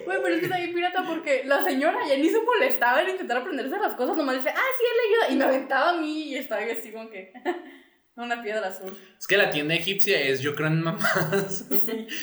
S3: Güey, pero es que está bien pirata porque la señora ya ni se molestaba en intentar aprenderse las cosas, nomás dice, ah, sí, él ayuda. Y me aventaba a mí y estaba yo así con que. (laughs) Una piedra azul.
S1: Es que la tienda egipcia es yo creo en mamás.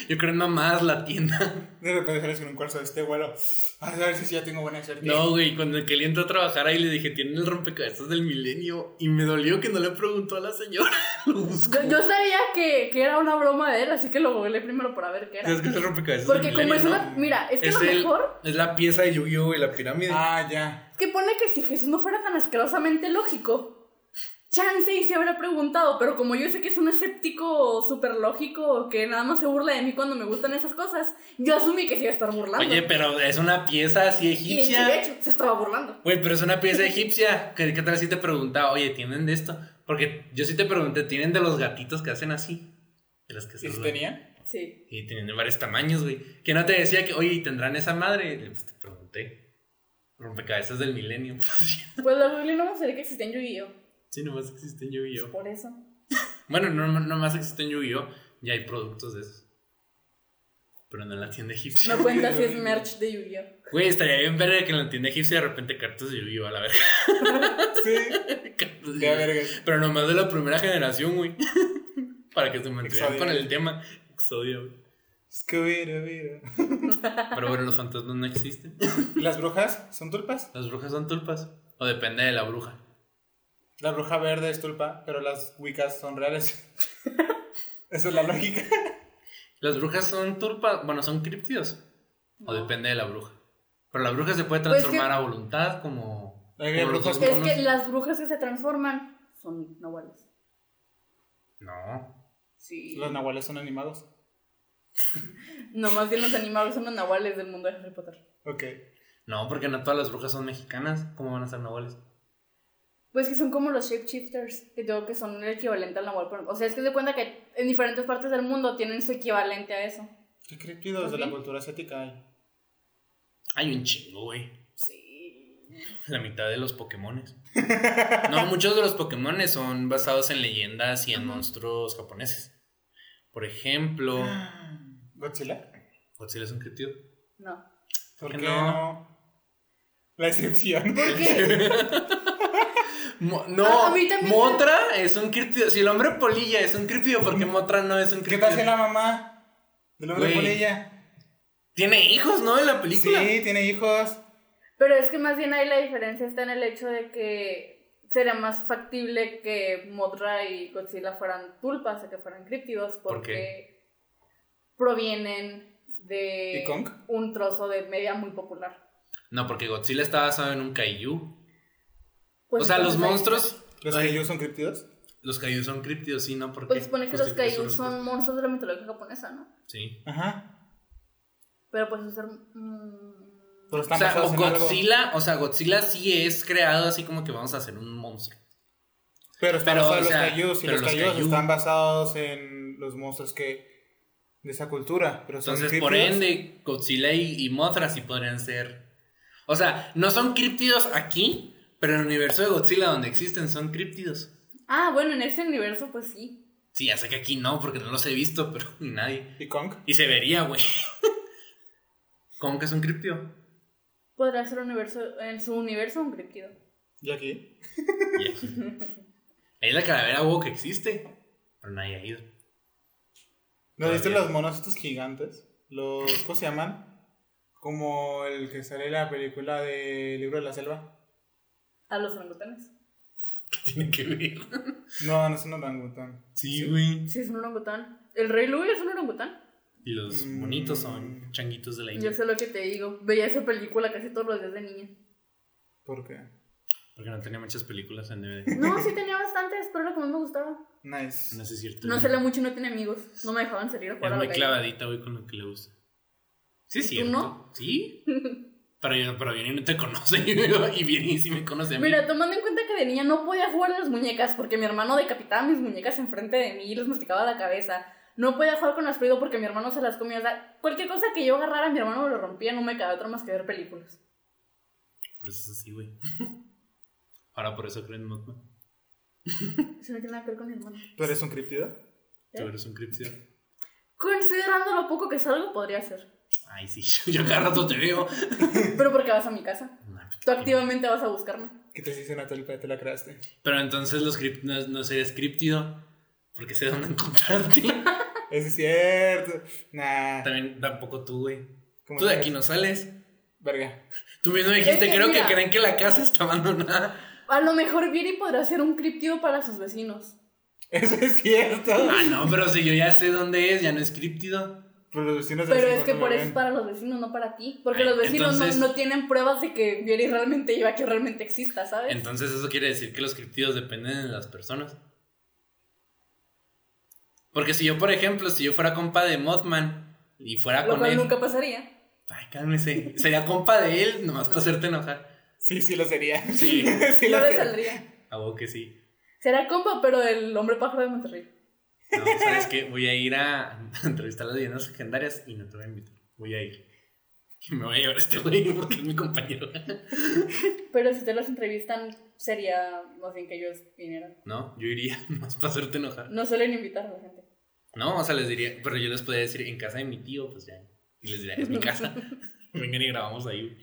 S1: Yo creo en mamás la tienda.
S2: De repente sales con un cuarzo de este vuelo. A ver si sí ya tengo buena suerte.
S1: No, güey, cuando Kelly entró a trabajar ahí le dije, tienen el rompecabezas del milenio. Y me dolió que no le preguntó a la señora. (laughs) Lo busco.
S3: Yo, yo sabía que, que era una broma de él, así que lo googleé primero para ver qué era.
S1: ¿Sabes qué es el rompecabezas del
S3: Porque
S1: milenio?
S3: como es
S1: no?
S3: una. Mira, es que lo
S1: el-
S3: mejor
S1: es la pieza de Yu-Gi-Oh! y la pirámide.
S2: Ah, ya.
S3: Es que pone que si Jesús no fuera tan asquerosamente lógico, chance y se habrá preguntado, pero como yo sé que es un escéptico súper lógico que nada más se burla de mí cuando me gustan esas cosas, yo asumí que se iba a estar burlando.
S1: Oye, pero es una pieza así
S3: y de hecho, de
S1: egipcia.
S3: hecho, se estaba burlando.
S1: Güey, pero es una pieza egipcia. ¿Qué, qué tal si te preguntaba, oye, tienen de esto? Porque yo sí te pregunté, ¿tienen de los gatitos que hacen así? De las que
S2: ¿Y
S1: se
S2: si
S1: los-
S2: tenía?
S3: Sí.
S1: Y tenían de varios tamaños, güey. Que no te decía que, oye, ¿y ¿tendrán esa madre? Y, Pues te pregunté. Rompecabezas del milenio. (laughs)
S3: Pues la Biblia no me gustaría que existía en Yu-Gi-Oh!
S1: Sí, nomás existen Yu-Gi-Oh.
S3: Por eso.
S1: Bueno, no, no- nomás existen Yu-Gi-Oh. Ya hay productos de esos. Pero no en la tienda egipcia.
S3: No cuenta si es merch de Yu-Gi-Oh!
S1: Güey, estaría bien verga que en la tienda egipcia de repente cartas de Yu-Gi-Oh a la verga. (laughs)
S2: Sí.
S1: Cartas de
S2: Ya,
S1: Yu-Gi-Oh.
S2: verga.
S1: Pero nomás de la primera generación, güey. (laughs) Para que se mantengan
S2: Exodia.
S1: con el tema. Exodia, güey.
S2: Scooby-Doo.
S1: Pero bueno, los fantasmas no existen.
S2: ¿Y ¿Las brujas son tulpas?
S1: Las brujas son tulpas. O depende de la bruja.
S2: La bruja verde es tulpa, pero las wiccas son reales. (laughs) Esa es la lógica.
S1: Las brujas son turpa, bueno, son criptidos. O
S3: No.
S1: depende de la bruja. Pero la bruja se puede
S3: Pues
S1: transformar a voluntad, como.
S2: Hay
S1: como los
S2: brujas
S1: dos
S3: Es que
S1: monos.
S3: las brujas que se transforman son nahuales.
S1: No.
S3: Sí.
S2: Los nahuales son animados.
S3: No, más bien los animales son los nahuales del mundo de Harry Potter.
S2: Ok.
S1: No, porque no todas las brujas son mexicanas. ¿Cómo van a ser nahuales?
S3: Pues que son como los shapeshifters, que digo que son el equivalente al nahual. pero- O sea, es que se cuenta que en diferentes partes del mundo tienen su equivalente a eso.
S2: ¿Qué criptidos de
S3: Ok.
S2: la cultura asiática hay?
S1: Hay un chingo, güey. (laughs)
S3: Sí.
S1: La mitad de los Pokémones. No, muchos de los Pokémones son basados en leyendas y en monstruos japoneses. Por ejemplo,
S3: (gasps)
S2: ¿Godzilla?
S1: Godzilla es un criptido.
S3: No.
S2: ¿Por
S1: Que
S2: qué
S1: no.
S2: no? La excepción.
S3: ¿Por qué? (laughs)
S1: Mo- no,
S3: Ah, a mí también me-
S1: Motra es un criptido. Si el hombre polilla es un criptido, ¿por qué Motra no es un
S2: ¿Qué
S1: criptido?
S2: pasa la mamá del hombre
S1: Güey.
S2: con ella?
S1: Tiene hijos, ¿no? En la
S2: Sí,
S1: película.
S2: tiene hijos.
S3: Pero es que más bien ahí la diferencia está en el hecho de que sería más factible que Mothra y Godzilla fueran tulpas o que fueran críptidos
S1: ¿Por
S3: porque provienen
S2: ¿Y
S3: de
S2: Kong?
S3: un trozo de media muy popular.
S1: No, porque Godzilla está basado en un kaiju.
S3: Pues
S1: o sea, los
S3: entonces ahí-
S1: monstruos.
S2: ¿Los
S1: Ay,
S2: kaijus son criptidos?
S1: Los kaiju son criptidos, sí, ¿no? Porque.
S3: Pues supone que los
S1: justifica su
S3: Kaiju son
S1: respuesta.
S3: monstruos de la mitología japonesa, ¿no?
S1: Sí.
S2: Ajá.
S3: Pero pues ser... mm,
S2: Pero
S1: O
S2: están
S1: sea,
S2: basados
S1: o
S2: en algo.
S1: Godzilla, o sea, Godzilla sí es creado así como que vamos a hacer un monstruo.
S2: Pero están
S1: Pero,
S2: basados
S1: o
S2: en los
S1: sea,
S2: kaijus y
S1: pero
S2: los
S1: los
S2: kaijus
S1: kaiju.
S2: están basados en los monstruos que de esa cultura, pero son
S1: Entonces, por
S2: críptidos.
S1: ende, Godzilla y, y Mothra sí podrían ser. O sea, no son críptidos aquí, pero en el universo de Godzilla donde existen son críptidos.
S3: Ah, bueno, en ese universo pues sí.
S1: Sí, ya sé que aquí no, porque no los he visto, (laughs) pero ni nadie.
S2: ¿Y Kong?
S1: Y se vería, güey. (laughs) ¿Cómo que es un criptido?
S3: Podrá ser universo, en su universo un críptido.
S2: ¿Y aquí?
S1: (laughs) Ahí la calavera huevo que existe, pero nadie ha ido.
S2: ¿No viste
S1: Todavía.
S2: los monos estos gigantes? Los, ¿cómo se llaman? Como el que sale en la película de Libro de la Selva.
S3: A los orangutanes.
S1: ¿Qué (laughs) tiene que ver?
S2: No, no es un orangután.
S1: Sí, güey.
S3: Sí, es un orangután. El rey Louis es un orangután.
S1: Y los
S2: Mm.
S1: bonitos son changuitos de la
S3: Yo
S1: India.
S3: sé lo que te digo. Veía esa película casi todos los días de niña.
S2: ¿Por qué?
S1: Porque no tenía muchas películas en DVD.
S3: No, sí tenía bastantes, pero lo que más me gustaba.
S2: Nice.
S1: No sé si cierto.
S3: No se mucho y no tiene amigos. No me dejaban salir a
S1: Es
S3: jugar a la
S1: muy
S3: calle.
S1: clavadita, güey, con lo que le gusta. Sí, es
S3: ¿Y tú
S1: cierto.
S3: no? (laughs)
S1: Sí. Pero yo, pero Vieni no te conoce. (laughs) Y Vieni sí me conoce a mí.
S3: Mira, tomando en cuenta que de niña no podía jugar a las muñecas porque mi hermano decapitaba mis muñecas enfrente de mí y les masticaba la cabeza. No podía jugar con las Play-Doh porque mi hermano se las comía. O sea, cualquier cosa que yo agarrara, mi hermano me lo rompía. No me quedaba otra más que ver películas.
S1: Por eso es así, güey. Ahora por eso creo en Mothman.
S3: Eso no tiene nada que ver con mi hermano.
S2: ¿Tú eres un criptido?
S3: ¿Eh?
S1: Tú eres un criptido.
S3: Considerando lo poco que salgo, podría ser.
S1: Ay, sí, (laughs) yo, yo cada rato te veo.
S3: Pero porque vas a mi casa.
S1: Nah,
S3: Tú activamente vas a buscarme.
S2: ¿Qué te hiciste una tulpa? ¿Te la creaste?
S1: Pero entonces los cript- no, no serías criptido. Porque sé dónde encontrarte.
S2: (laughs) Eso es cierto. Nah.
S1: También tampoco tú, güey.
S2: ¿Cómo
S1: Tú de
S2: sabes?
S1: aquí no sales.
S2: Verga. (laughs)
S1: Tú mismo dijiste,
S3: Es que
S1: creo
S3: mira.
S1: que creen que la casa está abandonada.
S3: A lo mejor Viri podrá ser un criptido para sus vecinos.
S2: Eso es cierto.
S1: Ah, no, pero si yo ya sé dónde es, ya no es criptido.
S2: Pero los vecinos de
S3: Pero
S2: vez en
S3: es que
S2: cuando
S3: por
S2: me
S3: eso es
S2: pues, ven.
S3: para los vecinos, no para ti. Porque
S1: Ay,
S3: los vecinos
S1: entonces-
S3: no, no tienen pruebas de que Viri realmente lleva, que realmente exista, ¿sabes?
S1: Entonces eso quiere decir que los criptidos dependen de las personas. Porque si yo, por ejemplo, si yo fuera compa de Mothman y fuera
S3: lo
S1: Ah, con
S3: cual
S1: él...
S3: nunca pasaría.
S1: Ay, cálmese. Sería compa de él, nomás para hacerte enojar.
S2: Sí, sí lo sería.
S1: (laughs)
S2: (laughs)
S1: Sí,
S2: sí
S3: no
S2: lo
S3: le
S2: sería.
S3: saldría.
S1: a vos que sí.
S3: Será compa, pero el hombre pájaro de Monterrey.
S1: No, sabes que voy a ir a entrevistar a las leyendas legendarias y no te voy a invitar. Voy a ir. Y me voy a llevar a este güey porque es mi compañero.
S3: Pero si ustedes los entrevistan, sería más bien que ellos vinieran.
S1: No, yo iría (laughs) nomás para hacerte enojar.
S3: No suelen invitar a la gente.
S1: No, o sea, les diría, pero yo les podría decir en casa de mi tío, pues ya. Y les diría, es mi casa. Vengan y grabamos ahí. güey.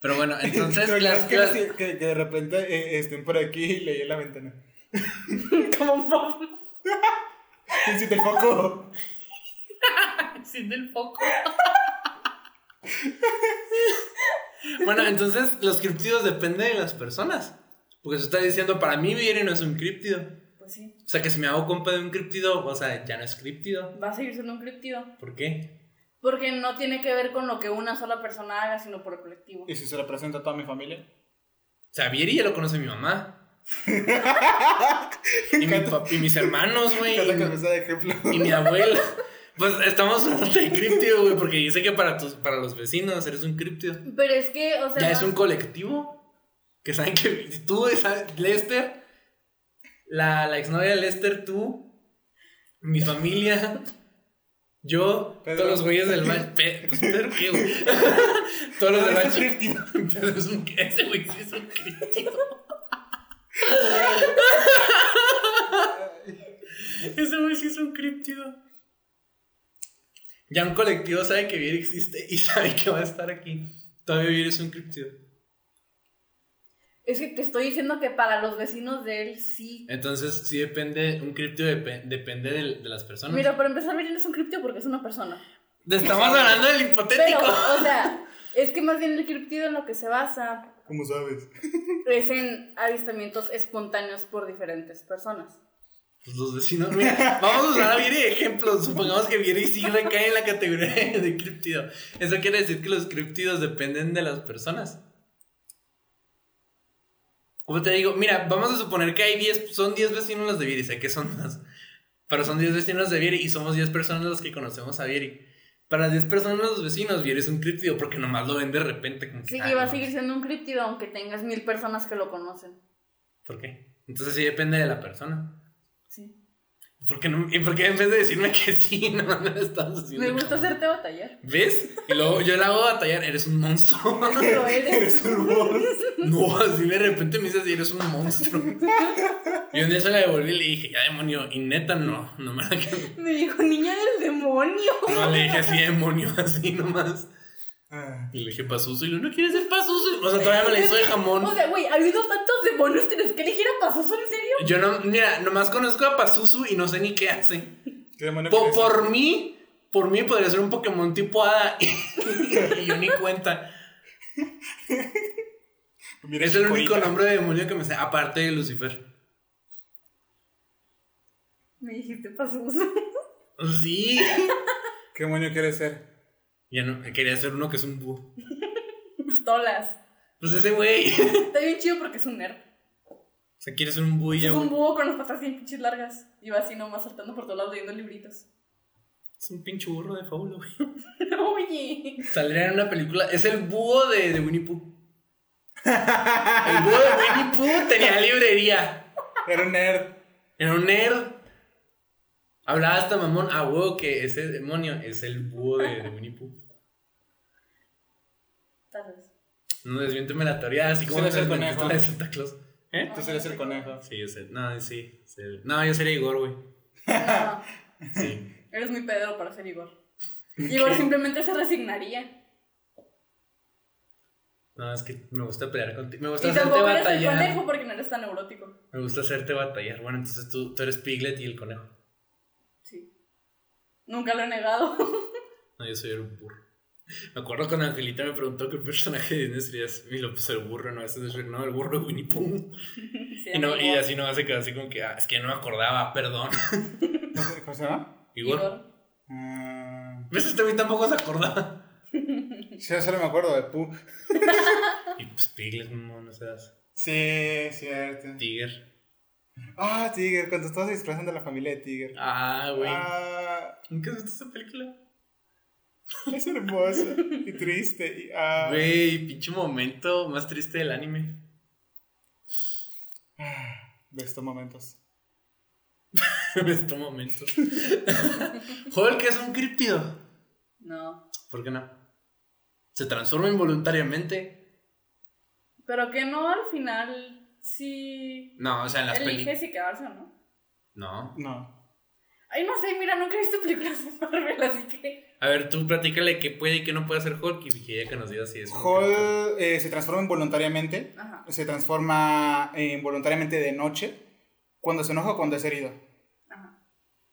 S1: Pero bueno, entonces
S2: No,
S1: las,
S2: es que,
S1: las-
S2: que- que de repente eh, estén por aquí y leí en la ventana.
S1: (laughs)
S3: Como
S2: (laughs)
S3: un pop.
S2: Hiciste el foco.
S3: Sin del foco.
S1: Bueno, entonces los criptidos dependen de las personas. Porque tú estás diciendo, para mí Viren no es un criptido.
S3: Pues sí,
S1: O sea, que si me hago compa de un criptido, o sea, ya no es criptido.
S3: va a seguir siendo un criptido.
S1: ¿Por qué?
S3: Porque no tiene que ver con lo que una sola persona haga, sino por el colectivo.
S2: ¿Y si se lo presenta a toda mi familia?
S1: O sea, Vieri ya lo conoce mi
S2: (laughs)
S1: mamá. y, mi pap- y mis hermanos, güey.
S2: Cada
S1: Y,
S2: cabeza de ejemplo.
S1: y mi abuela. Pues
S2: (laughs)
S1: estamos en de criptido, güey, porque dice que para, tus, para los vecinos eres un criptido.
S3: Pero es que, o sea,
S1: Ya
S3: no-
S1: es un colectivo. Que saben que si tú, esa- Lester, la, la exnovia de Lester, tú,
S2: (laughs)
S1: mi familia, yo,
S2: Pedro.
S1: todos los güeyes del mal. Pe- pues, Pedro, ¿qué, güey?
S2: (laughs)
S1: todos (laughs) los del
S2: Es un
S1: mal.
S2: criptido.
S1: (laughs) Pedro es un. Ese güey sí es un crítico.
S3: (laughs)
S1: Ese güey sí es un críptido. Ya un colectivo sabe que Vir existe y sabe que va a estar aquí. Todavía Vir es un críptido.
S3: es que te estoy diciendo que para los vecinos de él sí.
S1: Entonces, sí depende, un críptido depe- depende del- de, las personas.
S3: Mira, para empezar, Miren es un criptido porque es una persona.
S1: Te estamos hablando del
S3: Pero,
S1: hipotético.
S3: o sea, es que más bien el criptido en lo que se basa
S2: ¿Cómo sabes?
S3: es en avistamientos espontáneos por diferentes personas.
S1: Pues los vecinos, mira, vamos a usar a Vieri de ejemplo. Supongamos que Vieri sí recae en la categoría de criptido. Eso quiere decir que los criptidos dependen de las personas. Como te digo, mira, vamos a suponer que hay 10, son 10 vecinos los de Vieri, sé que son más. Pero son 10 vecinos de Vieri y somos 10 personas los que conocemos a Vieri. Para 10 personas los vecinos, Vieri es un criptido porque nomás lo ven de repente. Como que,
S3: Sí,
S1: "Ah,
S3: y va a
S1: no
S3: seguir
S1: mames".
S3: siendo un criptido aunque tengas mil personas que lo conocen.
S1: ¿Por qué? Entonces sí depende de la persona.
S3: Sí.
S1: ¿Por qué no? ¿Y por qué en vez de decirme que sí, (laughs) no me lo estás haciendo?
S3: Me gusta hacerte batallar.
S1: ¿Ves? Y luego yo la hago batallar, (laughs) eres un monstruo. (laughs)
S3: Lo eres.
S1: No, así de repente me dices, eres un monstruo. Y un día se la devolví y le dije, ya demonio. Y neta, no, no me la quedo.
S3: (laughs) Me dijo, niña del demonio.
S1: No le dije así, demonio, (laughs) así nomás.
S2: Ah,
S1: Y le dije, pasuso. Y le digo, no quieres ser pasuso. O sea, todavía me la
S3: (laughs)
S1: hizo de jamón.
S3: O sea, güey, ha habido tantos demonios, tienes que elegir a Pazuzu, ¿en serio?
S1: Yo no, mira, nomás conozco a Pazuzu y no sé ni qué hace.
S2: ¿Qué demonio
S1: Po-
S2: quieres?
S1: por mí, por mí podría ser un Pokémon tipo Hada. (laughs) y yo ni cuenta.
S2: Mira,
S1: Es el único
S2: Corita.
S1: nombre de demonio que me sé, aparte de Lucifer.
S3: Me dijiste Pazuzu.
S1: Sí.
S2: ¿Qué demonio quieres ser?
S1: Ya no, quería ser uno que es un búho.
S3: (laughs) Pistolas.
S1: Pues ese güey.
S3: Está bien chido porque es un nerd.
S1: O sea, quiere ser un búho y
S3: Es
S1: ya,
S3: un
S1: güey.
S3: búho con las patas bien pinches largas. Y va así nomás saltando por todos lados leyendo libritos. (laughs)
S1: Es un pinche burro de fábula, güey.
S3: Oye.
S1: Saldría en una película. Es el búho de, de Winnie Pooh. El búho de Winnie Pooh tenía librería.
S2: Era un nerd.
S1: Era un nerd. Hablaba hasta mamón. Ah, huevo, que ese demonio es el búho de, de Winnie Pooh.
S3: Tal vez.
S1: No desviénteme la teoría, así como
S2: Sí,
S1: me
S2: es el
S1: desmentiste
S2: conejo.
S1: la de Santa Claus. ¿Eh?
S2: Tú serías el conejo.
S1: Sí, yo sé. No, sí. sí. No, yo sería Igor, güey.
S3: No,
S1: Sí.
S3: eres muy pedro para ser Igor. Igor simplemente se resignaría.
S1: No, es que me gusta pelear contigo. Me gusta
S3: Y
S1: hacerte
S3: tampoco eres el
S1: batallar.
S3: conejo porque no eres tan neurótico.
S1: Me gusta hacerte batallar. Bueno, entonces tú, tú eres Piglet y el conejo.
S3: Sí. Nunca lo he negado. (laughs)
S1: No, yo soy el burro. Me acuerdo cuando Angelita me preguntó qué personaje de Disney serías. Y lo puse el burro, no, ese es el, no, el burro de Winnie Pooh.
S3: Sí,
S1: Y, no, y
S3: Igor.
S1: así no se quedó así como que, ah, es que no me acordaba,
S3: (laughs)
S1: perdón.
S2: ¿Cómo se- ¿Cómo se llama?
S1: Igor.
S2: Ah,
S1: ¿Ves? Este güey tampoco se acordaba.
S2: Yo solo me acuerdo de Pooh.
S1: Y pues Piglet, no, no seas.
S2: Sí, cierto.
S1: Tiger.
S2: Ah, Tiger, cuando estabas disfrazando a la familia de Tiger.
S1: Ah, güey.
S2: Ah,
S1: ¿Nunca has visto esa película?
S2: es hermoso y triste. Y, ah,
S1: Güey, pinche momento más triste del anime.
S2: ah, de estos momentos.
S1: (laughs) en este estos momentos. Hulk es un críptido.
S3: No.
S1: ¿Por qué no? Se transforma involuntariamente.
S3: Pero que no al final sí
S1: No, o sea, en las películas.
S3: eliges si quedarse o no.
S1: No.
S2: No.
S3: Ay, no sé, mira, nunca he visto películas de Marvel, así que.
S1: A ver, tú platícale qué puede y qué no puede hacer Hulk y Vigilia que nos diga si es un críptido.
S2: Hall eh, se transforma involuntariamente.
S3: Ajá.
S2: Se transforma eh, involuntariamente de noche. Cuando se enoja o cuando es herido.
S3: Ajá.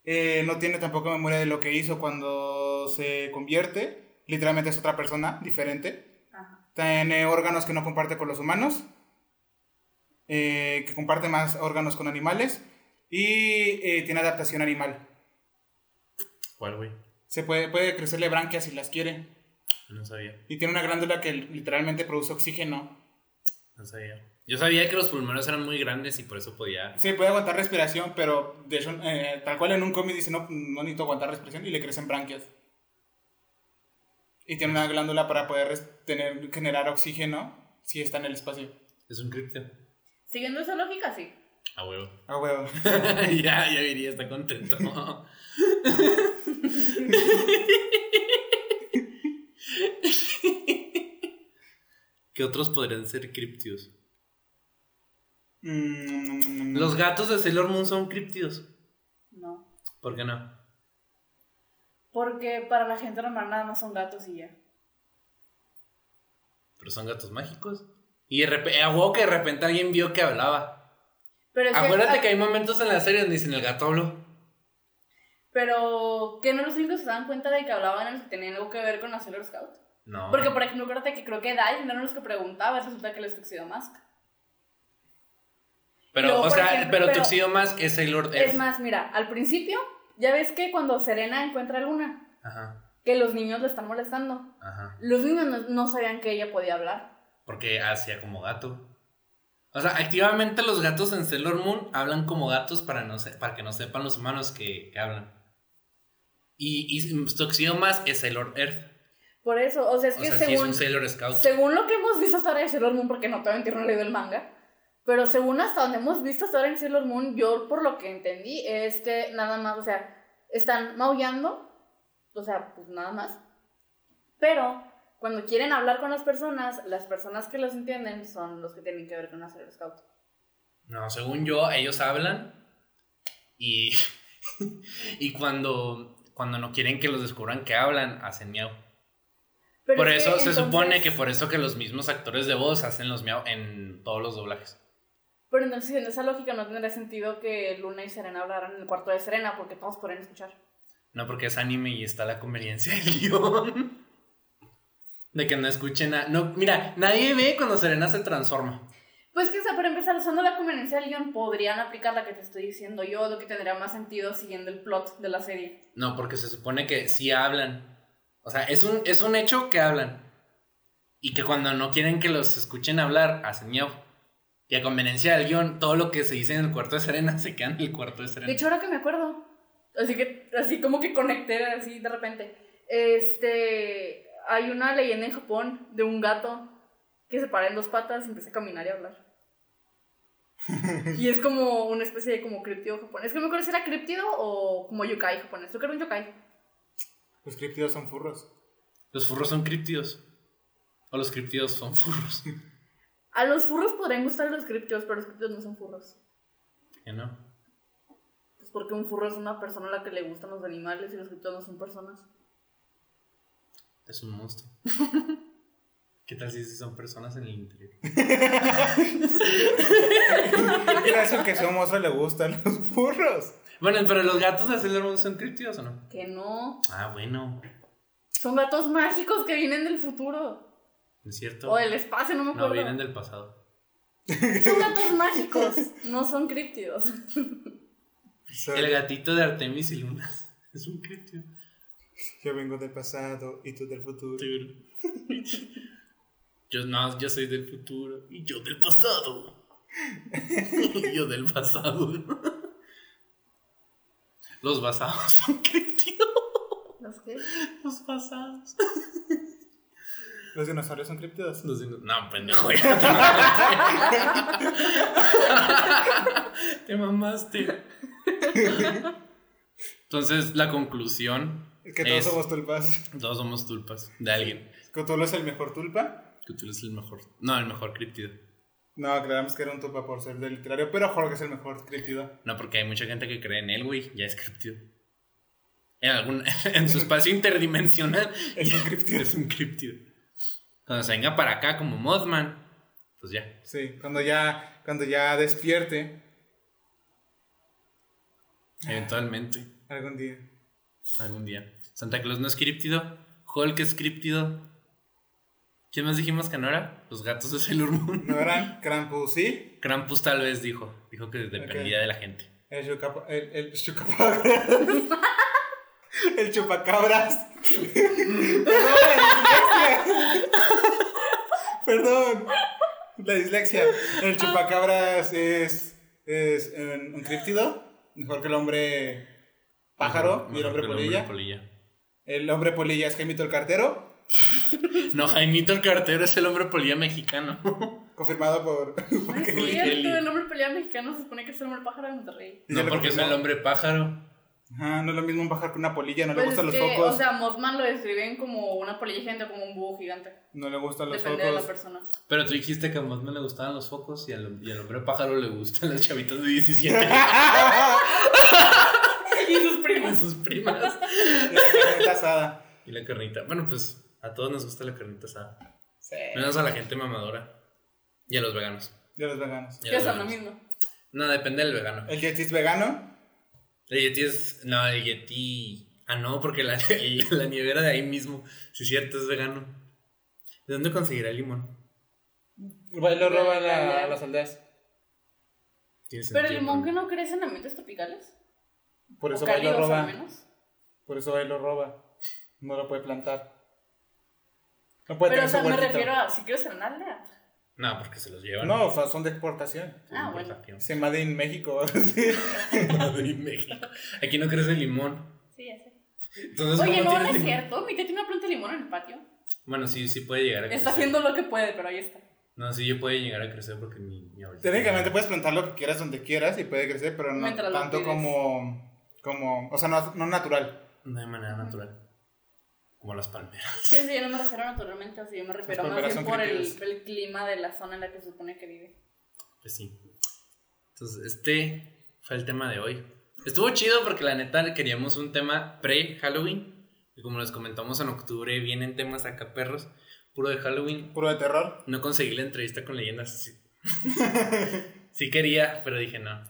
S2: Eh, no tiene tampoco memoria de lo que hizo cuando se convierte. Literalmente es otra persona diferente.
S3: Ajá.
S2: Tiene órganos que no comparte con los humanos. eh, que comparte más órganos con animales. Y eh, tiene adaptación animal.
S1: ¿Cuál, güey?
S2: Se puede, puede crecerle branquias si las quiere.
S1: No sabía,
S2: Y tiene una glándula que literalmente produce oxígeno.
S1: no sabía. Yo sabía que los pulmones eran muy grandes y por eso podía.
S2: Sí, puede aguantar respiración, pero de hecho, eh, tal cual en un cómic dice, no, no necesito aguantar respiración y le crecen branquias. Y tiene una glándula para poder res- tener, generar oxígeno si está en el espacio.
S1: Es un cripto.
S3: Siguiendo esa lógica, sí.
S1: A huevo.
S2: Ah, huevo.
S1: (laughs) ya, ya diría, está contento. ¿Qué otros podrían ser criptios?
S2: Mm,
S1: Los gatos de Sailor Moon son criptios.
S3: No.
S1: ¿Por qué no?
S3: Porque para la gente normal nada más son gatos y ya.
S1: Pero son gatos mágicos. Y de repente, a huevo que de repente alguien vio que hablaba.
S3: Pero es
S1: Acuérdate
S3: que,
S1: que hay momentos en la serie donde dicen el gato habló.
S3: Pero que no los únicos se daban cuenta de que hablaban eran los que tenían algo que ver con hacer los scouts.
S1: No.
S3: Porque, por ejemplo, acuérdate que creo que Dai no eran los que preguntaba, resulta que les tuxedo Mask.
S1: pero,
S3: Luego,
S1: o
S3: por
S1: sea,
S3: ejemplo,
S1: pero,
S3: pero-
S1: Tuxedo Mask es Sailor
S3: Es
S1: Earth.
S3: más, mira, al principio, ya ves que cuando Serena encuentra a Luna,
S1: Ajá,
S3: que los niños le están molestando,
S1: ajá.
S3: los niños no, no sabían que ella podía hablar.
S1: Porque hacía como gato. O sea, activamente los gatos en Sailor Moon hablan como gatos para, no se- para que no sepan los humanos que, que hablan. Y, y Tuxedo Mask es Sailor Earth.
S3: Por eso, o sea, es
S1: O
S3: que
S1: sea, sí es
S3: según,
S1: un Sailor Scout.
S3: según lo que hemos visto hasta ahora en Sailor Moon, porque no te voy a mentir, no he leído el manga, pero según hasta donde hemos visto hasta ahora en Sailor Moon, yo por lo que entendí es que nada más, o sea, están maullando, o sea, pues nada más, pero cuando quieren hablar con las personas, las personas que los entienden son los que tienen que ver con hacer los Scout.
S1: No, según yo, ellos hablan y, (laughs) y cuando, cuando no quieren que los descubran que hablan, hacen miau.
S3: Pero
S1: por
S3: es que
S1: eso se
S3: entonces-
S1: supone que por eso que los mismos actores de voz hacen los miau en todos los doblajes.
S3: Pero entonces en esa lógica no tendría sentido que Luna y Serena hablaran en el cuarto de Serena porque todos pueden escuchar.
S1: No porque es anime y está la conveniencia del (laughs) guión. De que no escuchen a... No, mira, nadie ve cuando Serena se transforma.
S3: Pues que, o sea, para empezar, usando la conveniencia del guión, podrían aplicar la que te estoy diciendo yo, lo que tendría más sentido siguiendo el plot de la serie.
S1: No, porque se supone que sí hablan. O sea, es un, es un hecho que hablan. Y que cuando no quieren que los escuchen hablar, hacen miau. Y a conveniencia del guión, todo lo que se dice en el cuarto de Serena (laughs) se queda en el cuarto de
S3: De
S1: Serena.
S3: hecho, ahora que me acuerdo, así que, así como que conecté así de repente. Este, hay una leyenda en Japón de un gato que se para en dos patas y empieza a caminar y a hablar. Y es como una especie de como criptido japonés. Es que no me acuerdo si era criptido o como yokai japonés. Creo que era un yokai.
S2: Los criptidos son furros.
S1: Los furros son criptidos. O los criptidos son (laughs) furros.
S3: A los furros podrían gustar los criptidos, pero los criptidos no son furros.
S1: Ya no?
S3: Pues porque un furro es una persona a la que le gustan los animales y los criptos no son personas.
S1: Es un monstruo. (laughs) ¿Qué tal si son personas en el interior?
S2: Mira eso que somos, le gustan los furros.
S1: Bueno, pero los gatos de Sailor Moon son criptidos o no?
S3: Que no.
S1: Ah, bueno,
S3: Son gatos mágicos que vienen del futuro.
S1: es cierto.
S3: O del espacio, no me
S1: No,
S3: acuerdo.
S1: vienen del pasado.
S3: Son gatos mágicos, (laughs) no son criptidos.
S2: Soy-
S1: El gatito de Artemis y Luna (laughs) es un criptido.
S2: Yo vengo del pasado y tú del futuro.
S1: futuro. Yo no, yo soy del futuro y yo del pasado. (laughs) Y yo del pasado. (laughs) Los basados son criptidos.
S3: ¿Los qué?
S1: Los basados.
S2: Los dinosaurios son criptidos.
S1: No, sé, no- no, pendejo. ya te- Te mamaste. Entonces, la conclusión:
S2: Es que todos
S1: Es-
S2: somos tulpas.
S1: todos somos tulpas de alguien.
S2: ¿Cthulhu es el mejor tulpa?
S1: Que tú eres el mejor. No, el mejor criptido.
S2: No, creíamos que era un tulpa por ser del literario, pero Jorge es el mejor criptido.
S1: No, porque hay mucha gente que cree en él, güey. Ya es criptido. En, algún, (laughs) en su espacio interdimensional.
S2: (laughs) Es un criptido.
S1: Es un criptido. Cuando se venga para acá como Mothman, pues ya.
S2: Sí, cuando ya, cuando ya despierte,
S1: Eventualmente.
S2: algún día.
S1: Algún día. Santa Claus no es criptido. Hulk es criptido. ¿Quién más dijimos que no era? Los gatos de Sailor Moon. (laughs)
S2: ¿No eran Krampus, sí?
S1: Krampus tal vez dijo. Dijo que dependía
S2: Ok.
S1: de la gente.
S2: El, chucapa- el, el chucapabras. (laughs) el chupacabras. (laughs) Perdón, la dislexia. Perdón. La dislexia. El chupacabras es, es un, un críptido. Mejor que el hombre pájaro y el
S1: Mejor
S2: hombre
S1: que
S2: polilla. El hombre polilla es Jaimito el cartero.
S1: No, Jaimito el cartero es el hombre polilla
S2: (laughs)
S1: mexicano.
S2: Confirmado por. (laughs)
S3: No es
S1: Uy,
S3: cierto,
S1: Kelly.
S3: el hombre pelea mexicano se supone que es el hombre pájaro de Monterrey.
S1: No, porque es el hombre pájaro.
S2: Ajá, no es lo mismo un pájaro que una polilla. No
S3: Pues
S2: le gustan
S3: es
S2: los
S3: que,
S2: focos.
S3: O sea, Mothman lo describen como una polilla gigante, como un búho gigante.
S2: no le gustan los
S3: Depende de la
S2: focos.
S3: persona.
S1: Pero tú dijiste que a Mothman le gustaban los focos y al, y al hombre pájaro le gustan las chavitas de
S2: (laughs)
S1: 17
S3: (laughs) Y sus
S1: con
S3: primos.
S1: sus primas.
S2: (laughs) Y la carnita asada.
S1: Y la carnita. Bueno, pues a todos nos gusta la carnita asada.
S2: Sí.
S1: Menos a la gente mamadora. Y a los veganos.
S2: De los veganos.
S1: Y a
S3: Que
S1: los
S3: son lo
S1: veganos.
S3: mismo.
S1: No, depende del vegano.
S2: El Yeti es vegano.
S1: El Yeti es. No, el Yeti. Ah, no, porque la, (laughs) el- la nievera de ahí mismo. Si es cierto, es vegano. ¿De dónde conseguirá el limón?
S2: Lo
S3: roban a- a las
S2: aldeas.
S1: Tiene
S3: Pero el
S1: sentido,
S3: limón
S1: porque-
S3: que no crece en ambientes tropicales.
S2: Por
S3: O
S2: eso Bailo
S3: cálidos, al
S2: roba.
S3: menos.
S2: Por eso Bailo roba. No lo puede plantar. No puede
S3: Pero o
S2: tener
S3: sea,
S2: su
S3: me
S2: huertito.
S3: refiero a si quieres en una aldea.
S1: No, porque se los llevan.
S2: No, o sea, son de exportación.
S1: Sí,
S3: Ah,
S1: por (laughs)
S3: bueno.
S1: campeón.
S2: Se made in México. (laughs) Sí.
S1: Madre México. Aquí no crece limón.
S3: Sí, ya sé.
S1: Entonces,
S3: Oye,
S1: ¿cómo
S3: no, no
S1: tienes
S3: es
S1: limón?
S3: cierto. Mi tía tiene una planta de limón en el patio.
S1: Bueno, sí, sí puede llegar a crecer.
S3: Está haciendo lo que puede, pero ahí está.
S1: No, sí, yo puede llegar a crecer porque mi, mi abuelita.
S2: Técnicamente puedes plantar lo que quieras donde quieras y puede crecer, pero no
S3: Mientras lo
S2: tanto
S3: cuides.
S2: como. Como, o sea, no, no natural.
S1: No de manera natural. Como las palmeras.
S3: Sí, sí, yo no me refiero naturalmente, así yo me refiero más
S2: palmeras son
S3: bien por el,
S2: críticas.
S3: el clima de la zona en la que se supone que vive.
S1: Pues sí. Entonces, este fue el tema de hoy. Estuvo chido porque la neta queríamos un tema pre-Halloween. Y como les comentamos en octubre, vienen temas acá perros. Puro de Halloween.
S2: Puro de terror.
S1: No conseguí la entrevista con leyendas. Sí, sí quería, pero dije no.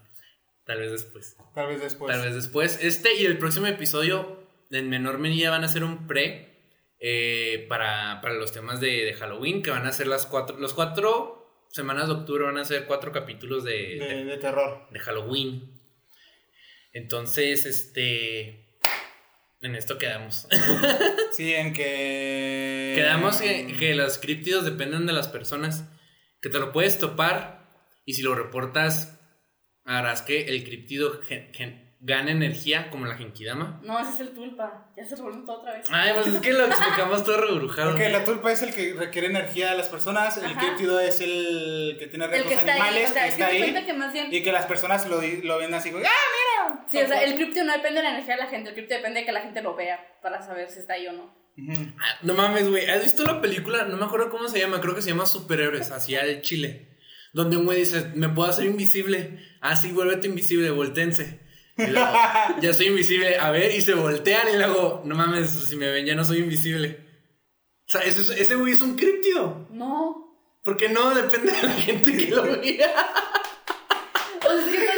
S1: Tal vez después.
S2: Tal vez después.
S1: Tal vez después. Este y el próximo episodio, en menor medida, van a ser un pre eh, para, para los temas de, de Halloween, que van a ser las cuatro. Los cuatro semanas de octubre van a ser cuatro capítulos de,
S2: De,
S1: de-
S2: de terror.
S1: de Halloween. Entonces, este. En esto quedamos. (laughs)
S2: Sí, en que.
S1: quedamos
S2: mm.
S1: que, que los críptidos dependen de las personas. Que te lo puedes topar. Y si lo reportas, harás que el críptido gen- gen- gane energía como la Genkidama.
S3: No, ese es el tulpa. Ya se revolvió todo otra vez.
S1: Ay, pues es que lo explicamos todo rebrujado.
S2: Ok, la tulpa es el que requiere energía a las personas, el
S3: Ajá.
S2: críptido es el que tiene
S3: el
S2: rasgos
S3: que está ahí,
S2: animales,
S3: o sea,
S2: que
S3: es que
S2: está
S3: me
S2: ahí,
S3: cuenta que más bien.
S2: y que las personas lo, lo ven así como, ¡ah!
S3: Sí, o sea, el cripto no depende de la energía de la gente, el cripto depende de que la gente lo vea para saber si está ahí o no.
S2: Ujú.
S1: Ah, No mames, güey. ¿Has visto la película? No me acuerdo cómo se llama. Creo que se llama Superhéroes, hacia el Chile. Donde un güey dice, me puedo hacer invisible. Ah, sí, vuélvete invisible, voltense. Y luego, ya soy invisible. A ver, y se voltean y luego, no mames, si me ven ya no soy invisible. O sea, ese, es- ese güey es un críptido.
S3: No.
S1: Porque no depende de la gente que lo vea.
S3: O sea, es que tal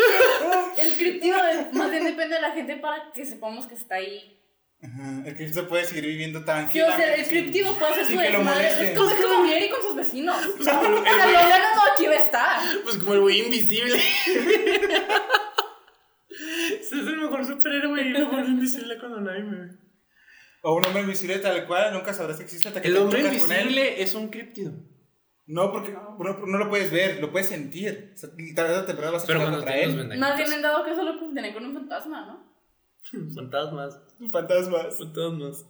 S3: que el criptido más bien depende de la gente para que sepamos que está ahí.
S2: Ajá, El criptido puede seguir viviendo
S3: Sí, o sea,
S2: tranquilamente.
S3: el criptido puede hacer
S2: Sin
S3: su
S2: que lo
S3: desmadre.
S2: molesten.
S3: Es como que se muriera y con sus vecinos.
S2: (laughs)
S3: O sea, lo bueno no aquí va a estar.
S1: Pues como el güey invisible. (laughs) Ese es el mejor superhéroe y lo vuelve invisible cuando nadie me ve.
S2: O un hombre invisible tal cual, nunca sabrás que existe hasta que
S1: El
S2: te
S1: hombre
S2: chocas con él.
S1: invisible es un críptido.
S2: No, porque no, no lo puedes ver, lo puedes sentir. O sea, y tal vez o temprano vas a
S1: Pero
S2: chocar
S1: cuando
S2: contra
S1: te los
S2: él.
S1: vendajitos.
S3: Más bien han dado que solo tener con un fantasma, ¿no?
S1: Fantasmas.
S2: Fantasmas. (laughs)
S1: Fantasmas.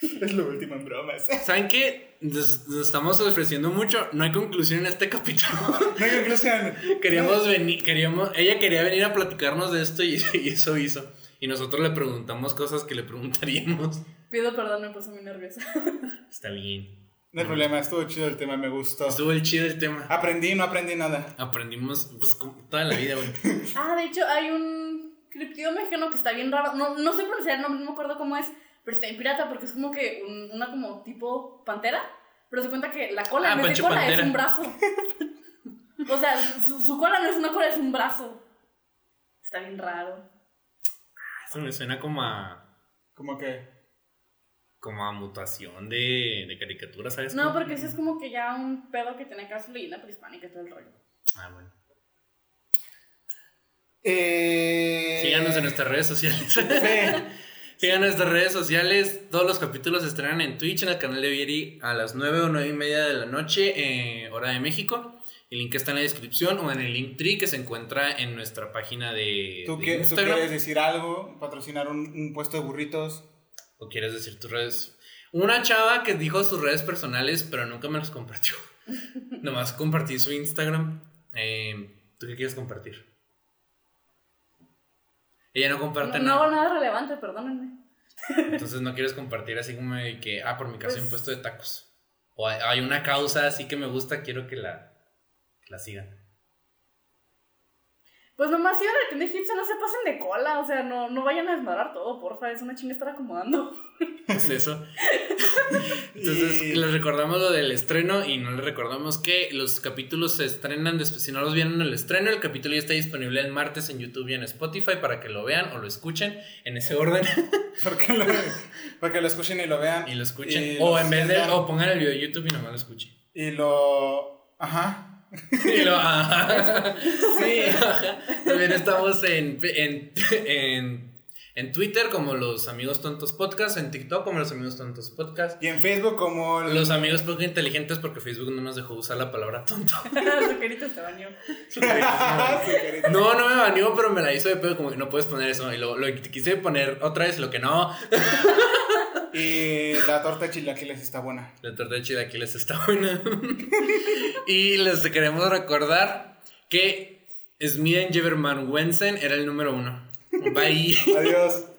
S2: Es lo último en bromas. (laughs)
S1: ¿Saben qué? Nos, nos estamos ofreciendo mucho. No hay conclusión en este capítulo. (laughs)
S2: No hay conclusión.
S1: queríamos venir, queríamos, ella quería venir a platicarnos de esto y, (laughs) y eso hizo. Y nosotros le preguntamos cosas que le preguntaríamos.
S3: Pido perdón, me puse
S2: (laughs)
S3: muy nerviosa.
S1: Está bien.
S2: No hay problema, estuvo chido el tema, me gustó.
S1: Estuvo el chido el tema.
S2: Aprendí, no aprendí nada.
S1: Aprendimos pues como toda la vida, (laughs) güey.
S3: Ah, de hecho, hay un criptido mexicano que está bien raro. No, no sé pronunciar el nombre, no me acuerdo cómo es, pero está en pirata porque es como que un- una como tipo pantera. Pero se cuenta que la cola
S1: Ah,
S3: en vez de
S1: Pancho
S3: cola
S1: Pantera.
S3: es un brazo.
S2: (laughs)
S3: O sea, su, su cola no es una cola, es un brazo. Está bien raro.
S1: Eso me suena como a.
S2: Como que.
S1: como a mutación de, de caricatura, ¿sabes?
S3: No,
S1: cómo?
S3: porque eso es como que ya un pedo que tiene casi leyenda prehispánica y todo el rollo.
S1: Ah, bueno.
S2: Eh,
S1: Síganos en nuestras redes sociales. (laughs)
S2: Sí.
S1: Sigan nuestras redes sociales. Todos los capítulos se estrenan en Twitch, en el canal de Vieri, a las 9 o 9 y media de la noche, eh, hora de México. El link está en la descripción o en el link tree que se encuentra en nuestra página de,
S2: ¿Tú,
S1: de
S2: qué- tú
S1: Instagram.
S2: quieres decir algo? ¿Patrocinar un, un puesto de burritos? (laughs)
S1: ¿O quieres decir tus redes? Una chava que dijo sus redes personales, pero nunca me las
S2: (laughs)
S1: compartió. Nomás compartí su Instagram. Eh, ¿Tú qué quieres compartir? Ella no
S3: No,
S1: comparte
S3: no
S1: nada.
S3: hago nada relevante, perdónenme.
S1: Entonces no quieres compartir así como de que, ah, por mi casa hay un
S3: Pues-
S1: puesto de tacos. O hay, hay una causa así que me gusta, quiero que la, que la sigan.
S3: Pues nomás si a la tienda egipcia no se pasen de cola, o sea, no, no vayan a desmadrar todo, porfa, es una chinga estar acomodando. (laughs)
S1: Pues
S2: (laughs)
S1: eso. Entonces
S2: Y-
S1: les recordamos lo del estreno y no les recordamos que los capítulos se estrenan después. Si no los vieron en el estreno, el capítulo ya está disponible el martes en YouTube y en Spotify para que lo vean o lo escuchen en ese orden
S2: Porque lo, porque lo escuchen y lo vean.
S1: y lo escuchen.
S2: Y
S1: o
S2: lo
S1: en vez de,
S2: sientan.
S1: o pongan el video de YouTube y nomás lo escuchen.
S2: Y lo... Ajá.
S1: Y lo- ajá. Sí, ajá. También estamos en, en, en, en Twitter como los amigos tontos podcast, en TikTok como los amigos tontos podcast.
S2: Y en Facebook como... el- (laughs)
S1: Los amigos poco inteligentes porque Facebook no nos dejó usar la palabra tonto.
S3: Su querido te bañó.
S2: Sí, querido.
S1: No, no me baneó, pero me la hizo de pedo como que no puedes poner eso. Y lo, lo que quise poner otra vez, lo que no.
S2: Y la torta de chilaquiles está buena.
S1: La torta de chilaquiles está buena. (laughs) y les queremos recordar que Smiden Jeverman Wensen era el número uno. Bye.
S2: Adiós.